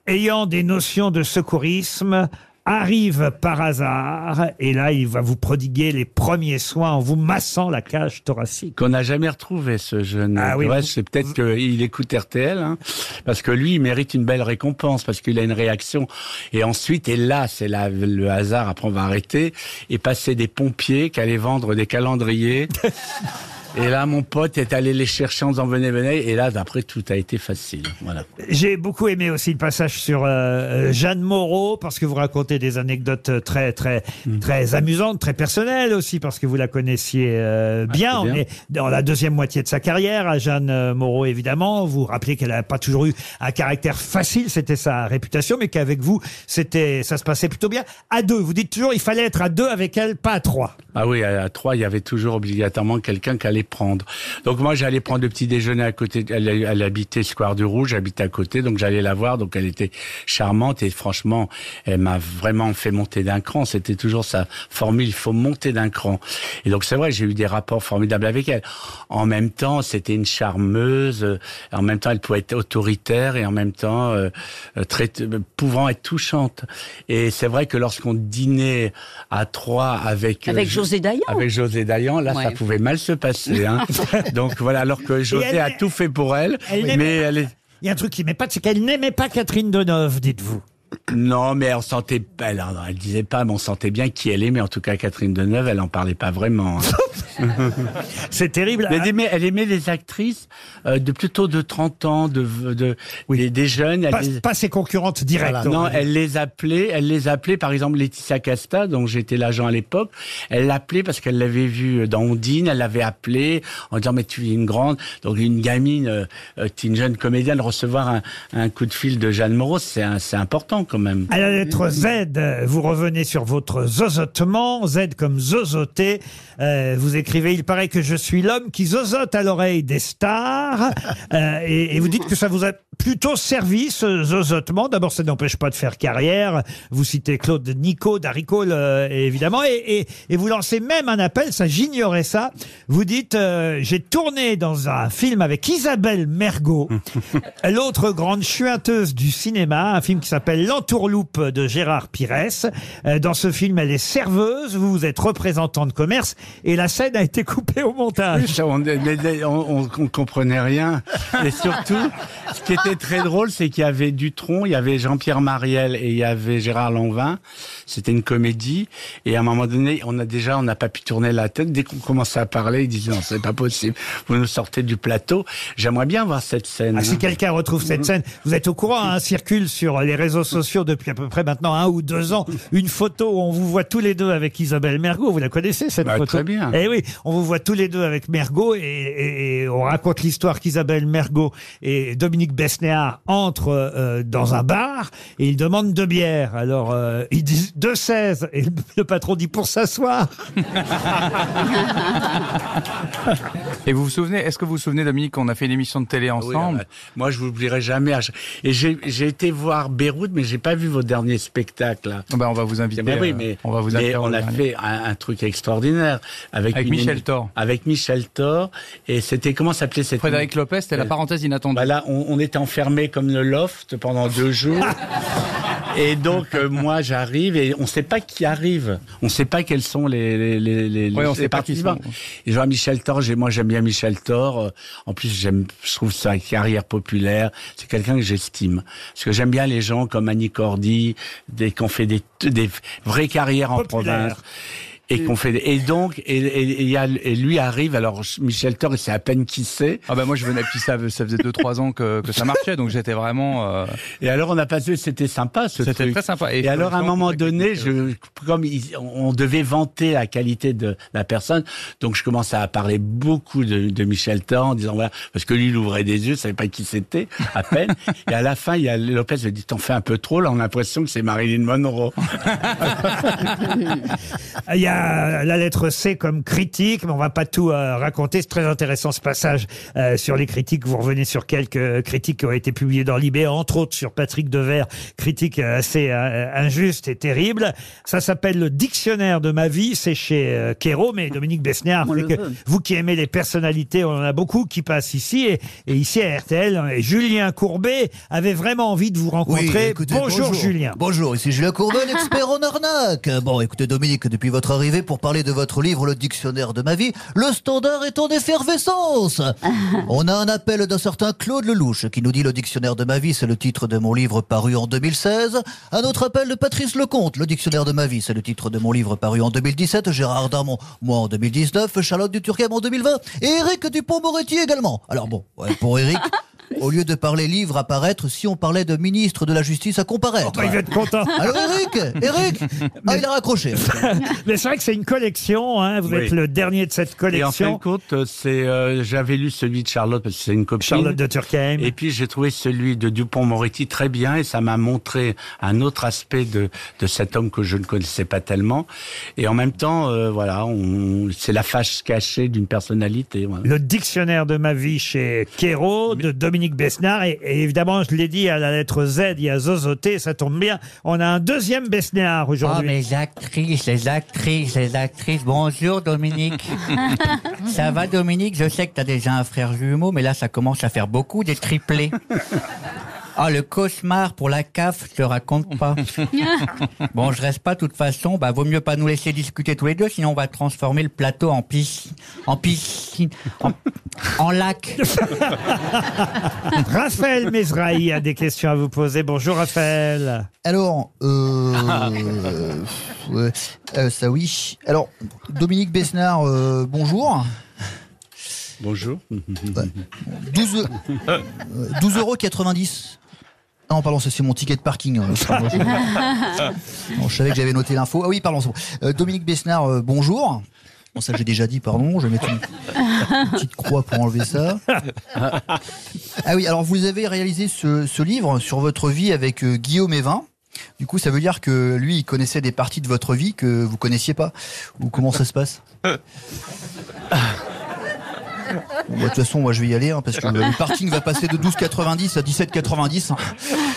ayant des notions de secourisme arrive par hasard et là, il va vous prodiguer les premiers soins en vous massant la cage thoracique. qu'on n'a jamais retrouvé ce jeune. Ah oui, Ouais, vous- c'est peut-être qu'il écoute RTL, hein, parce que lui, il mérite une belle récompense, parce qu'il a une réaction. Et ensuite, et là, c'est la- le hasard, après on va arrêter, et passer des pompiers qui allaient vendre des *laughs* calendriers. et là, mon pote est allé les chercher en disant venez, venez, et là, d'après, tout a été facile. Voilà. J'ai beaucoup aimé aussi le passage sur euh, euh, Jeanne Moreau parce que vous racontez des anecdotes euh, très très Mm. très amusantes, très personnelles aussi parce que vous la connaissiez euh, bien. Ah, c'est On bien. est dans la deuxième moitié de sa carrière à Jeanne euh, Moreau évidemment. Vous vous rappelez qu'elle n'a pas toujours eu un caractère facile, c'était sa réputation, mais qu'avec vous c'était ça se passait plutôt bien. À deux, vous dites toujours il fallait être à deux avec elle, pas à trois. Ah oui, à à trois, il y avait toujours obligatoirement quelqu'un qui allait prendre. Donc moi, j'allais prendre le petit déjeuner à côté. Elle, elle habitait Square du Rouge, j'habitais à côté, donc j'allais la voir. Donc elle était charmante et franchement, elle m'a vraiment fait monter d'un cran. C'était toujours sa formule, il faut monter d'un cran. Et donc c'est vrai, j'ai eu des rapports formidables avec elle. En même temps, c'était une charmeuse. euh, En même temps, elle pouvait être autoritaire et en même temps, euh, euh, très, euh, pouvant être touchante. Et c'est vrai que lorsqu'on dînait à trois avec Avec José Dayan. avec José Dayan, là, Ouais. ça pouvait mal se passer. *laughs* hein. *laughs* Donc voilà, alors que José elle- a tout fait pour elle, Elle n'aimait mais elle est... Il y a un truc qui m'épate, c'est qu'elle n'aimait pas Catherine Deneuve, dites-vous. Non, mais on sentait pas. Elle, elle disait pas, mais on sentait bien qui elle aimait. En tout cas, Catherine Deneuve, elle en parlait pas vraiment. hein. *laughs* C'est terrible. hein. Elle aimait, elle aimait les actrices euh, de plutôt de 30 ans, de, de des, des jeunes. elle Pas, les- pas ses concurrentes directes. Voilà. on Non, va dire. elle les appelait, elle les appelait, par exemple, Laetitia Casta, dont j'étais l'agent à l'époque, elle l'appelait parce qu'elle l'avait vue dans Ondine, elle l'avait appelée en disant, mais tu es une grande, donc une gamine, euh, euh, t'es une jeune comédienne, recevoir un, un coup de fil de Jeanne Moreau, c'est un- c'est important quand même. À la lettre Z, euh, vous revenez sur votre zozotement, Z comme zozoté. Euh, vous écrivez, il paraît que je suis l'homme qui zozote à l'oreille des stars. Euh, et, et vous dites que ça vous a plutôt servi, ce zozotement. D'abord, ça n'empêche pas de faire carrière. Vous citez Claude Nico, Daricole, évidemment. Et, et- et vous lancez même un appel, ça j'ignorais ça. Vous dites, euh, j'ai tourné dans un film avec Isabelle Mergot, l'autre grande chuinteuse du cinéma, un film qui s'appelle L'entourloupe de Gérard Pires. Euh, Dans ce film, elle est serveuse, vous, vous êtes représentant de commerce, et la scène a été coupée au montage. *laughs* plus, on, mais on- on- on comprenait rien. Et surtout, ce qui était très drôle, c'est qu'il y avait Dutron, il y avait Jean-Pierre Mariel et il y avait Gérard Lanvin. C'était une comédie. Et à un moment donné, on a déjà, on n'a pas pu tourner la tête. Dès qu'on commençait à parler, ils disaient non, c'est pas possible. Vous nous sortez du plateau. J'aimerais bien voir cette scène. Ah, si hein. quelqu'un retrouve cette scène, vous êtes au courant, hein, circule sur les réseaux sociaux depuis à peu près maintenant un ou deux ans une photo où on vous voit tous les deux avec Isabelle Mergot. Vous la connaissez cette Bah, photo très bien. Eh oui, on vous voit tous les deux avec Mergot et, et- et on raconte l'histoire qu'Isabelle Mergot et Dominique Besnéard entrent euh, dans un bar et ils demandent deux bières. Alors euh, ils disent deux 16 et le- le patron dit pour s'asseoir. Et vous vous souvenez, est-ce que vous vous souvenez, Dominique, qu'on a fait une émission de télé Oui, ensemble ah bah, moi, je vous oublierai jamais. Et j'ai j'ai été voir Beyrouth, mais j'ai pas vu vos derniers spectacles. hein. là. on va vous inviter, Mais oui, euh, mais- on va vous mais inviter on au a dernier. fait un, un truc extraordinaire avec, Avec une- Michel Thor. Avec Michel Thor. Et c'était comment s'appelait cette Euh, bah Frédéric Lopez, c'était la parenthèse inattendue. *laughs* Voilà, on, on était enfermés comme le loft pendant deux jours. Et donc, euh, moi, j'arrive et on ne sait pas qui arrive. On ne sait pas quels sont les, les, les, les- Ouais, on les sait pas qui participants. Et genre, Michel Thor, j'ai- moi, j'aime bien Michel Thor. Euh, En plus, j'aime, je trouve sa carrière populaire. C'est quelqu'un que j'estime. Parce que j'aime bien les gens comme Annie Cordy, des, qui ont fait des, des vraies carrières en province. Et, qu'on fait des- et donc, et, et- et il y a- et lui arrive, alors Michel Thor, il sait à peine qui c'est. Ah ben moi je venais, puis ça, ça faisait 2-3 ans que, que ça marchait, donc j'étais vraiment... euh, Et alors, on a passé, c'était sympa ce C'était truc. très sympa. Et Et, je alors, me à un sens moment donné, je, comme ils- on devait vanter la qualité de la personne, donc je commençais à parler beaucoup de, de Michel Thor en disant voilà, parce que lui, il ouvrait des yeux, il savait pas qui c'était, à *laughs* peine. et à la fin, il y a Lopez qui dit T'en fais un peu trop, là, on a l'impression que c'est Marilyn Monroe. *laughs* Il y a la lettre C comme critique, mais on va pas tout euh, raconter. C'est très intéressant ce passage euh, sur les critiques. Vous revenez sur quelques critiques qui ont été publiées dans l'IB, entre autres sur Patrick Devers, critique euh, assez euh, injuste et terrible. Ça s'appelle le dictionnaire de ma vie. C'est chez euh, Quéro, mais Dominique Besnard, On vous le savez que veut. vous qui aimez les personnalités, on en a beaucoup qui passent ici et, et ici à RTL. hein, et Julien Courbet avait vraiment envie de vous rencontrer. écoutez, bonjour, Julien. Bonjour, ici Julien Courbet, l'expert en arnaque. Bon, écoutez Dominique, depuis votre arrivée pour parler de votre livre Le Dictionnaire de ma vie, le standard est en effervescence. On a un appel d'un certain Claude Lelouch qui nous dit Le Dictionnaire de ma vie, c'est le titre de mon livre paru en 2016. Un autre appel de Patrice Lecomte, Le Dictionnaire de ma vie, c'est le titre de mon livre paru en 2017. Gérard Darmon, moi en 2019, Charlotte du Turquem en 2020 et Eric Dupont-Moretti également. Alors bon, ouais, pour Eric... Au lieu de parler livre à paraître, si on parlait de ministre de la Justice à comparaître. bah, il va être content. Allô Eric Eric *laughs* Ah, il a raccroché. *laughs* Mais c'est vrai que c'est une collection, hein, vous Oui. êtes le dernier de cette Et en collection. fin de compte, euh, c'est euh, j'avais lu celui de Charlotte parce que c'est une copine. Charlotte de Turckheim. Et puis j'ai trouvé celui de Dupont-Moretti très bien et ça m'a montré un autre aspect de, de cet homme que je ne connaissais pas tellement. Et en même temps, euh, voilà, on- c'est la face cachée d'une personnalité. voilà. Le dictionnaire de ma vie chez Quéro de Dominique Besnard. Et, et évidemment, je l'ai dit à la lettre Z, il y a zozoté, ça tombe bien. On a un deuxième Besnard Ah, aujourd'hui. mes actrices, les actrices, les actrices. Bonjour, Dominique. ça va, Dominique Je sais que t'as déjà un frère jumeau, mais là, ça commence à faire beaucoup, des triplés. Ah, le cauchemar pour la CAF, je te raconte pas. Bon, je reste pas, de toute façon. Bah, vaut mieux pas nous laisser discuter tous les deux, sinon on va transformer le plateau en piscine. En piscine. En, en lac. *laughs* Raphaël Mesrahi a des questions à vous poser. Bonjour Raphaël. Alors, *laughs* euh, ouais, euh, ça oui. Alors, Dominique Besnard, euh, bonjour. Bonjour. 12, euh, 12,90 euros. Ah, Non, pardon, ça, c'est mon ticket de parking. euh, pardon, je- Bon, je savais que j'avais noté l'info. Ah oui, pardon, c'est bon. Euh, Dominique Besnard, euh, bonjour. Bon, ça j'ai déjà dit, pardon, je vais mettre une petite croix pour enlever ça. Ah oui, alors vous avez réalisé ce, ce livre sur votre vie avec euh, Guillaume Evin. Du coup, ça veut dire que lui, il connaissait des parties de votre vie que vous connaissiez pas. Ou comment ça se passe Bon, bah, De toute façon, moi, je vais y aller hein, parce que le parking va passer de 12,90 à hein. 17,90.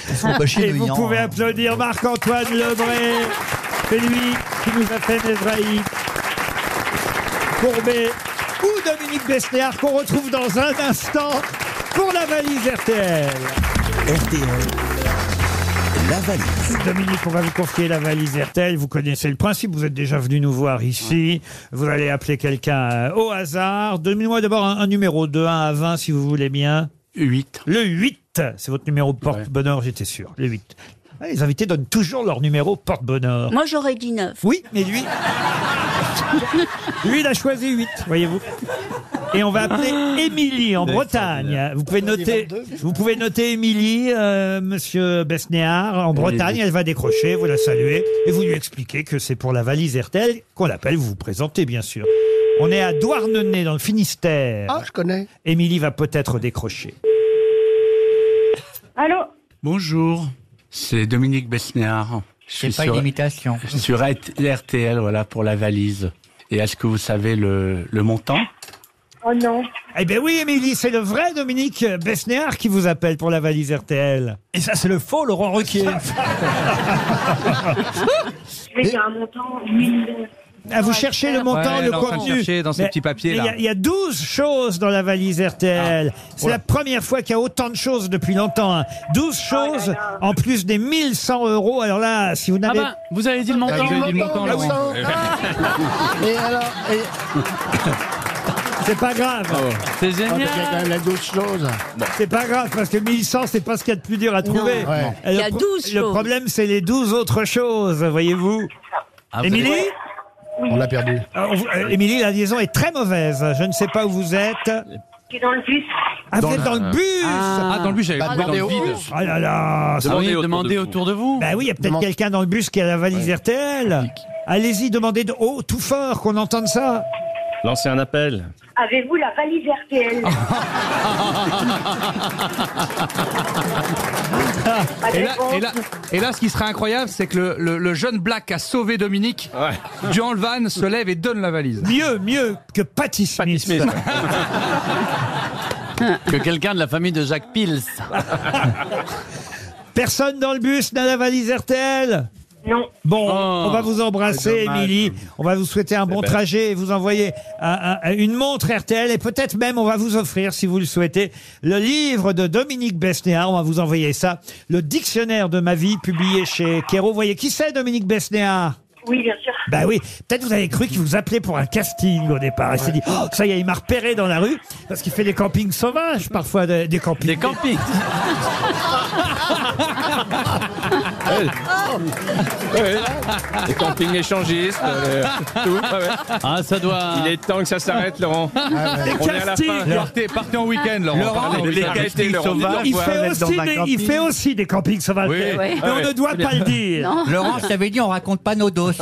Ils sont pas chier, Et lui, vous hein. pouvez applaudir Marc-Antoine Lebré. C'est lui qui nous a fait Mesrahi. Courbet ou Dominique Besnard qu'on retrouve dans un instant pour la valise RTL. La valise. Dominique, on va vous confier la valise RTL. Vous connaissez le principe. Vous êtes déjà venu nous voir ici. Vous allez appeler quelqu'un euh, au hasard. Donnez-moi d'abord un, un numéro de 1 à 20 si vous voulez bien. 8. Le 8. C'est votre numéro porte-bonheur, j'étais sûr. Le 8. Ah, Les invités donnent toujours leur numéro porte-bonheur. Moi, j'aurais dit neuf. Oui, mais lui. *laughs* Lui, il a choisi 8, voyez-vous. Et on va appeler Émilie en Bretagne. Vous pouvez noter, vous pouvez noter Émilie, euh, monsieur Besnéard, en Bretagne. Elle va décrocher, vous la saluez et vous lui expliquez que c'est pour la valise RTL qu'on l'appelle. Vous vous présentez, bien sûr. On est à Douarnenez, dans le Finistère. Ah, je connais. Émilie va peut-être décrocher. Allô Bonjour, c'est Dominique Besnéard. Je suis C'est pas sur- une imitation. Sur RTL, voilà, pour la valise. Et est-ce que vous savez le, le montant Oh non. Eh bien oui, Émilie, c'est le vrai Dominique Besnéard qui vous appelle pour la valise RTL. Et ça, c'est le faux Laurent *laughs* Ruquier. Je vais dire un montant 1000. Ah, vous cherchez le montant, Ouais, le elle est en train de contenu. chercher dans ces Mais- petits papiers, mais il y a- là. Il y, a 12 choses dans la valise RTL. C'est la première fois qu'il y a autant de choses depuis longtemps. hein. 12 choses en plus des 1100 euros. Alors là, si vous Ah, n'avez. ben, vous avez dit le montant. Vous avez dit le montant, là, oui. Et alors, et- C'est pas grave. C'est génial. Oh, il y a quand même la douce chose. C'est pas grave parce que 1100 c'est pas ce qu'il y a de plus dur à trouver. Ouais. Non. Il y a Le pro- 12 Le choses. problème c'est les 12 autres choses, voyez-vous. Ah, vous Émilie avez- On l'a perdu. Alors, vous- euh, Émilie, la liaison est très mauvaise. Je ne sais pas où vous êtes. Je suis dans le bus. Ah, Dans vous êtes le- dans le bus Ah, dans le bus, j'avais Bah, compris, dans le demandez au- vide. Ah là là ça- Demandez Ah oui, autour de demandez vous. autour de vous. Bah oui, il y a peut-être Demande- quelqu'un dans le bus qui a la valise RTL. Allez-y, demandez de haut, tout fort, qu'on entende ça. Lancez un appel. Avez-vous la valise *laughs* RTL *laughs* Et là, et là- et là, ce qui serait incroyable, c'est que le, le- le jeune Black a sauvé Dominique. Jean Levan se lève et donne la valise. Mieux, mieux que Patty Smith. Ah. Que quelqu'un de la famille de Jacques Pils. *laughs* Personne dans le bus n'a la valise RTL Non. Bon, on va vous c'est embrasser, dommage. Émilie. On va vous souhaiter un bon belle. trajet et vous envoyer un- un- une montre RTL. Et peut-être même, on va vous offrir, si vous le souhaitez, le livre de Dominique Besnéard. On va vous envoyer ça. Le dictionnaire de ma vie, publié chez Kero. Vous voyez qui c'est, Dominique Besnéard Oui, bien sûr. bah oui, peut-être vous avez cru qu'il vous appelait pour un casting au départ. Il s'est dit, oh, ça y est, il m'a repéré dans la rue, parce qu'il fait des campings sauvages parfois, des, des campings. Des campings Les campings échangistes, *laughs* euh, tout. ouais, ouais. Ah, ça doit. Il est temps que ça s'arrête, Laurent. Ah, On est à la fin. Partez, partez en week-end, Laurent. Laurent, Partez en les week-end. castings Laurent, sauvages, dis Il donc, vous fait, êtes dans aussi un des, il camping. fait aussi des campings sauvages. Oui. Mais Ouais. on Ouais, ne doit c'est bien. pas le dire. Laurent, je t'avais dit, on raconte pas nos doses.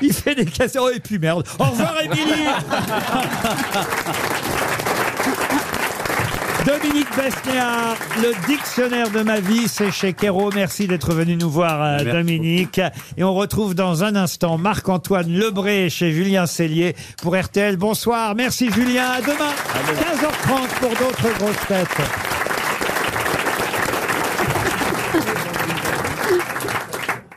Il fait des casseroles et puis merde. Au revoir, Émilie *laughs* *laughs* Dominique Besnéard, le dictionnaire de ma vie, c'est chez Kero. Merci d'être venu nous voir, euh, Merci Dominique. Et on retrouve dans un instant Marc-Antoine Lebré chez Julien Cellier pour RTL. Bonsoir. Merci, Julien. À demain, 15h30 pour d'autres grosses têtes.